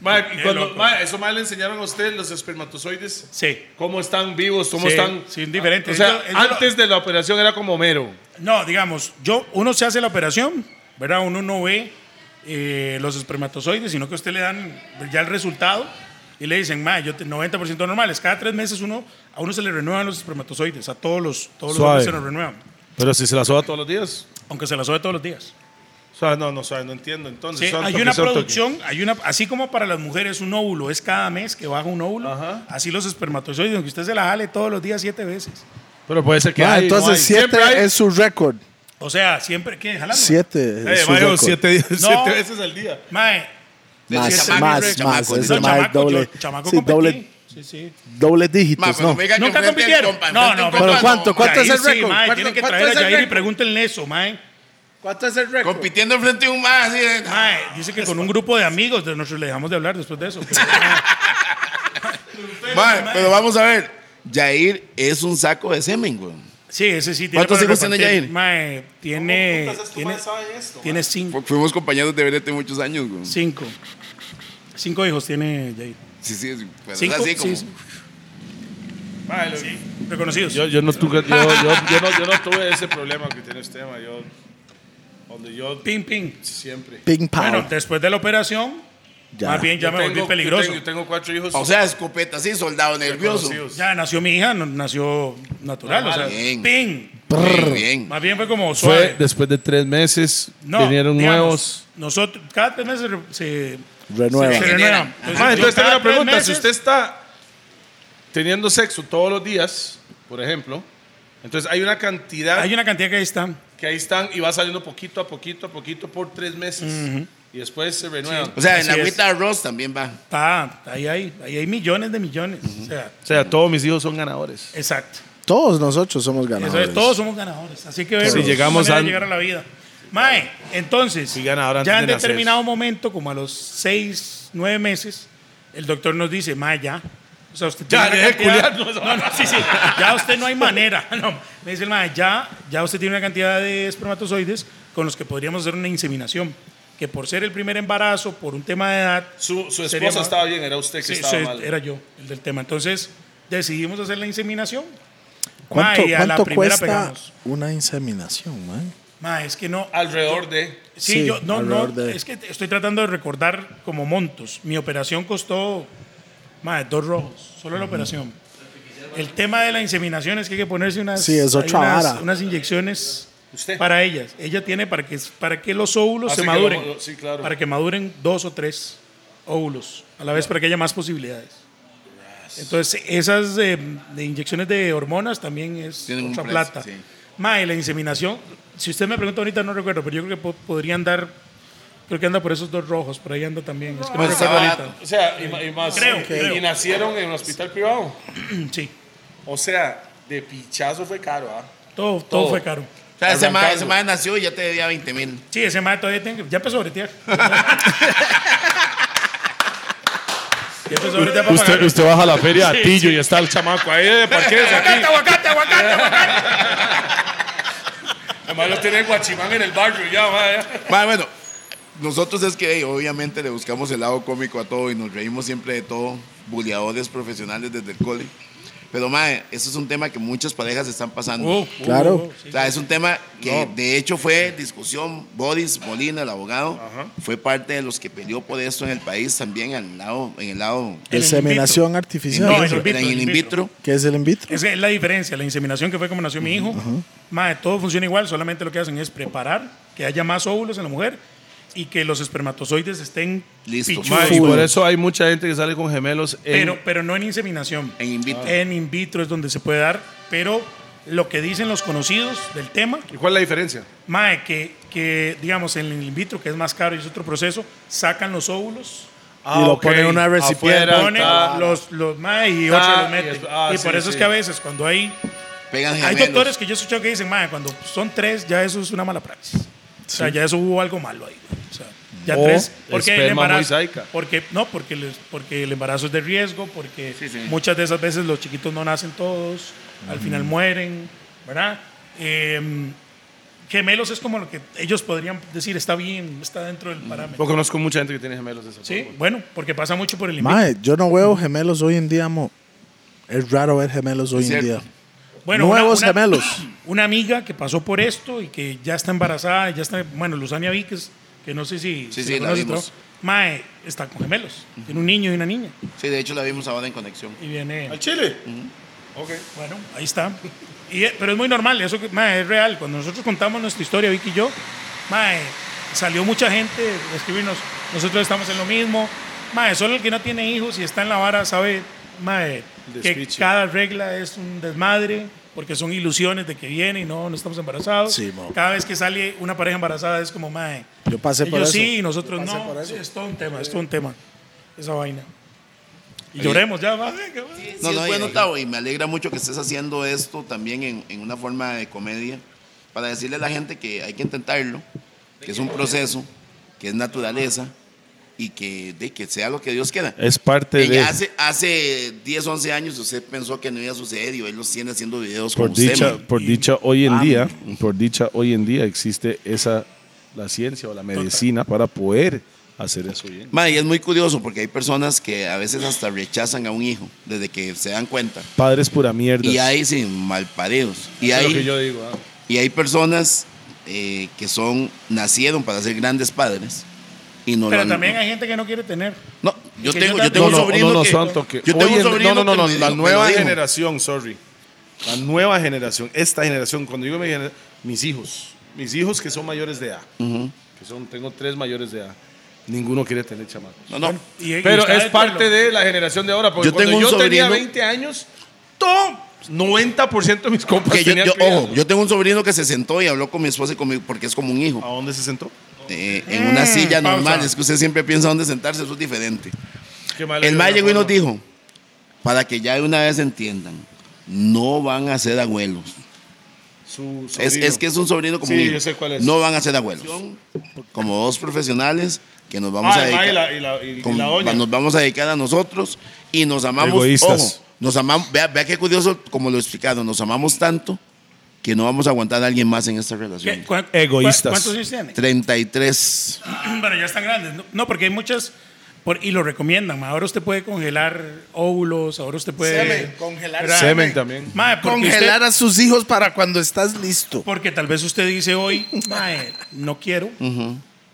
D: Mae, y
B: Qué
D: cuando-
B: loco.
D: mae, eso mae le enseñaron a usted los espermatozoides.
B: Sí.
D: ¿Cómo están vivos? ¿Cómo
B: Sí,
D: están?
B: sí, diferente.
D: O sea,
B: Eso- eso
D: antes de la operación era como mero.
B: No, digamos, yo, uno se hace la operación, ¿verdad? Uno no ve eh, los espermatozoides, sino que a usted le dan ya el resultado y le dicen, ma, yo te- 90% normales. Cada tres meses uno, a uno se le renuevan los espermatozoides, a todos los, todos los
E: Suave.
B: hombres se los renuevan,
E: Pero si se la soba
D: Todos los días.
B: aunque se las sobe todos los días.
D: O sea, no, no, o sea, no entiendo.
B: Sí,
D: Entonces, son
B: hay
D: toques,
B: una
D: son toques.
B: producción, hay una, así como para las mujeres un óvulo es cada mes que baja un óvulo,
D: Ajá.
B: así los espermatozoides, aunque usted se la jale todos los días siete veces.
E: Pero puede ser que
A: Ah,
E: hay, no
A: entonces
E: hay.
A: siete
D: Siempre hay-
A: es su récord.
B: O sea, siempre, ¿qué? Jalando.
A: Siete es
D: Eh,
A: su
D: mae,
A: récord.
E: siete, días,
B: No.
E: siete veces.
D: veces al día.
B: Mae,
A: Más,
C: Chamaco,
A: más,
C: chamaco,
A: más.
C: dice.
A: Ese
B: no,
A: mae es
B: chamaco,
A: doble,
B: yo- chamaco
A: sí,
B: competí.
A: doble,
B: Sí, sí.
A: doble
C: Mae,
A: dígitos,
C: cuando
A: pues ¿no?
C: me diga que
B: Nunca
C: enfrente al
B: compitieron.
C: compa,
B: No,
C: enfrente
B: no,
C: al
B: pero
C: compa,
A: ¿cuánto?
C: no.
A: ¿Cuánto? es el
B: Yair,
A: récord?
B: Sí, mae,
A: ¿Cuánto-
B: tienen que
A: cuánto
B: traer
A: es el
B: a Jair y
A: récord?
B: pregúntenle eso, mae.
A: ¿Cuánto es el récord?
C: Compitiendo enfrente de un más. así de-
B: Mae, dice que con un grupo de amigos de nosotros le dejamos de hablar después de eso. Pero,
C: Mae, pero vamos a ver. Jair es un saco de semen, güey.
B: sí, ese sí tiene.
C: ¿Cuántos
B: para
C: hijos tiene
B: repartir.
C: Yair?
B: Mae,
D: Eh,
B: tiene. Tiene, tiene cinco,
C: Fu- Fuimos compañeros de verete muchos años, güey. Sí,
B: cinco. Cinco hijos tiene Jair.
C: sí, sí. Pues
B: Cinco,
C: es así como.
B: sí, sí. Reconocidos.
E: Yo, yo no tuve.
D: Yo, yo, yo, no, yo no tuve ese problema que tiene usted, ma. Yo, donde yo
B: Ping, ping.
D: siempre.
A: Ping
B: Bueno,
A: pong.
B: después de la operación,
A: Ya.
B: más bien ya
D: Yo
B: me
D: tengo-
B: volví
D: yo
B: peligroso.
D: tengo- Yo tengo cuatro hijos.
C: O sea, escopeta, sí, soldado nervioso.
D: conocidos.
B: Ya nació mi hija, no- nació natural. o sea,
C: Bien.
B: ping.
C: Bien, bien.
B: Más bien fue como suave.
E: Fue después de tres meses.
B: No,
E: vinieron
B: digamos,
E: nuevos.
B: Nosotros, cada tres meses se,
A: Renueva.
B: se- se
C: Regeneran.
B: renuevan.
C: Ajá.
D: Ma, Ah, entonces
B: yo
D: tengo
B: cada
D: una pregunta.
B: tres
D: Si
B: meses-
D: usted está teniendo sexo todos los días, por ejemplo, entonces hay una cantidad
B: Hay una cantidad que ahí está.
D: que ahí están y va saliendo poquito a poquito a poquito por tres meses. Y después se renuevan.
C: O sea, en la
B: Así es.
C: agüita de arroz también va.
B: Está, ahí hay, ahí hay millones de millones. O sea,
E: O sea, todos mis hijos son ganadores.
B: exacto.
A: Todos nosotros somos
B: Eso
A: ganadores.
B: es, todos somos ganadores. Así que vemos.
E: Si llegamos
B: a
E: a-
B: llegar a la vida. Mae, entonces,
E: Y ganador antes
B: ya en
E: de nacer.
B: determinado momento, como a los seis, nueve meses, el doctor nos dice, Mae, ya. O sea, usted
D: Ya,
B: tiene una
D: deje de
B: cantidad-
D: culiarnos.
B: No, no, sí, sí. Ya usted no hay manera. No, me dice el Mae, ya, ya usted tiene una cantidad de espermatozoides con los que podríamos hacer una inseminación. Que por ser el primer embarazo, por un tema de edad,
D: Su, su
B: Sería
D: esposa
B: mal.
D: estaba bien, era usted que
B: Sí,
D: estaba
B: sí,
D: mal.
B: era yo el del tema. Entonces decidimos hacer la inseminación.
A: ¿Cuánto,
B: Ma, y a la
A: cuánto
B: primera
A: cuesta
B: pegamos.
A: una inseminación, man?
B: Ma, es que no.
D: Alrededor de.
B: Sí,
A: Sí,
B: yo no, no.
A: alrededor de-
B: Es que estoy tratando de recordar como montos. Mi operación costó ma, dos rojos, solo la operación. El tema de la inseminación es que hay que ponerse unas,
A: Sí, es
B: hay
A: otra
B: unas,
A: vara.
B: unas inyecciones
D: Usted.
B: para ellas. Ella tiene para que, para que los óvulos
D: Así
B: se
D: que lo-
B: maduren.
D: lo- sí, claro.
B: Para que maduren dos o tres óvulos a la vez para que haya más posibilidades. Entonces, esas eh, de inyecciones de hormonas también es
C: Tienen un
B: mucha
C: precio,
B: plata.
C: sí.
B: Mae, la inseminación, si usted me pregunta ahorita, no recuerdo, pero yo creo que po- podrían dar, creo que anda por esos dos rojos, por ahí anda también. Es que no
C: Pues
B: recuerdo
C: está
B: ahorita.
D: O sea, y, ma- y más.
B: Creo,
D: y,
B: creo.
D: y nacieron en un hospital privado.
B: Sí,
D: O sea, de pichazo fue caro, ¿ah?
B: todo, todo,
D: Todo.
B: fue caro.
C: O sea, ese mae-
D: Arrancando.
C: ese mae nació y ya te debía 20 mil.
B: Sí, ese mae todavía tiene que, ya empezó a bretear. ya empezó a bretear para
E: Usted,
B: pagar.
E: usted baja a la feria a
B: Sí,
E: Tillo
B: sí.
E: y está el chamaco ahí
D: eh,
E: de parqueres aquí.
B: Aguacate, aguacate, aguacate, aguacate.
D: Además lo tiene Guachimán en el barrio ya, ma, ya.
C: Mae, bueno, Nosotros es que hey, obviamente le buscamos el lado cómico a todo y nos reímos siempre de todo, buleadores profesionales desde el cole. Pero mae, eso es un tema que muchas parejas están pasando.
B: Oh, oh,
A: Claro.
B: oh, sí.
C: O sea, es un tema que de hecho fue discusión. Boris Molina, el abogado, fue parte de los que peleó por esto en el país también al lado, en el lado
B: El
A: Inseminación artificial.
B: No,
C: in
B: el in vitro,
C: vitro, en el in vitro.
A: ¿Qué es el in vitro?
B: Esa es la diferencia, la inseminación que fue como nació mi hijo. Mae, todo funciona igual, solamente lo que hacen es preparar que haya más óvulos en la mujer y que los espermatozoides estén
C: Listos.
B: pichudos.
D: Ma, y
A: Full.
D: por eso hay mucha gente que sale con gemelos. en-
B: Pero, pero no en inseminación.
C: En in vitro.
B: En in vitro es donde se puede dar, pero lo que dicen los conocidos del tema,
D: ¿Y cuál es la diferencia?
B: mae, que, que digamos en el in vitro, que es más caro y es otro proceso, sacan los óvulos,
A: Ah, lo ok. ponen en una recipiente.
D: Afuera,
B: ponen
D: ta-
B: los, los mae, y
D: Ta-
B: otros los
D: y
B: meten.
D: es- ah,
B: y
D: sí,
B: por eso es
D: sí.
B: que a veces cuando hay
C: Pegan
B: hay
C: gemelos.
B: doctores que yo he escuchado que dicen, "Mae, cuando son tres, ya eso es una mala praxis. O sea, ya eso hubo algo malo ahí. güey. O sea, ya
D: O
B: tres. Porque el
D: esperma muy
B: embarazo.
D: saica.
B: Porque, no, porque, les- porque el embarazo es de riesgo, porque
C: Sí, sí.
B: muchas de esas veces los chiquitos no nacen todos, al
D: Mm.
B: final mueren, ¿verdad? Eh, gemelos es como lo que ellos podrían decir, está bien, está dentro del parámetro.
D: Yo conozco mucha gente que tiene gemelos de esa
B: Sí,
D: forma.
B: bueno, porque pasa mucho por el in vitro.
A: Mae, yo no veo gemelos hoy en día, mo. Es raro ver gemelos hoy en
C: Cierto.
A: día.
B: Bueno,
A: Nuevos gemelos.
B: Una amiga que pasó por esto y que ya está embarazada, ya está, bueno, Luzania Víquez, que no sé si,
C: Sí,
B: si
C: sí, la
B: conoces,
C: vimos.
B: ¿no? Mae está con gemelos, tiene un niño y una niña.
C: Sí, de hecho la vimos ahora en conexión.
B: Y viene,
D: Chile? Ok.
B: bueno, ahí está. Y, eh, pero es muy normal, eso que, mae, es real. Cuando nosotros contamos nuestra historia, Vicky y yo, mae, salió mucha gente a escribirnos, nosotros estamos en lo mismo. Mae, solo el que no tiene hijos y está en la vara sabe, mae, que
D: Despiche.
B: cada regla es un desmadre, porque son ilusiones de que viene y no, no estamos embarazados.
A: Sí, mo.
B: Cada vez que sale una pareja embarazada es como, mae,
A: Yo pasé por
B: ellos
A: eso.
B: sí y nosotros no. Sí, es todo un tema, es todo un tema, esa vaina. Y lloremos ya, va, venga, va.
C: Sí, es bueno, Tavo, y me alegra mucho que estés haciendo esto también en, en una forma de comedia, para decirle a la gente que hay que intentarlo, que es un proceso, que es naturaleza, y que, de, que sea lo que Dios quiera.
D: Es parte
C: Ella
D: de.
C: hace, hace 10, 11 años usted pensó que no iba a suceder y hoy los tiene haciendo videos
D: Por
C: con usted.
D: dicha,
C: man.
D: por dicha hoy
C: Ah,
D: en día, por dicha hoy en día existe esa la ciencia o la medicina para poder hacer eso bien.
C: Ma, y es muy curioso porque hay personas que a veces hasta rechazan a un hijo desde que se dan cuenta.
D: Padres pura mierda.
C: Y hay sí, malparidos. Y
D: Es lo que
C: hay,
D: yo digo. ah.
C: y hay personas eh, que son, nacieron para ser grandes padres. Y no lo
B: Pero
C: han-
B: también hay gente que no quiere tener.
C: No, yo
B: que
C: tengo,
B: yo también-
C: yo tengo
D: No,
C: un
D: no,
C: sobrino
D: no, no,
C: que-
D: santo, que
C: yo
D: hoy
C: tengo un
D: en-
C: sobrino
D: no, no,
C: que
D: no,
C: me
D: no, la
C: dijo- me
D: nueva
C: lo dijo.
D: generación, sorry. La nueva generación, esta generación, cuando digo mi generación, mis hijos, mis hijos que son mayores de edad, que son, tengo tres mayores de edad, ninguno quiere tener chamacos.
C: No, no.
B: Y- y
D: Pero
B: está
D: es
B: dentro
D: parte
B: lo-
D: de la generación de ahora, porque
C: Yo
D: cuando
C: tengo un
D: yo tenía
C: sobrino-
D: 20 años, todo, 90% de mis compas
C: Que yo,
D: tenían
C: yo-
D: criados.
C: ojo, yo tengo un sobrino que se sentó y habló con mi esposa y conmigo porque es como un hijo.
D: ¿A dónde se sentó?
C: Eh, en una silla
B: pausa.
C: normal. Es que usted siempre piensa dónde sentarse, eso es diferente.
D: Qué mal
C: El
D: era
C: mal
D: la
C: llegó y nos
D: forma.
C: dijo, para que ya de una vez entiendan, no van a ser abuelos.
D: Su
C: Es,
D: sobrino. Ah,
C: es que es un sobrino como
D: Sí,
C: un hijo.
D: yo sé cuál es.
C: No van a ser abuelos. Como dos profesionales que nos vamos
D: Ah,
C: a
D: el ma y
C: dedicar.
D: la- y la- y- y
C: con-
D: la doña.
C: nos vamos a dedicar a nosotros y nos amamos.
D: Egoístas.
C: Ojo, nos amamos. Vea, vea qué curioso como lo explicaron. Nos amamos tanto que no vamos a aguantar a alguien más en esta
B: ¿Qué?
C: relación.
B: ¿Cuán-
D: Egoístas.
B: cua- ¿Cuántos años tiene?
C: 33.
B: Bueno, ya están grandes. No, No, porque hay muchas. por- y lo recomiendan. ma. Ahora usted puede congelar óvulos. Ahora usted puede.
A: Semen, congelar
B: ¿verdad?
D: Semen también.
B: Ma, porque
A: Congelar
B: usted-
A: a sus hijos para cuando estás listo.
B: porque tal vez usted dice hoy, mae, no quiero.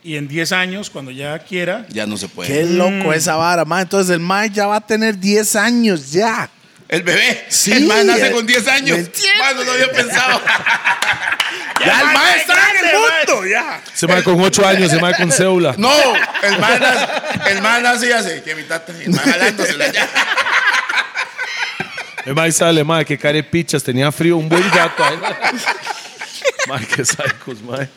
B: Y en 10 años, cuando ya quiera.
C: Ya no se puede.
A: Qué loco esa vara, mae. Entonces el mae ya va a tener 10 años ya.
C: El bebé.
A: Sí,
C: el man nace
A: eh,
C: con 10 años.
A: ¿me entiendes?
C: Mano, no había pensado.
A: Ya, el mae está en el mundo, ya.
D: Se va con 8 años, se va con cédula.
C: No, el man nace, el man nace y hace que mi tata, el man jalándosela ya.
D: El mae sale, mae, que care pichas, tenía frío, un buen gato. ahí. mae, que sacos, mae.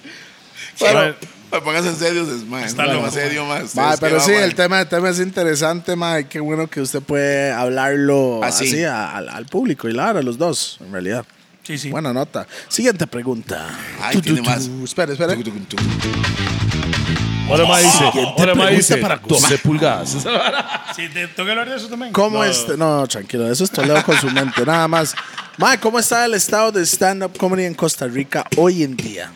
C: Pero, me pongas en serio, es man.
B: Está
C: no,
B: loco,
C: en serio, man. Ustedes
A: Mae,
C: qué
A: pero
C: va,
A: sí,
C: man.
A: el tema, el tema es interesante, mae. Qué bueno que usted puede hablarlo
C: Así.
A: así, a- al, al público y la a los dos, en realidad.
B: Sí, sí.
A: Buena nota. Siguiente pregunta.
C: Ay, tiene más.
A: Espera, espera.
D: Ahora mae dice, ahora mae
A: pregunta
D: dice,
A: para
D: 12 pulgadas.
B: Sí, te- tengo que hablar de eso también.
A: ¿Cómo este? No, tranquilo, eso es Toledo con su mente, nada más. Mae, ¿cómo está el estado de stand-up comedy en Costa Rica hoy en día?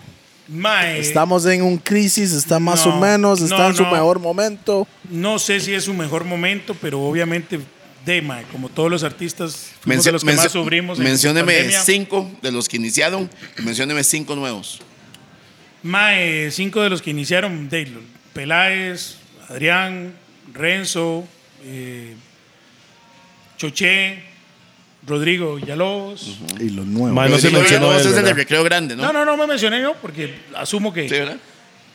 B: Mae,
A: Estamos en un crisis, está más
B: Eh, No,
A: o menos, está
B: no,
A: en su
B: no.
A: mejor momento.
B: no sé si es su mejor momento, pero obviamente, de mae, como todos los artistas, fuimos de
C: Mencio-
B: los que
C: mencio-
B: más sufrimos. en
C: Mencióneme
B: pandemia.
C: cinco de los que iniciaron, y mencióneme cinco nuevos.
B: Mae, cinco de los que iniciaron, de- Peláez, Adrián, Renzo, eh, Choché, Rodrigo Villalobos.
A: Y los nuevos.
B: Ah,
E: Mae, no se
C: Rodrigo
E: mencionó
C: Villalobos
E: él,
C: es el de
E: ¿verdad?
C: Recreo Grande, ¿no?
B: No, no, no me mencioné yo porque asumo que...
C: Sí, ¿verdad?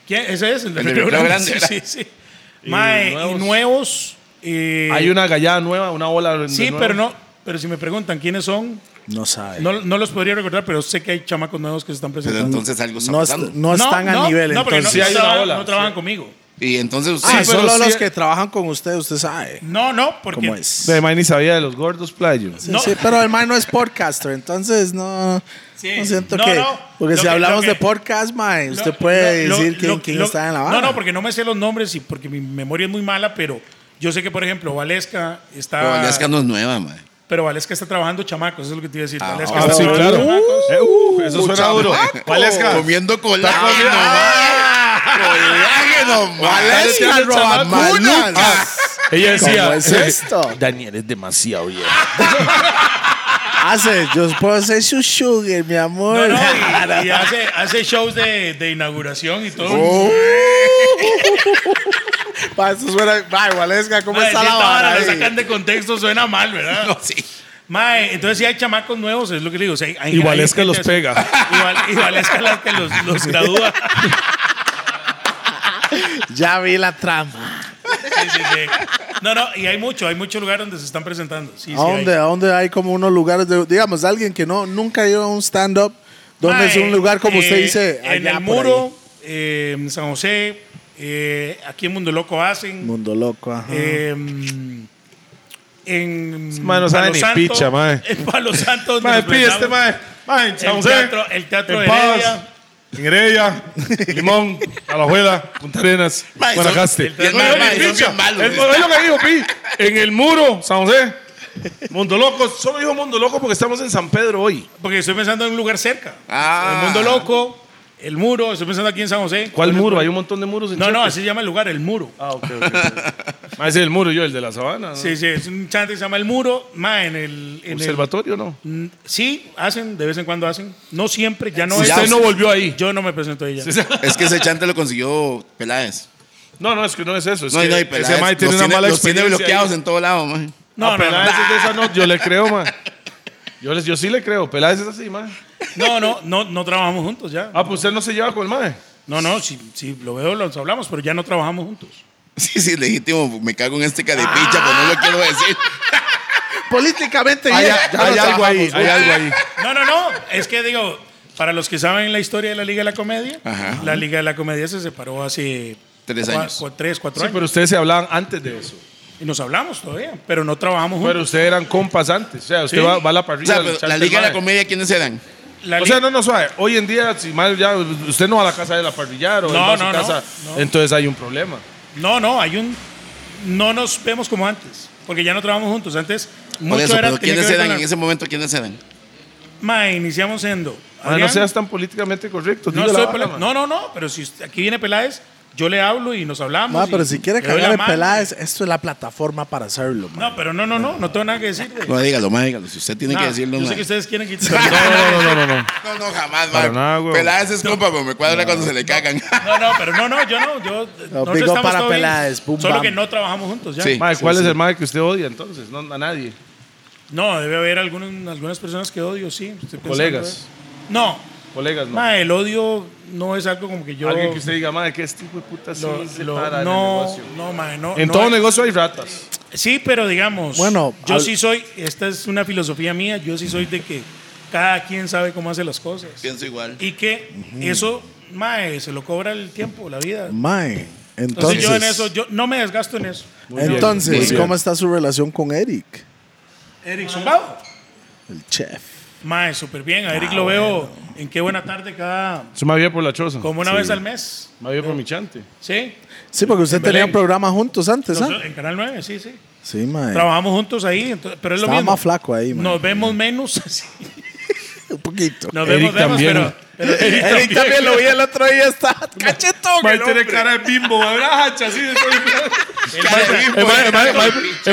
B: ¿Quién? Ese es el de
C: El de
B: Recreo
C: Recreo
B: Grande. Sí,
C: Grande,
B: sí, sí. Mae, y nuevos...
D: nuevos.
B: eh,
D: Hay una gallada nueva, una ola. de
B: Sí,
D: nuevos.
B: pero no... Pero si me preguntan quiénes son,
A: No sabe. No,
B: no, no los podría recordar, pero sé que hay chamacos nuevos que se están
C: Pero
B: presentando.
C: entonces algo está
A: est-
C: pasando.
A: no están a nivel,
B: no, porque no,
A: entonces.
D: Sí, hay una
B: trabajan-
D: ola.
B: no trabajan conmigo.
C: Y entonces pues, usted-
A: Ah,
D: Sí, pero
A: solo
D: sí-
A: los que trabajan con usted, usted sabe
B: No, no, porque
A: cómo es.
D: De Mae ni sabía de los gordos playo.
A: Sí,
B: no.
A: sí, pero el man no es podcaster, entonces no,
B: Sí.
A: no siento
B: No,
A: que...
B: no.
A: Porque
B: Lo
A: si
B: que-
A: hablamos
B: lo
A: de
B: que-
A: podcast, man, usted
B: Lo-
A: puede
B: lo-
A: decir
B: lo-
A: quién,
B: lo-
A: quién
B: lo-
A: está en la barra.
B: No, no, porque no me sé los nombres y porque mi memoria es muy mala, pero yo sé que, por ejemplo, Valesca está.
C: Pero Alaska
A: ah.
C: no es nueva, mae.
B: pero Valesca está trabajando chamacos, eso es lo que te iba a decir. Valesca
C: ah,
B: está
D: sí,
B: trabajando
D: claro.
B: chamacos.
D: Eh, uh, eso suena
C: Chamaco.
D: duro. Valesca.
C: Ah, Comiendo colágeno,
D: comiendo- Ah.
C: mae. Colágeno, mae.
D: Valesca
C: Valesca roba
A: Robacunas.
E: Ella
A: ¿Cómo
E: decía,
A: es esto?
E: Daniel es demasiado viejo.
D: Ah,
A: Hace, yo puedo ser su sugar, mi amor.
B: No, no, y, y hace, hace shows de, de inauguración y todo.
A: Oh, Pa, eso suena... Mae, Valesca, ¿cómo
B: Mae,
A: está
B: si
A: la
B: esta vara
A: vara
B: la
A: ahí?
B: sacan de contexto, suena mal, ¿verdad?
C: Sí.
B: Mae, entonces si hay chamacos nuevos, es lo que le digo. o sea, hay- hay-
D: Y Valesca
B: hay gente
D: los
B: así.
D: pega.
B: Y, Val- y Valesca las que los, los gradúa.
A: Ya vi la trama.
B: Sí, sí, sí. No, no, y hay mucho, hay mucho lugar donde se están presentando. Sí, sí,
A: ¿A dónde,
B: hay.
A: a dónde hay como unos lugares de, digamos, alguien que no nunca ha ido a un stand-up, donde es
B: Mae,
A: un lugar como usted
B: eh,
A: dice,
B: En
A: allá
B: el
A: por
B: muro, eh, en San José, eh, aquí en Mundo Loco
A: ahí?
B: hacen.
A: Mundo loco, ajá.
B: eh, en
D: mae no sabe
B: Palo
D: ni
B: Santo,
D: picha, mae.
B: En Palo Santo. donde
D: Mae,
B: nos
D: pille este
B: presentamos.
D: mae. Mae, en San
B: El
D: José,
B: teatro, el teatro de
D: en Paz,
B: Heredia.
D: En Heredia, Limón, Alajuela, Punta Arenas,
C: Mae, son-
D: Guanacaste.
C: el
D: Oye,
C: teatro- mae,
D: oye,
C: mae, son
D: picha,
C: bien malos,
D: el-
C: güey.
D: Es lo que dijo Pi. En el muro, San José. Mundo Loco, solo dijo Mundo Loco porque estamos en San Pedro hoy.
B: Porque estoy pensando en un lugar cerca.
C: Ah.
B: El Mundo Loco, el muro, estoy pensando aquí en San José.
D: ¿Cuál muro? Hay un montón de muros en
B: No, no,
D: Chepe.
B: así se llama el lugar, el muro.
D: Ah, ok, ok. ok. Mae, ese Ah, es el muro, yo, el de la sabana. ¿no?
B: Sí, sí, es un chante que se llama el muro. Más en el. En el
D: Observatorio, ¿no?
B: Mm, Sí, hacen, de vez en cuando hacen. No siempre, ya no
C: Sí,
B: es.
C: ya
D: Usted no volvió ahí.
B: Yo no me presento ella.
C: Es que ese chante lo consiguió Peláez.
D: No, no, es que no es eso. Es
C: No,
D: que
C: no, y Peláez.
D: ese mae tiene
C: los
D: una
C: tiene,
D: mala
C: los tiene
D: experiencia.
C: bloqueados en todo lado, mae.
D: No,
B: No, no, no,
D: Peláez es de esa, no, yo le creo, man. Yo, les, yo sí le creo, Peláez es así, man.
B: no, no, no, no trabajamos juntos ya.
D: Ah, pues usted no se lleva con el mae.
B: No, no, si, si lo veo, los hablamos, pero ya no trabajamos juntos.
C: Sí, sí, legítimo. Me cago en este caripicha, pero no lo quiero decir.
A: Políticamente
D: Hay,
A: bien, ya
D: hay
A: lo
D: algo ahí,
A: trabajamos,
D: hay
A: güey.
D: algo ahí.
B: No, no, no, es que digo, para los que saben la historia de la Liga de la Comedia,
C: Ajá.
B: la Liga de la Comedia se separó hace.
C: Tres
B: cua-
C: años.
B: cua- tres, cuatro
D: Sí,
B: años.
D: pero ustedes se hablaban antes de eso.
B: Y nos hablamos todavía, pero no trabajamos
D: Pero
B: juntos.
D: ustedes eran compas antes. O sea, usted
B: Sí.
D: va, va a la
C: O
D: parrilla.
C: sea,
D: al
C: pero
D: chat
C: la
D: del
C: Liga de la
D: mae.
C: Comedia, ¿quiénes eran?
B: La
D: O sea,
B: li-
D: no, no, suave. Hoy en día, si mal ya, usted no va a la casa de la parrillar o
B: No,
D: va a su
B: no, no,
D: casa,
B: no.
D: entonces hay un problema.
B: No, no, hay un. No nos vemos como antes, porque ya no trabajamos juntos. Antes,
C: Por
B: mucho
C: eso,
B: era. tenía
C: pero
B: que ver
C: ¿quiénes
B: con
C: eran
B: la-
C: en ese momento? ¿Quiénes eran?
B: Ma, iniciamos siendo.
D: Mae, no
B: Adrián,
D: seas tan políticamente correcto.
B: No,
D: diga la
B: soy
D: vara,
B: Pelá-
D: mae.
B: no, no, no, pero si usted- aquí viene Peláez, yo le hablo y nos hablamos.
A: Ma,
B: y
A: pero si quiere
B: le doy la
A: cagar en
B: mano.
A: Peláez, esto es la plataforma para hacerlo, ma.
B: No, pero no, no, no, no tengo nada que decir. güey.
C: No, dígalo, más dígalo. Si usted tiene
B: Nada,
C: que decirlo,
B: Yo
C: mae.
B: sé que ustedes quieren que
D: No, no, no, no, no.
C: No, no, jamás,
D: Para
C: mae.
D: nada, güey.
C: Peláez es compa, pero me cuadra cuando se le cagan.
B: No, no, pero no, no, yo no. Yo, nosotros
A: big up
B: estamos
A: para
B: todo bien,
A: Peláez, boom,
B: solo
A: bam.
B: que no trabajamos juntos ya.
C: Sí.
D: Mae, ¿cuál
C: sí.
D: es el mae que usted odia entonces? No, a nadie.
B: No, debe haber algunas, algunas personas que odio, sí. estoy pensando,
D: Colegas.
B: eh. No,
D: Colegas, no.
B: ma, el odio no es algo como que yo.
D: Alguien que usted diga, madre, que este hijo de puta sí
B: lo-
D: se
B: lo-
D: para
B: no,
D: en el negocio.
B: no, ma, no.
D: En
B: no
D: todo
B: hay-
D: negocio hay ratas.
B: Sí, pero digamos,
A: Bueno,
B: yo
A: hab-
B: sí soy, esta es una filosofía mía, yo sí soy de que cada quien sabe cómo hace las cosas.
C: Pienso igual.
B: Y que eso, mae, se lo cobra el tiempo, la vida.
A: Mae,
B: Entonces,
A: entonces,
B: yo en eso, yo no me desgasto en eso.
D: bien, muy
A: entonces
D: bien.
A: ¿cómo está su relación con Eric,
B: Eric Zumbao.
A: el chef?
B: Mae, súper bien. A
A: Ah,
B: Eric lo veo en qué buena tarde cada,
D: Yo me había por la choza.
B: como una vez al mes.
D: Me había por mi chante.
B: ¿Sí?
A: Sí, porque usted
B: En
A: tenía
B: Belén.
A: un programa juntos antes, ¿ah?
B: Nosotros- en Canal 9, sí, sí.
A: Sí, mae.
B: Trabajamos juntos ahí, entonces- pero es lo
A: Estaba
B: mismo.
A: más flaco ahí, mae.
B: Nos vemos menos. sí.
A: un poquito.
B: Nos
D: Eric
B: vemos, vemos,
D: también.
B: pero. pero Eric
A: Eric también lo vi el otro día, está cachetón.
D: Mae
A: el
D: tiene
A: hombre.
D: cara de bimbo, ¿verdad? Hacha, así.
C: Bimbo,
D: El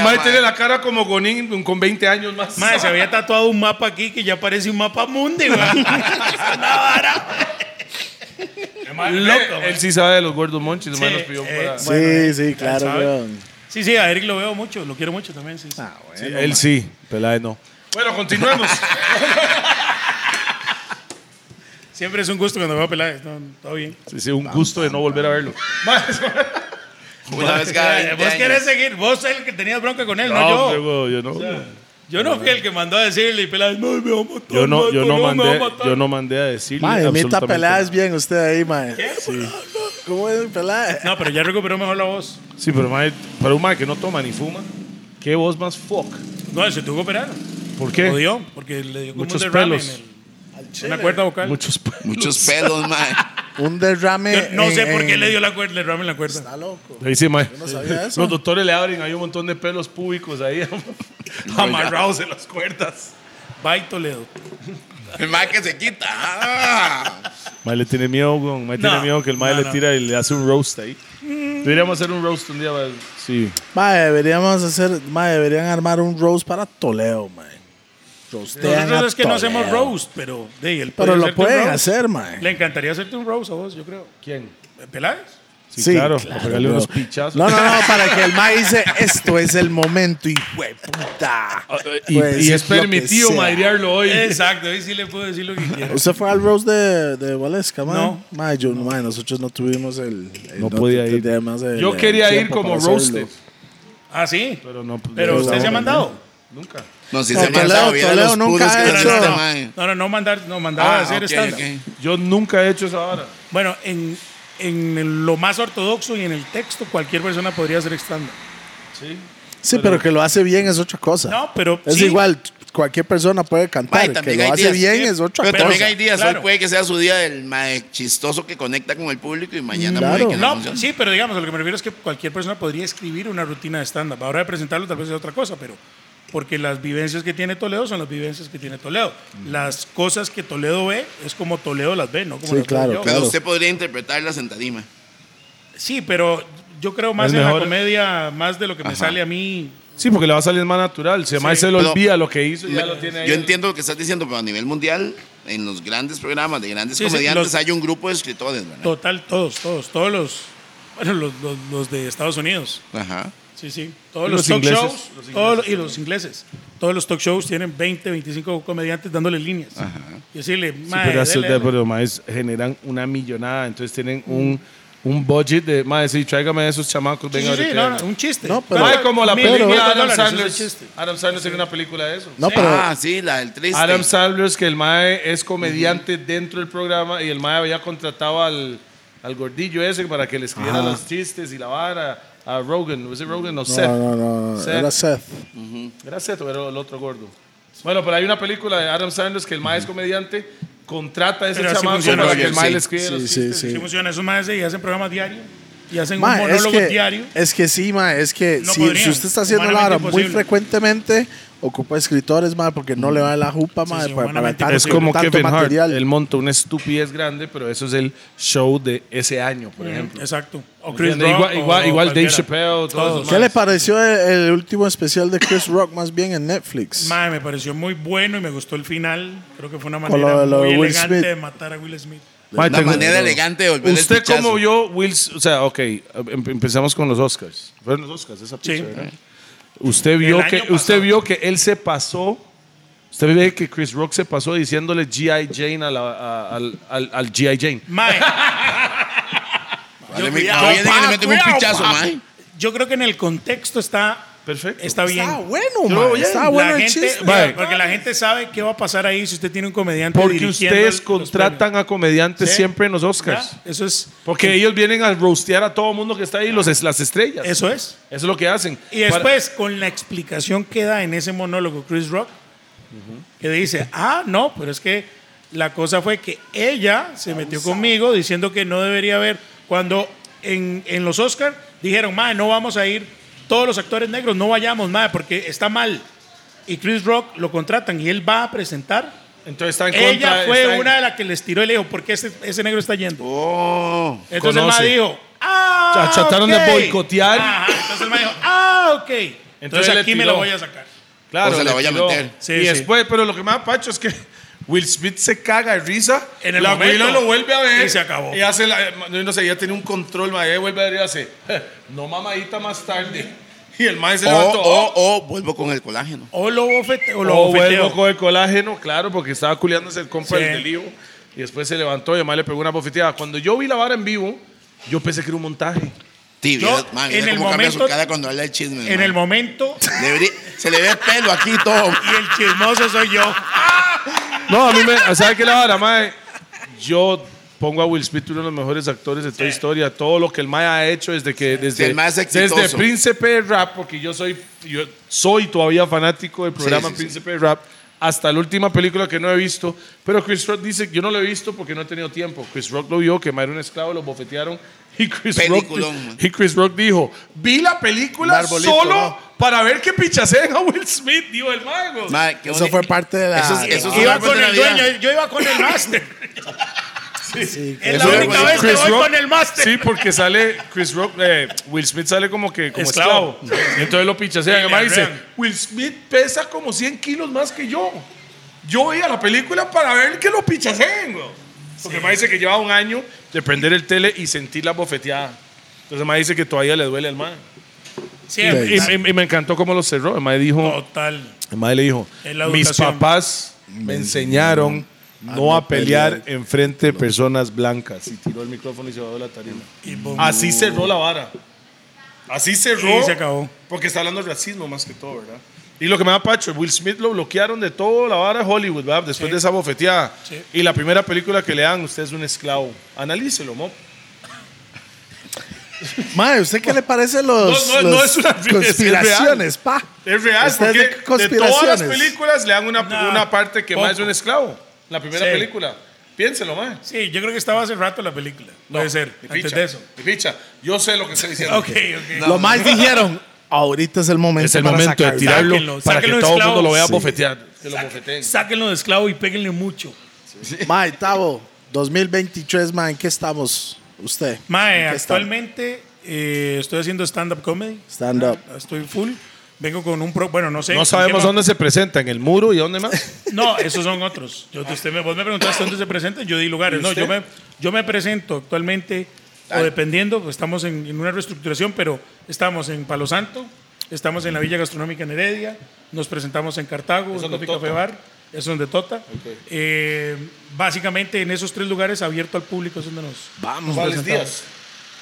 D: mae
C: mae.
D: tiene la cara como Gonin con 20 años más.
B: Mae, se había tatuado un mapa aquí que ya parece un mapa mundi, güey. Loco,
D: Él sí sabe de los gordos monchis. El mae
B: Sí,
D: nos pidió
B: eh,
D: para...
A: Sí,
B: Bueno,
A: sí, claro,
B: ¿sabe?
A: weón.
B: Sí, sí, a Eric lo veo mucho, lo quiero mucho también. Sí, sí.
A: Ah.
D: Sí, él sí, Peláez no. Bueno, continuemos.
B: Siempre es un gusto cuando veo a Peláez, no, todo bien.
D: Sí, sí, un gusto de no volver a verlo. Mae,
C: Una vez cada 20
B: vos querés
C: años.
B: seguir, vos el que tenías bronca con él, no,
D: no,
B: yo.
D: hombre, yo no.
B: Yo no fui el que mandó a decirle y Peláez, no, me va a matar.
E: Yo no, yo
B: Michael,
E: no
B: me va a
E: mandé,
B: matar".
E: yo no mandé a decirle
A: Mae, imita
E: absolutamente
A: peladas
E: nada.
A: bien usted ahí, mae. Sí. ¿Cómo es peladas?
B: No, pero ya recuperó mejor la voz.
E: Sí, pero mae, para un mae que no toma ni fuma, qué voz más fuck.
B: No, él se tuvo que operar.
E: ¿Por qué?
B: Lo dio, porque le dio como
E: Muchos
B: un derrame
E: pelos.
B: en el, una cuerda vocal.
E: Muchos pe-
C: Muchos pelos, mae.
A: Un derrame.
B: Yo no
A: en-
B: sé por qué
A: en-
B: le dio la cuerda, el derrame en la cuerda.
A: Está loco.
E: Ahí sí, mae.
A: No sabía eso.
E: Los doctores le abren, hay un montón de pelos públicos ahí amarrados en las cuerdas.
B: Bye Toledo.
C: El mae que se quita. Ah.
E: Mae le tiene miedo, weón. Mae
B: No,
E: tiene miedo que el mae
B: no,
E: le
B: no.
E: tira y le hace un roast ahí.
A: Mm.
E: Deberíamos hacer un roast un día, mae. Sí.
A: Mae, deberíamos hacer, mae, deberían armar un roast para Toledo, mae. Roastean
B: Nosotros
A: a
B: es que no hacemos
A: Toledo.
B: roast, pero de él
A: Pero
B: podría
A: lo
B: hacerte un
A: pueden
B: roast.
A: hacer, mae.
B: Le encantaría hacerte un roast a vos, yo creo.
E: ¿Quién?
B: ¿Peláez?
E: Sí, claro.
A: claro,
E: Pegarle unos
A: pero-
E: pichazos.
A: No, no, no, para que el mae dice, esto es el momento, y puta. Pues,
E: Y,
B: Pues
E: y es permitido madrearlo hoy.
B: Exacto, ahí sí le puedo decir lo que quiera.
A: ¿Usted fue al roast de, de Valesca, mae?
B: No.
A: Mae, yo, mae, nosotros no tuvimos el... el-
E: No podía ir.
A: teníamos el-
D: Yo
A: el
D: quería ir
A: tiempo
D: como
A: para hacerlo.
D: roasted.
B: Ah, sí.
E: Pero no. pues,
B: Pero
E: no,
B: usted se ha
E: no,
B: mandado.
C: No, si
A: No,
C: se me
A: Toledo,
C: ha viera
A: Toledo
C: los
A: nunca
C: puros
A: ha
C: que
B: No,
C: tiene
A: hecho-
C: este
B: no,
C: mae.
B: no, no, no mandar, no mandaba a hacer
C: Ah, ok,
B: stand-up.
C: ok.
E: Yo nunca he hecho esa vara.
B: Bueno, en, en el- lo más ortodoxo y en el texto, cualquier persona podría hacer stand-up.
A: Sí, pero que lo hace bien es otra cosa.
B: No, pero
A: Es
B: sí.
A: igual, cualquier persona puede
C: Mae,
A: cantar. que
C: también hay
A: lo hace
C: días.
A: bien
B: Sí,
A: es otra
C: Pero
A: cosa.
C: también hay días.
B: Claro.
C: Hoy puede que sea su día del mae chistoso que conecta con el público y mañana
A: Claro.
C: puede que no,
B: No,
C: funcione.
B: sí, pero digamos, a lo que me refiero es que cualquier persona podría escribir una rutina de stand-up. Ahora de presentarlo tal vez es otra cosa, pero porque las vivencias que tiene Toledo son las vivencias que tiene Toledo. Las cosas que Toledo ve es como Toledo las ve, ¿no? Como
A: Sí,
B: las veo
A: claro,
B: yo.
C: Pero
A: claro.
C: usted podría interpretarlas en tarima.
B: Sí, pero yo creo más
E: Es
B: en la
E: mejor-
B: comedia, más de lo que me sale a mí.
E: Sí, porque le va a salir más natural. Si además se le
C: Pero-
E: olvida lo que hizo, ya
C: Me-
E: lo tiene ahí.
C: Yo entiendo lo que estás diciendo, pero a nivel mundial, en los grandes programas de grandes
B: Sí, sí,
C: comediantes
B: los-
C: hay un grupo de escritores, ¿verdad?
B: Total, todos, todos, todos los, bueno, los, los- los de Estados Unidos.
C: Ajá.
B: Sí, sí. Todos
E: Y
B: los,
E: los
B: talk
E: ingleses.
B: shows. todos los- y los ingleses. Todos los talk shows tienen 20, 25 comediantes dándole líneas. Y decirle,
E: Sí,
B: "Mae,
E: pero hace-
B: dele, dele".
E: pero, mae, es- generan una millonada. Entonces tienen un, un budget de. Mae, sí, tráigame esos chamacos.
B: Sí,
E: Venga,
B: sí, sí,
E: ahorita.
B: no, no, un chiste.
A: No, pero-
B: Mae,
D: Mae, como la
B: mil,
D: película
B: mil
D: de Adam
B: dólares,
D: Sandler.
B: ese es el chiste.
D: Adam Sandler sería una película de eso.
A: No, pero
C: ah, sí, la del triste.
E: Adam Sandler, que el Mae es comediante dentro del programa y el Mae había contratado al, al gordillo ese para que le escribiera los chistes y la vara a Rogan. ¿Es Rogan? No, Seth.
A: No, no, no, no,
E: Seth.
A: Era Seth.
E: ¿Era Seth o era el otro gordo? Bueno, pero hay una película de Adam Sandler que el Mae es comediante, contrata a ese
B: Pero así
E: chamaco
B: funciona,
E: para que el
C: sí.
E: Mae le escriba los
A: Sí,
E: chistes.
A: sí, sí.
B: Sí funciona, esos maes y hacen programas diarios y hacen
A: Ma,
B: un
A: es
B: monólogo
A: que,
B: diario.
A: es que sí, ma, es que
B: No
A: si,
B: podrían,
A: si usted está haciendo la hora
B: humanamente
A: muy
B: imposible.
A: frecuentemente, ocupa escritores, ma, porque no le va la jupa, ma,
B: Sí, sí,
A: para, para
B: humanamente
A: tanto,
E: Es como
A: tanto
E: Kevin Hart.
A: material.
E: Él monta una estupidez grande, pero eso es el show de ese año, por ejemplo.
B: Exacto. O
E: ¿Me
B: Chris
E: entiende?
B: Rock,
E: Igual-
B: o
E: igual- igual Dave
B: cualquiera.
E: Chappelle, todos los
A: ¿Qué
E: más.
A: le pareció el, el último especial de Chris Rock, más bien en Netflix?
B: Mae, me pareció muy bueno y me gustó el final. Creo que fue una
A: Con
B: manera
A: lo de lo
B: muy
A: de Will
B: elegante
A: Smith.
B: de matar a Will Smith.
E: Mae,
C: Una
E: tengo-
C: manera elegante de volver el
E: ¿Usted
C: pichazo.
E: cómo vio Will? S- O sea, ok, em- empezamos con los Oscars. Fueron los Oscars, esa
B: Sí.
E: pizza, ¿verdad? Usted vio,
B: año
E: que,
B: pasado.
E: usted vio que él se pasó. Usted ve que Chris Rock se pasó diciéndole G.I. Jane a la- a- al, al- al G.I. Jane.
B: Mae,
C: Vale, me-
B: cuidado,
C: no viene que le
B: pa,
C: meten un
B: cuidado,
C: pichazo,
B: pa.
C: mae.
B: yo creo que en el contexto está,
E: Perfecto.
B: está bien.
A: Está bueno, ma,
E: oye,
A: está bueno
B: la
A: el
B: gente,
A: chiste.
E: Mae.
B: porque la gente sabe qué va a pasar ahí si usted tiene un comediante
E: Porque
B: dirigiendo
E: ustedes
B: el- los
E: contratan a comediantes
B: Sí.
E: siempre en los
B: premios.
E: Oscars.
B: ¿Ya? Eso es
E: Porque ellos vienen a rostear a todo mundo que está ahí, los, es- las estrellas. Eso.
B: eso es.
E: es lo que hacen.
B: Y después, con la explicación que da en ese monólogo Chris Rock, que dice, ah, no, pero es que la cosa fue que ella se metió conmigo diciendo que no debería haber, cuando en, en los Oscars dijeron, madre, no vamos a ir, todos los actores negros, no vayamos, madre, porque está mal. Y Chris Rock lo contratan y él va a presentar
E: Entonces está en contra.
B: Ella
E: está
B: fue
E: en-
B: una de las que les tiró y le dijo, ¿por qué ese, ese negro está yendo?
C: Oh.
B: Entonces el
E: conoce.
B: mae dijo, ah,
E: Tra- trataron de
B: ok".
E: boicotear.
B: Ajá, entonces el mae dijo, ah, ok. Entonces,
E: Entonces le
B: aquí me la
E: tiró.
B: voy a sacar.
E: Claro,
C: O se la
E: le
C: vaya a
E: tiró.
C: meter.
B: Sí,
E: y
B: sí.
E: después, pero lo que me da pacho es que Will Smith se caga de risa.
B: En el
E: la
B: momento.
E: abuela lo vuelve a ver.
B: Y se acabó.
E: Y hace la- yo no sé, ya tiene un control, ma, ella vuelve a ver y hace, "Eh, no mamadita más tarde. Y el mae se
C: O,
E: levantó.
C: o, o, vuelvo con el colágeno.
B: O lo bofeteo. O lo
E: O
B: bofeteo.
E: vuelvo con el colágeno, claro, porque estaba culiándose el compa
B: Sí.
E: del lío. Y después se levantó y además le pegó una bofeteada. Cuando yo vi la vara en vivo, yo pensé que era un montaje.
C: Sí,
B: Yo,
C: vieras, man,
B: en
C: en
B: el
C: cómo cambia
B: momento-
C: su cara cuando habla el chisme.
B: En
C: man.
B: el momento,
C: Le bri- se le ve el pelo aquí y todo.
B: y el chismoso soy yo.
E: No, a mí me. ¿Sabes qué la vara, mae? Yo pongo a Will Smith uno de los mejores actores de toda historia. Todo lo que el mae ha hecho desde que. Desde,
C: el mae es exitoso.
E: desde Príncipe de Rap, porque yo soy, yo soy todavía fanático del programa
C: sí, sí.
E: Príncipe de Rap. Hasta la última película que no he visto. Pero Chris Rock dice: Yo no lo he visto porque no he tenido tiempo. Chris Rock lo vio, que mae era un esclavo, lo bofetearon. Y Chris, Rock,
C: Peliculón, man.
E: y Chris Rock dijo: Vi la película
A: Barbolito,
E: solo
A: ¿no?
E: para ver qué pichacen a Will Smith, dijo el mae. güey.
C: Man, Ah, qué
A: Eso
C: boni-
A: fue parte de la.
C: Eso es- eso es-
B: Iba
C: una
B: con el
C: personalidad.
B: dueño, yo iba con el máster.
A: sí,
B: Es la
C: Eso es
B: única
C: bueno.
B: vez que
E: Chris
B: voy
E: Rock.
B: con el máster.
E: Sí, porque sale Chris Rock, eh, Will Smith sale como que como esclavo.
B: Esclavo.
E: Y entonces lo
B: Y
E: pichasean. Y
B: le
E: además dice,
B: arrean.
E: Will Smith pesa como 100 kilos más que yo. Yo voy a la película para ver que lo pichaseen, güey. Porque además dice que lleva un año de prender el tele y sentir la bofeteada. Entonces además dice que todavía le duele al man.
B: Siempre.
E: Y, y- y me encantó cómo lo cerró. Además dijo,
B: Total.
E: el mae le dijo,
B: Es la
E: mis
B: educación.
E: papás me enseñaron Mm. Ah, no a pelear en frente de personas blancas. Y tiró el micrófono y se bajó de la tarima.
B: Y boom.
E: Así cerró la vara. Así cerró.
B: Y se acabó.
E: Porque está hablando de racismo más que todo, ¿verdad? Y lo que me da Pacho, Will Smith lo bloquearon de toda la vara de Hollywood, ¿verdad? Después de esa bofeteada.
B: Sí.
E: Y la primera película que le dan, usted es un esclavo. Analícelo, ¿no?
A: Mae, ¿usted qué le parece los,
E: No, no, no
A: los
E: es una- es real.
A: conspiraciones, pa?
E: Es real,
A: Usted es de
E: porque de, todas las
A: conspiraciones.
E: películas le dan una,
B: Nah,
E: una parte que más es
B: poco.
E: un esclavo. La primera
B: Sí.
E: película. Piénselo, más.
B: Sí, yo creo que estaba hace rato la película. Puede ser. Antes de eso.
E: Picha, yo sé lo que estoy diciendo.
B: Ok, ok.
A: Lo más dijeron, ahorita es el momento.
E: Es el
A: para
E: momento de
A: sacarlo.
E: tirarlo
B: Sáquenlo,
E: para
B: sáquenlo
E: que todo el mundo
B: esclavos.
E: lo vea
B: Sí.
E: bofetear. Que lo bofeteen.
B: Sáquenlo de esclavo y péguenle mucho.
A: Mae, Tavo, 2023, mae, ¿en qué estamos? Usted.
B: Mae,
A: ¿En qué está?
B: actualmente eh, estoy haciendo stand-up comedy.
A: Stand up.
B: Estoy full. Vengo con un pro. Bueno, no sé.
E: No sabemos
B: ¿Qué ma-
E: dónde se presenta, en el muro y dónde más.
B: No, esos son otros. Yo, usted me, vos me preguntaste dónde se presenta, yo di lugares. No, yo me, yo me presento actualmente, o dependiendo, pues, estamos en, en una reestructuración, pero estamos en Palo Santo, estamos en la Villa Gastronómica en Heredia, nos presentamos en Cartago, en Coffee Café Bar, eso es donde Tota. Eh, básicamente en esos tres lugares abierto al público es donde nos.
A: Vamos.
E: ¿Cuáles
B: presentamos.
E: días?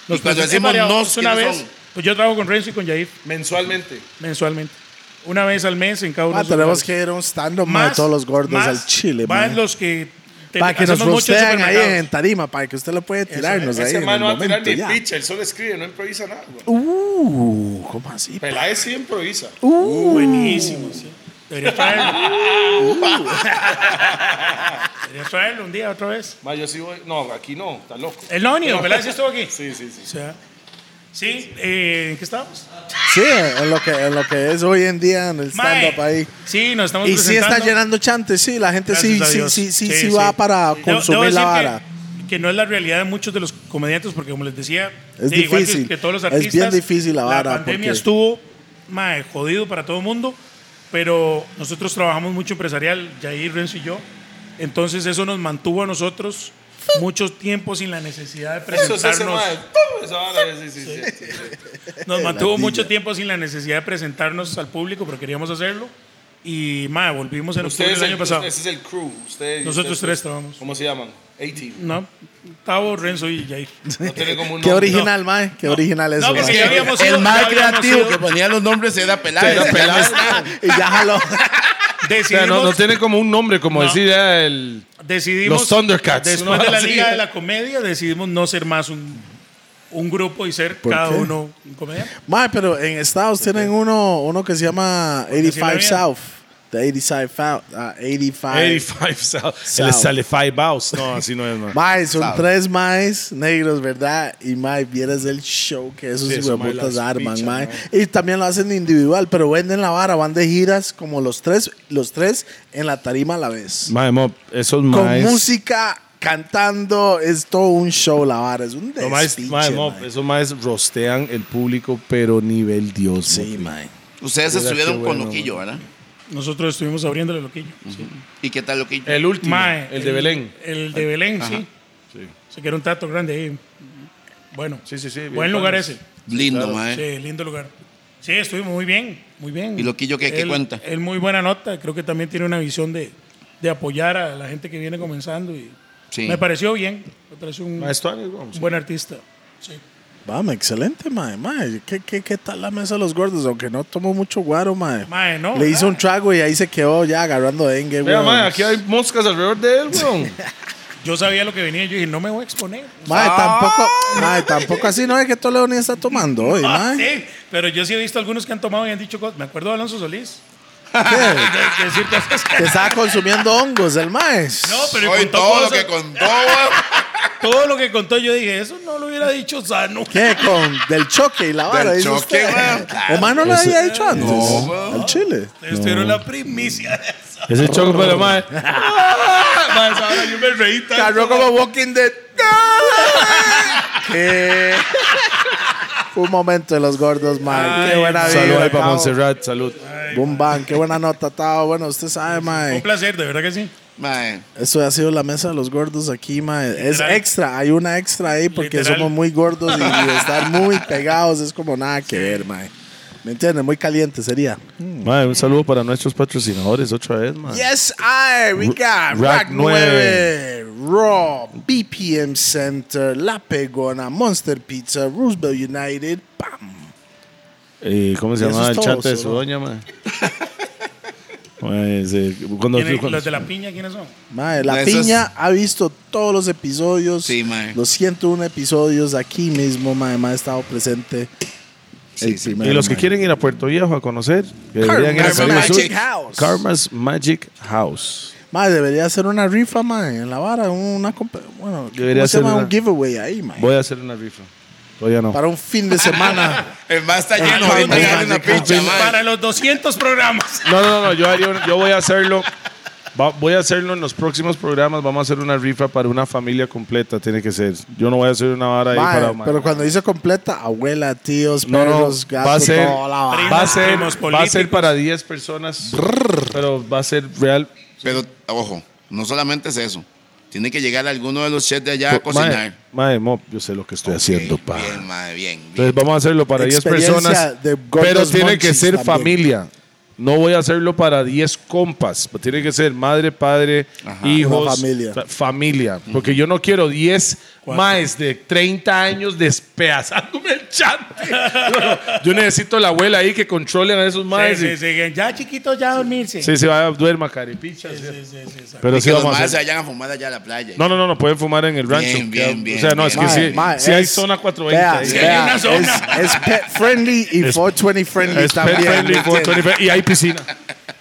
B: Nos
C: Y cuando
B: presentamos
C: decimos
B: variado,
C: nos,
B: es una
C: ¿quiénes
B: vez.
C: son?
B: Pues yo trabajo con Renzo y con Yair
E: Mensualmente.
B: mensualmente. Una vez al mes en cada uno
A: Ah,
B: de esos
A: tenemos
B: lugares.
A: que ir a un stand-up, mae, todos los gordos
B: más
A: al chile,
B: Más
A: mae.
B: los que te-
A: Para que nos
B: hacemos mucho en
A: rostean ahí
B: supermercados.
A: en tarima, para que usted lo puede tirarnos ahí
E: Ese
A: en el
E: man no va a tirar
A: momento.
E: ni
A: ya.
E: picha, él solo escribe, no improvisa nada. güey.
A: Uh, ¿cómo así?
E: Peláez sí improvisa.
B: Uh, buenísimo, sí. Deberías traerlo.
A: Uh.
B: Deberías traerlo un día otra vez.
E: Ma, yo sí voy. No, aquí no, está loco.
B: El no, ni ¿verdad? Sí estuvo aquí.
E: Sí, sí, sí.
B: O sea, sí, eh, ¿en qué estábamos?
A: Sí, en lo, que, en lo que es hoy en día en el
B: Mae,
A: stand-up ahí.
B: Sí, nos estamos
A: Y sí está
B: presentando.
A: llenando chantes, sí, la gente Este sí,
B: Gracias a
A: sí, sí,
B: Dios.
A: sí,
B: Sí,
A: sí
B: sí.
A: va para
B: Debo- debo
A: consumir
B: decir
A: la
B: que-
A: vara.
B: Que, no es la realidad de muchos de los comediantes, porque como les decía,
A: Es
B: sí, igual que-
A: difícil.
B: que, todos los
A: Es
B: artistas.
A: bien difícil la vara,
B: La pandemia
A: porque-
B: estuvo mae, jodido para todo el mundo, pero nosotros trabajamos mucho empresarial, Jair, Renzo y yo. Entonces eso nos mantuvo a nosotros mucho tiempo sin la necesidad de
E: Eso es ese
B: presentarnos.
E: mae. ¡Pum! Esa vara, sí, sí, sí.
B: Nos mantuvo mucho tiempo sin la necesidad de presentarnos al público, pero queríamos hacerlo. Y mae, volvimos en octubre
E: Ustedes,
B: del año pasado.
E: Ese es el crew. Ustedes,
B: Nosotros
E: ustedes-
B: tres trabajamos.
E: ¿Cómo se llaman? A-Team.
B: No, Tavo, Renzo y Jair.
E: No tiene como un
A: Qué
E: nombre.
A: original, mae. Qué original eso,
B: No, porque
A: mae.
B: ya habíamos ido-
A: El más
B: ya habíamos
A: creativo
B: ido-
A: que
C: Que ponía los nombres era Peláez.
E: Era Peláez.
A: y ya jaló.
E: O sea,
B: Decidimos,
E: no, no tiene como un nombre, como
B: No.
E: decir eh, el.
B: decidimos
E: Los Thundercats.
B: Después
E: No,
B: de la
E: sí.
B: Liga de la Comedia, decidimos no ser más un, un grupo y ser
A: ¿Por
B: cada
A: qué?
B: uno un comediante.
A: Mae, pero en Estados tienen uno, uno que se llama
B: sí la
A: 85
B: había.
A: South. The 85 South. ah, 85.
E: 85 South. El sale Five House. No, así no es, man.
A: Mae, son
C: South.
A: tres maes negros, ¿verdad? Y mae, vieras el show que esos
E: Sí, eso, mae,
A: huevotas
E: las
A: arman,
E: pichas,
A: mae. Y también lo hacen individual, pero venden la vara, van de giras como los tres, los tres en la tarima a la vez.
E: Mae, mo, esos
A: Con
E: maes.
A: música, cantando, es todo un show la vara, es un
E: No, pues, maes,
A: despiche,
E: mae, mo,
A: mae.
E: esos maes rostean el público, pero nivel Dios.
A: Sí,
E: mo.
A: mae.
C: Ustedes
E: Mira qué
C: estuvieron con
E: bueno,
C: Loquillo, ¿verdad?
B: Nosotros estuvimos abriéndole loquillo. sí.
C: ¿Y qué tal Loquillo?
E: El último.
B: Mae,
E: el de Belén.
B: El de Belén, sí. Se quedó un tato grande ahí. Bueno,
E: Sí, sí, sí, bien
B: buen lugar
E: panas.
B: ese.
C: Lindo, mae.
B: Sí, lindo lugar. Sí, estuvimos muy bien, muy bien.
C: Ah, ¿eh? ¿Y Loquillo qué- qué
B: Él-
C: cuenta?
B: Él muy buena nota, creo que también tiene una visión de, de apoyar a la gente que viene comenzando. Y
C: Sí.
B: Me pareció bien, me pareció un,
E: Mae, esto es- vamos.
B: un buen artista. Sí.
A: Vamos, excelente, mae. mae. ¿Qué, qué, qué tal la mesa de los gordos? Aunque no tomó mucho guaro, mae.
B: Mae, no,
A: Le hizo
B: ¿verdad?
A: un trago y ahí se quedó ya agarrando dengue,
E: Vea,
A: weón.
E: mae, aquí hay moscas alrededor de él, weón.
B: Yo sabía lo que venía, yo dije, no me voy a exponer.
A: Mae, tampoco, mae, tampoco así no es que Toledo está tomando hoy,
B: Ah,
A: mae.
B: sí, pero yo sí he visto algunos que han tomado y han dicho cosas. Me acuerdo de Alonso Solís.
A: ¿Qué?
B: de- de decir cosas que-
A: Que estaba consumiendo hongos, el mae.
B: No, pero
C: Hoy
B: contó
C: todo lo
B: cosas-
C: que contó, weón.
B: todo lo que contó yo dije, eso no lo hubiera dicho sano.
A: ¿Qué? Con del choque y la vara.
C: Del
A: dice usted.
C: choque, weón, claro.
A: O más no lo había dicho antes.
C: weón.
A: Al chile.
B: Estuvieron la primicia de eso.
E: Ese choco, pero mae.
B: Ma, esa hora yo me reí tanto.
A: como Walking Dead. ¿Qué? Fue un momento de los gordos, mae. Qué buena
E: Salud
A: vida.
E: ahí para
A: Tao.
E: Montserrat, salud.
A: Boom bang, qué buena nota, Tao. Bueno, usted sabe,
B: Un
A: mae.
B: placer, de verdad que sí.
C: Mae.
A: Eso ha sido la mesa de los gordos aquí, mae. Es
B: Literal.
A: extra, hay una extra ahí porque
B: Literal.
A: somos muy gordos y, y estar muy pegados es como nada que ver, mae. ¿Me entiendes? Muy caliente sería.
E: Mae, un saludo para nuestros patrocinadores otra vez, mae.
A: Yes, I. We got Rack,
E: Rack
A: 9, Raw, BPM Center, La Pegona, Monster Pizza, Roosevelt United. ¡Pam!
E: Eh, ¿Cómo se
A: Eso
E: llamaba
A: es
E: el
A: todo,
E: chante de su
A: solo.
E: doña, mae? Mae, ese- cuando,
B: ¿Quiénes-
E: cuando-
B: Los de la piña, ¿quiénes son?
A: Mae, la
C: Eso es-
A: piña ha visto todos los episodios.
C: Sí, mae.
A: Los 101 episodios aquí mismo, mae. mae ha estado presente. el primero,
E: Y los que
A: mae.
E: quieren ir a Puerto Viejo a conocer, que deberían ir a
A: Karma's
E: Caribe
A: Magic
E: Sur.
A: House.
E: Karma's Magic House.
A: Mae, debería hacer una rifa, mae, en la vara. Una, comp- bueno,
E: Debería
A: ¿cómo se
E: hacer
A: llama?
E: una-
A: Un giveaway ahí, mae.
E: Voy a hacer una rifa. Todavía no.
A: Para un fin de semana.
C: El más está
A: Ah,
C: lleno.
A: no,
C: Venga,
A: no,
C: dale
A: no,
C: una
A: no,
C: pincha,
A: no,
C: mae.
B: Para los 200 programas.
E: No, no, no, yo, haría- yo voy a hacerlo. Va- voy a hacerlo en los próximos programas. Vamos a hacer una rifa para una familia completa. Tiene que ser. Yo no voy a hacer una vara ahí
A: Mae,
E: para.
A: eh, pero cuando dice completa, abuela, tíos,
E: No, no,
A: perros, gatos,
E: va a ser-
A: toda la vara.
E: va a ser,
B: primos
E: va a ser
B: políticos.
E: para 10 personas. Pero va a ser real.
C: Pero, ojo, no solamente es eso. Tiene que llegar alguno de los chefs de allá a
E: Pues, Mae,
C: cocinar.
E: mae, mo, yo sé lo que estoy haciendo, pa.
C: Bien, mae, bien. bien.
E: Entonces vamos a hacerlo para 10
A: Experiencia
E: personas,
A: de gordos
E: pero tiene que
A: monchis
E: ser
A: también.
E: familia. No voy a hacerlo para 10 compas, pero tiene que ser madre, padre, hijos,
A: Una familia.
E: fa- familia. Porque yo no quiero 10 más de 30 años despedazándome el chat. yo necesito la abuela ahí que controlen a esos
B: Sí,
E: madres.
B: sí,
E: Sí, sí,
B: sí, Ya chiquitos, ya a dormirse.
E: sí, vaya, duerma, caripicha. sí.
B: Sí, sí, sí, sí.
E: Pero
C: Y
E: sí
C: que los
E: vamos a
C: más se
E: hacer.
C: vayan a fumar allá a la playa.
E: No, no, no, no pueden fumar en el rancho.
C: bien, bien,
E: o sea, no, es
C: bien.
E: que
A: Mae,
E: sí,
A: mae,
E: sí hay
A: es-
E: zona 420.
A: vea,
E: ahí.
C: Sí, hay
A: vea,
B: una zona.
A: Es, es pet friendly y 420 friendly
E: Es pet
A: también.
E: friendly,
A: ¿me
E: for
A: entiendes?
E: 25, y hay piscina.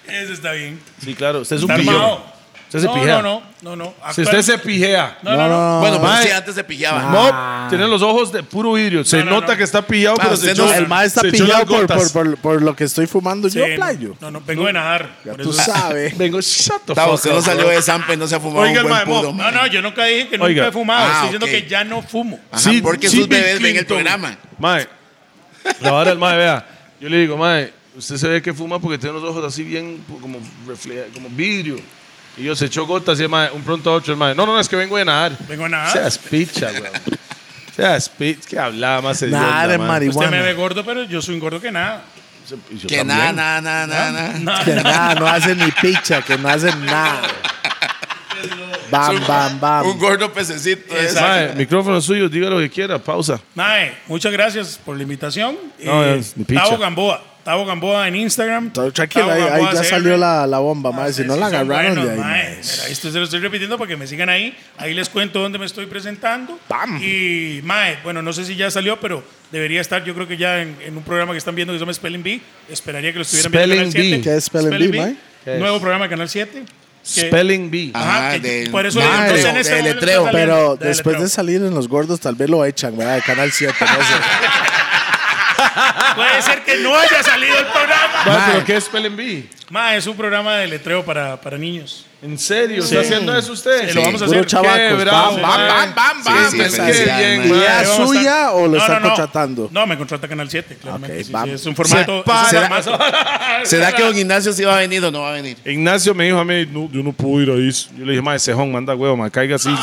B: Eso está bien.
E: Sí, claro. Usted es
B: Está armado.
E: Usted se
B: no, no,
E: pijea.
B: no, no, no.
E: Si
B: Actual-
E: usted se pijea,
B: No, no, no.
C: Bueno, pero
E: mae.
C: sí, antes se pillaban.
E: Mop,
A: Ah.
E: tiene los ojos de puro vidrio. Se
B: No, no,
E: nota
B: no.
E: que está pillado, pero se
C: usted
E: echó,
C: no-
A: El mae está
E: se echó
A: pillado
E: las
A: por, por,
E: gotas.
A: por- por lo que estoy fumando
B: Sí,
A: yo, playo.
B: No, no, vengo de nadar.
A: Ya
B: por
A: tú
B: eso-
A: sabes.
E: Vengo, shut the
C: Tavo,
E: fuck
C: usted
E: up,
C: no salió
E: bro.
C: de Zampa y no se ha fumado
E: Oiga,
C: un buen
E: el mae,
C: puro,
E: mo-
C: mae.
B: No, no, yo nunca dije que
E: Oiga.
B: nunca he fumado.
C: Ah,
B: Estoy diciendo
C: ok.
B: que ya no fumo.
C: Ajá,
E: Sí,
C: porque
E: sí,
C: sus
E: Bill
C: bebés ven el
E: Clinton.
C: programa.
E: Mae, la vara del mae, vea. Yo le digo, mae, usted se ve que fuma porque tiene los ojos así bien como, refleja, como vidrio. Y yo se echó gotas y el mae, un pronto a ocho, el mae. No, no, no, es que vengo de nadar.
B: Vengo de nadar.
E: Seas picha, weón. Seas picha. Que hablaba más
A: Nada de
B: Usted me
A: marihuana.
B: ve gordo, pero yo soy un gordo que nada.
C: Que nada, nada, nada, nada. nada.
A: Que nada, no hacen ni picha, que no hacen nada. Bam, bam,
C: Un
A: bam.
C: gordo pececito. ese.
E: Mae, micrófono suyo, diga lo que quiera, pausa.
B: Mae, muchas gracias por la invitación.
E: No, es ni picha.
B: Tavo Gamboa. Tavo Gamboa en Instagram.
A: Todo Tranquilo,
B: Tavo
A: ahí, ahí
B: Gamboa
A: ya
B: CR.
A: salió la, la bomba, mae. Ah, Si no la
B: Son
A: agarraron de ahí,
B: buenos, mae.
A: mae.
B: Pero Esto se lo estoy repitiendo para que me sigan ahí. Ahí les cuento dónde me estoy presentando. Y Mae, bueno, no sé si ya salió, pero debería estar, yo creo que ya en, en un programa que están viendo que se llama Spelling Bee. Esperaría que lo estuvieran
E: Spelling
B: viendo. en Canal
E: Bee.
A: ¿Qué es Spelling Bee, mae?
D: es?
B: Nuevo programa de Canal 7. que-
D: Spelling Bee.
B: Ajá,
C: Ajá,
B: que
C: de-
B: por eso
A: Madre,
B: entonces en
C: de
B: este momento está
C: letreo.
B: saliendo-
A: Pero
B: de
A: después
B: letreo.
A: de salir en Los Gordos, tal vez lo echan, ¿verdad? De Canal 7, no sé.
B: Puede ser que no haya salido el programa.
D: Mae, ¿Pero qué es Spelling Bee?
B: Ma, es un programa de letreo para, para niños.
D: ¿En serio? ¿Está haciendo eso usted?
B: Eh, Lo vamos a
A: Puro
B: hacer.
A: chabacos.
D: bravo,
A: Bam,
D: mae.
A: bam, bam, bam,
C: Sí,
A: bam.
C: sí,
A: Esa
C: felicidades,
A: es
C: mae.
D: bien,
B: ¿Qué?
D: mae.
A: ¿Idea
B: Ahí vamos a
A: suya
B: estar.
A: o lo están
B: no.
A: contratando?
B: No, me contrata Canal 7, claramente.
A: Ok,
B: sí, sí,
A: vamos.
B: es un formato.
C: Para-
B: es un formato.
C: ¿Será que don Ignacio sí va a venir o no va a venir?
E: Ignacio me dijo a mí, no, yo no puedo ir ahí. Yo le dije, mae, cejón, manda huevo, mae, caiga así.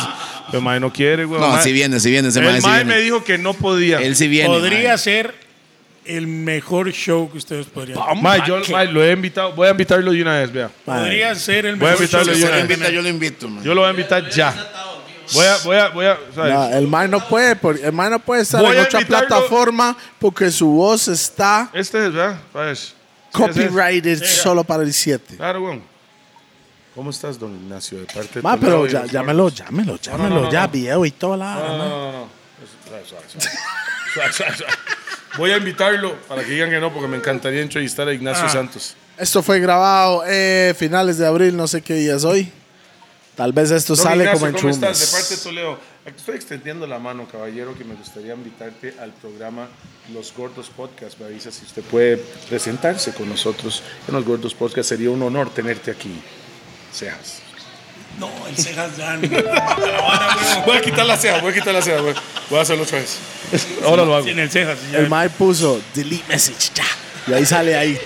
E: Pero mae no quiere, huevo.
C: No,
E: mae.
C: sí viene, sí viene. Ese mae
E: El
C: sí
E: mae
C: viene.
E: me dijo que no podía.
C: Él sí viene.
B: Podría
C: mae.
B: ser el mejor show que ustedes podrían
E: Mae, yo
B: ¿Qué?
E: mae, lo he invitado. Voy a invitarlo de una vez, vea.
B: Podría ser el
E: Voy a
B: mejor show.
E: invitarlo
B: que
E: yo.
C: Si
B: ustedes
C: lo
E: Yo
C: invita,
B: tengan.
C: yo lo invito, mae.
E: Yo lo voy a invitar ya. Voy a, voy a, voy a. o sea,
A: No, el man no puede, por- el man no puede estar
E: Voy
A: en
E: a
A: otra
E: invitarlo.
A: plataforma porque su voz está
E: Este es, ¿verdad? ¿Sabes?
A: copyrighted solo para el 7.
E: Claro, weón. ¿Cómo estás, don Ignacio? De parte de
A: Ma,
E: Toledo
A: pero
E: y
A: ya,
E: los
A: llámelo, llámelo, llámelo, ya, video y todo la.
E: No, no, no, no. Suave, suave, suave. Suave, suave, suave. Voy a invitarlo para que digan que no, porque me encantaría entrevistar a Ignacio
A: Ah,
E: Santos.
A: Esto fue grabado eh, finales de abril, no sé qué día es hoy. Tal vez esto
E: Don
A: sale
E: Ignacio,
A: como en
E: ¿cómo
A: chumas.
E: estás? De parte de Toledo. Aquí Estoy extendiendo la mano, caballero, que me gustaría invitarte al programa Los Gordos Podcast. Me avisa si usted puede presentarse con nosotros en Los Gordos Podcast. Sería un honor tenerte aquí. Seas.
B: No, el cejas ya no.
E: Voy a quitar la ceja, voy a quitar la ceja. Voy voy a hacerlo otra vez. Ahora lo hago.
B: En el cejas. ya.
A: El Mae puso delete message ya. Y ahí sale ahí.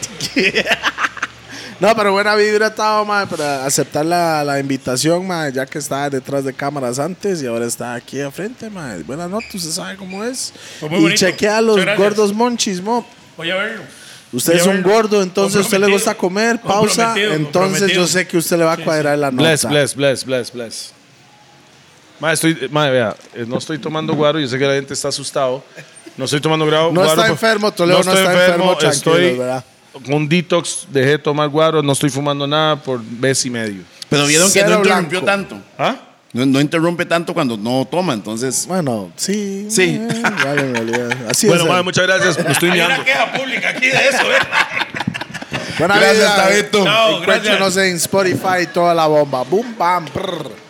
A: no, pero buena vibra estaba, Mae, para aceptar la, la invitación, Mae, ya que estaba detrás de cámaras antes y ahora está aquí al frente, Mae. Buena nota, usted sabe cómo es.
B: Fue muy
A: Y
B: bonito.
A: chequea a los
B: Muchas gracias.
A: gordos monchis, Mo.
B: Voy a verlo.
A: Usted
B: Voy a
A: es un
B: verlo.
A: gordo, entonces a usted le
B: Comprometido.
A: gusta comer, pausa.
B: Comprometido,
A: Entonces yo
B: comprometido.
A: sé que usted le va a cuadrar la nota.
E: Bless, bless, bless, bless, bless. Mae, estoy, mae, vea, eh, no estoy tomando guaro, yo sé que la gente está asustado. No estoy tomando guaro.
A: No
E: guaro,
A: está
E: por-
A: enfermo, Toledo, no
E: estoy
A: está enfermo,
E: estoy
A: tranquilos, ¿verdad?
E: con un detox, dejé de tomar guaro, no estoy fumando nada por mes y medio.
C: Pero vieron que
A: Cero
C: no interrumpió
A: blanco.
C: tanto.
E: ¿Ah?
C: No, no interrumpe tanto cuando no toma, entonces.
A: Bueno, sí.
C: Sí.
A: eh, vale, en realidad. Así
E: Bueno,
A: es.
E: mae,
A: eh.
E: muchas gracias, me estoy
B: Hay una
E: mirando.
B: queja pública aquí de eso, ¿eh?
A: Buena
C: Gracias,
A: vibra.
C: Tabito.
B: Chao, gracias.
A: Encuéntrenos en Spotify toda la bomba. Boom, bam, prr.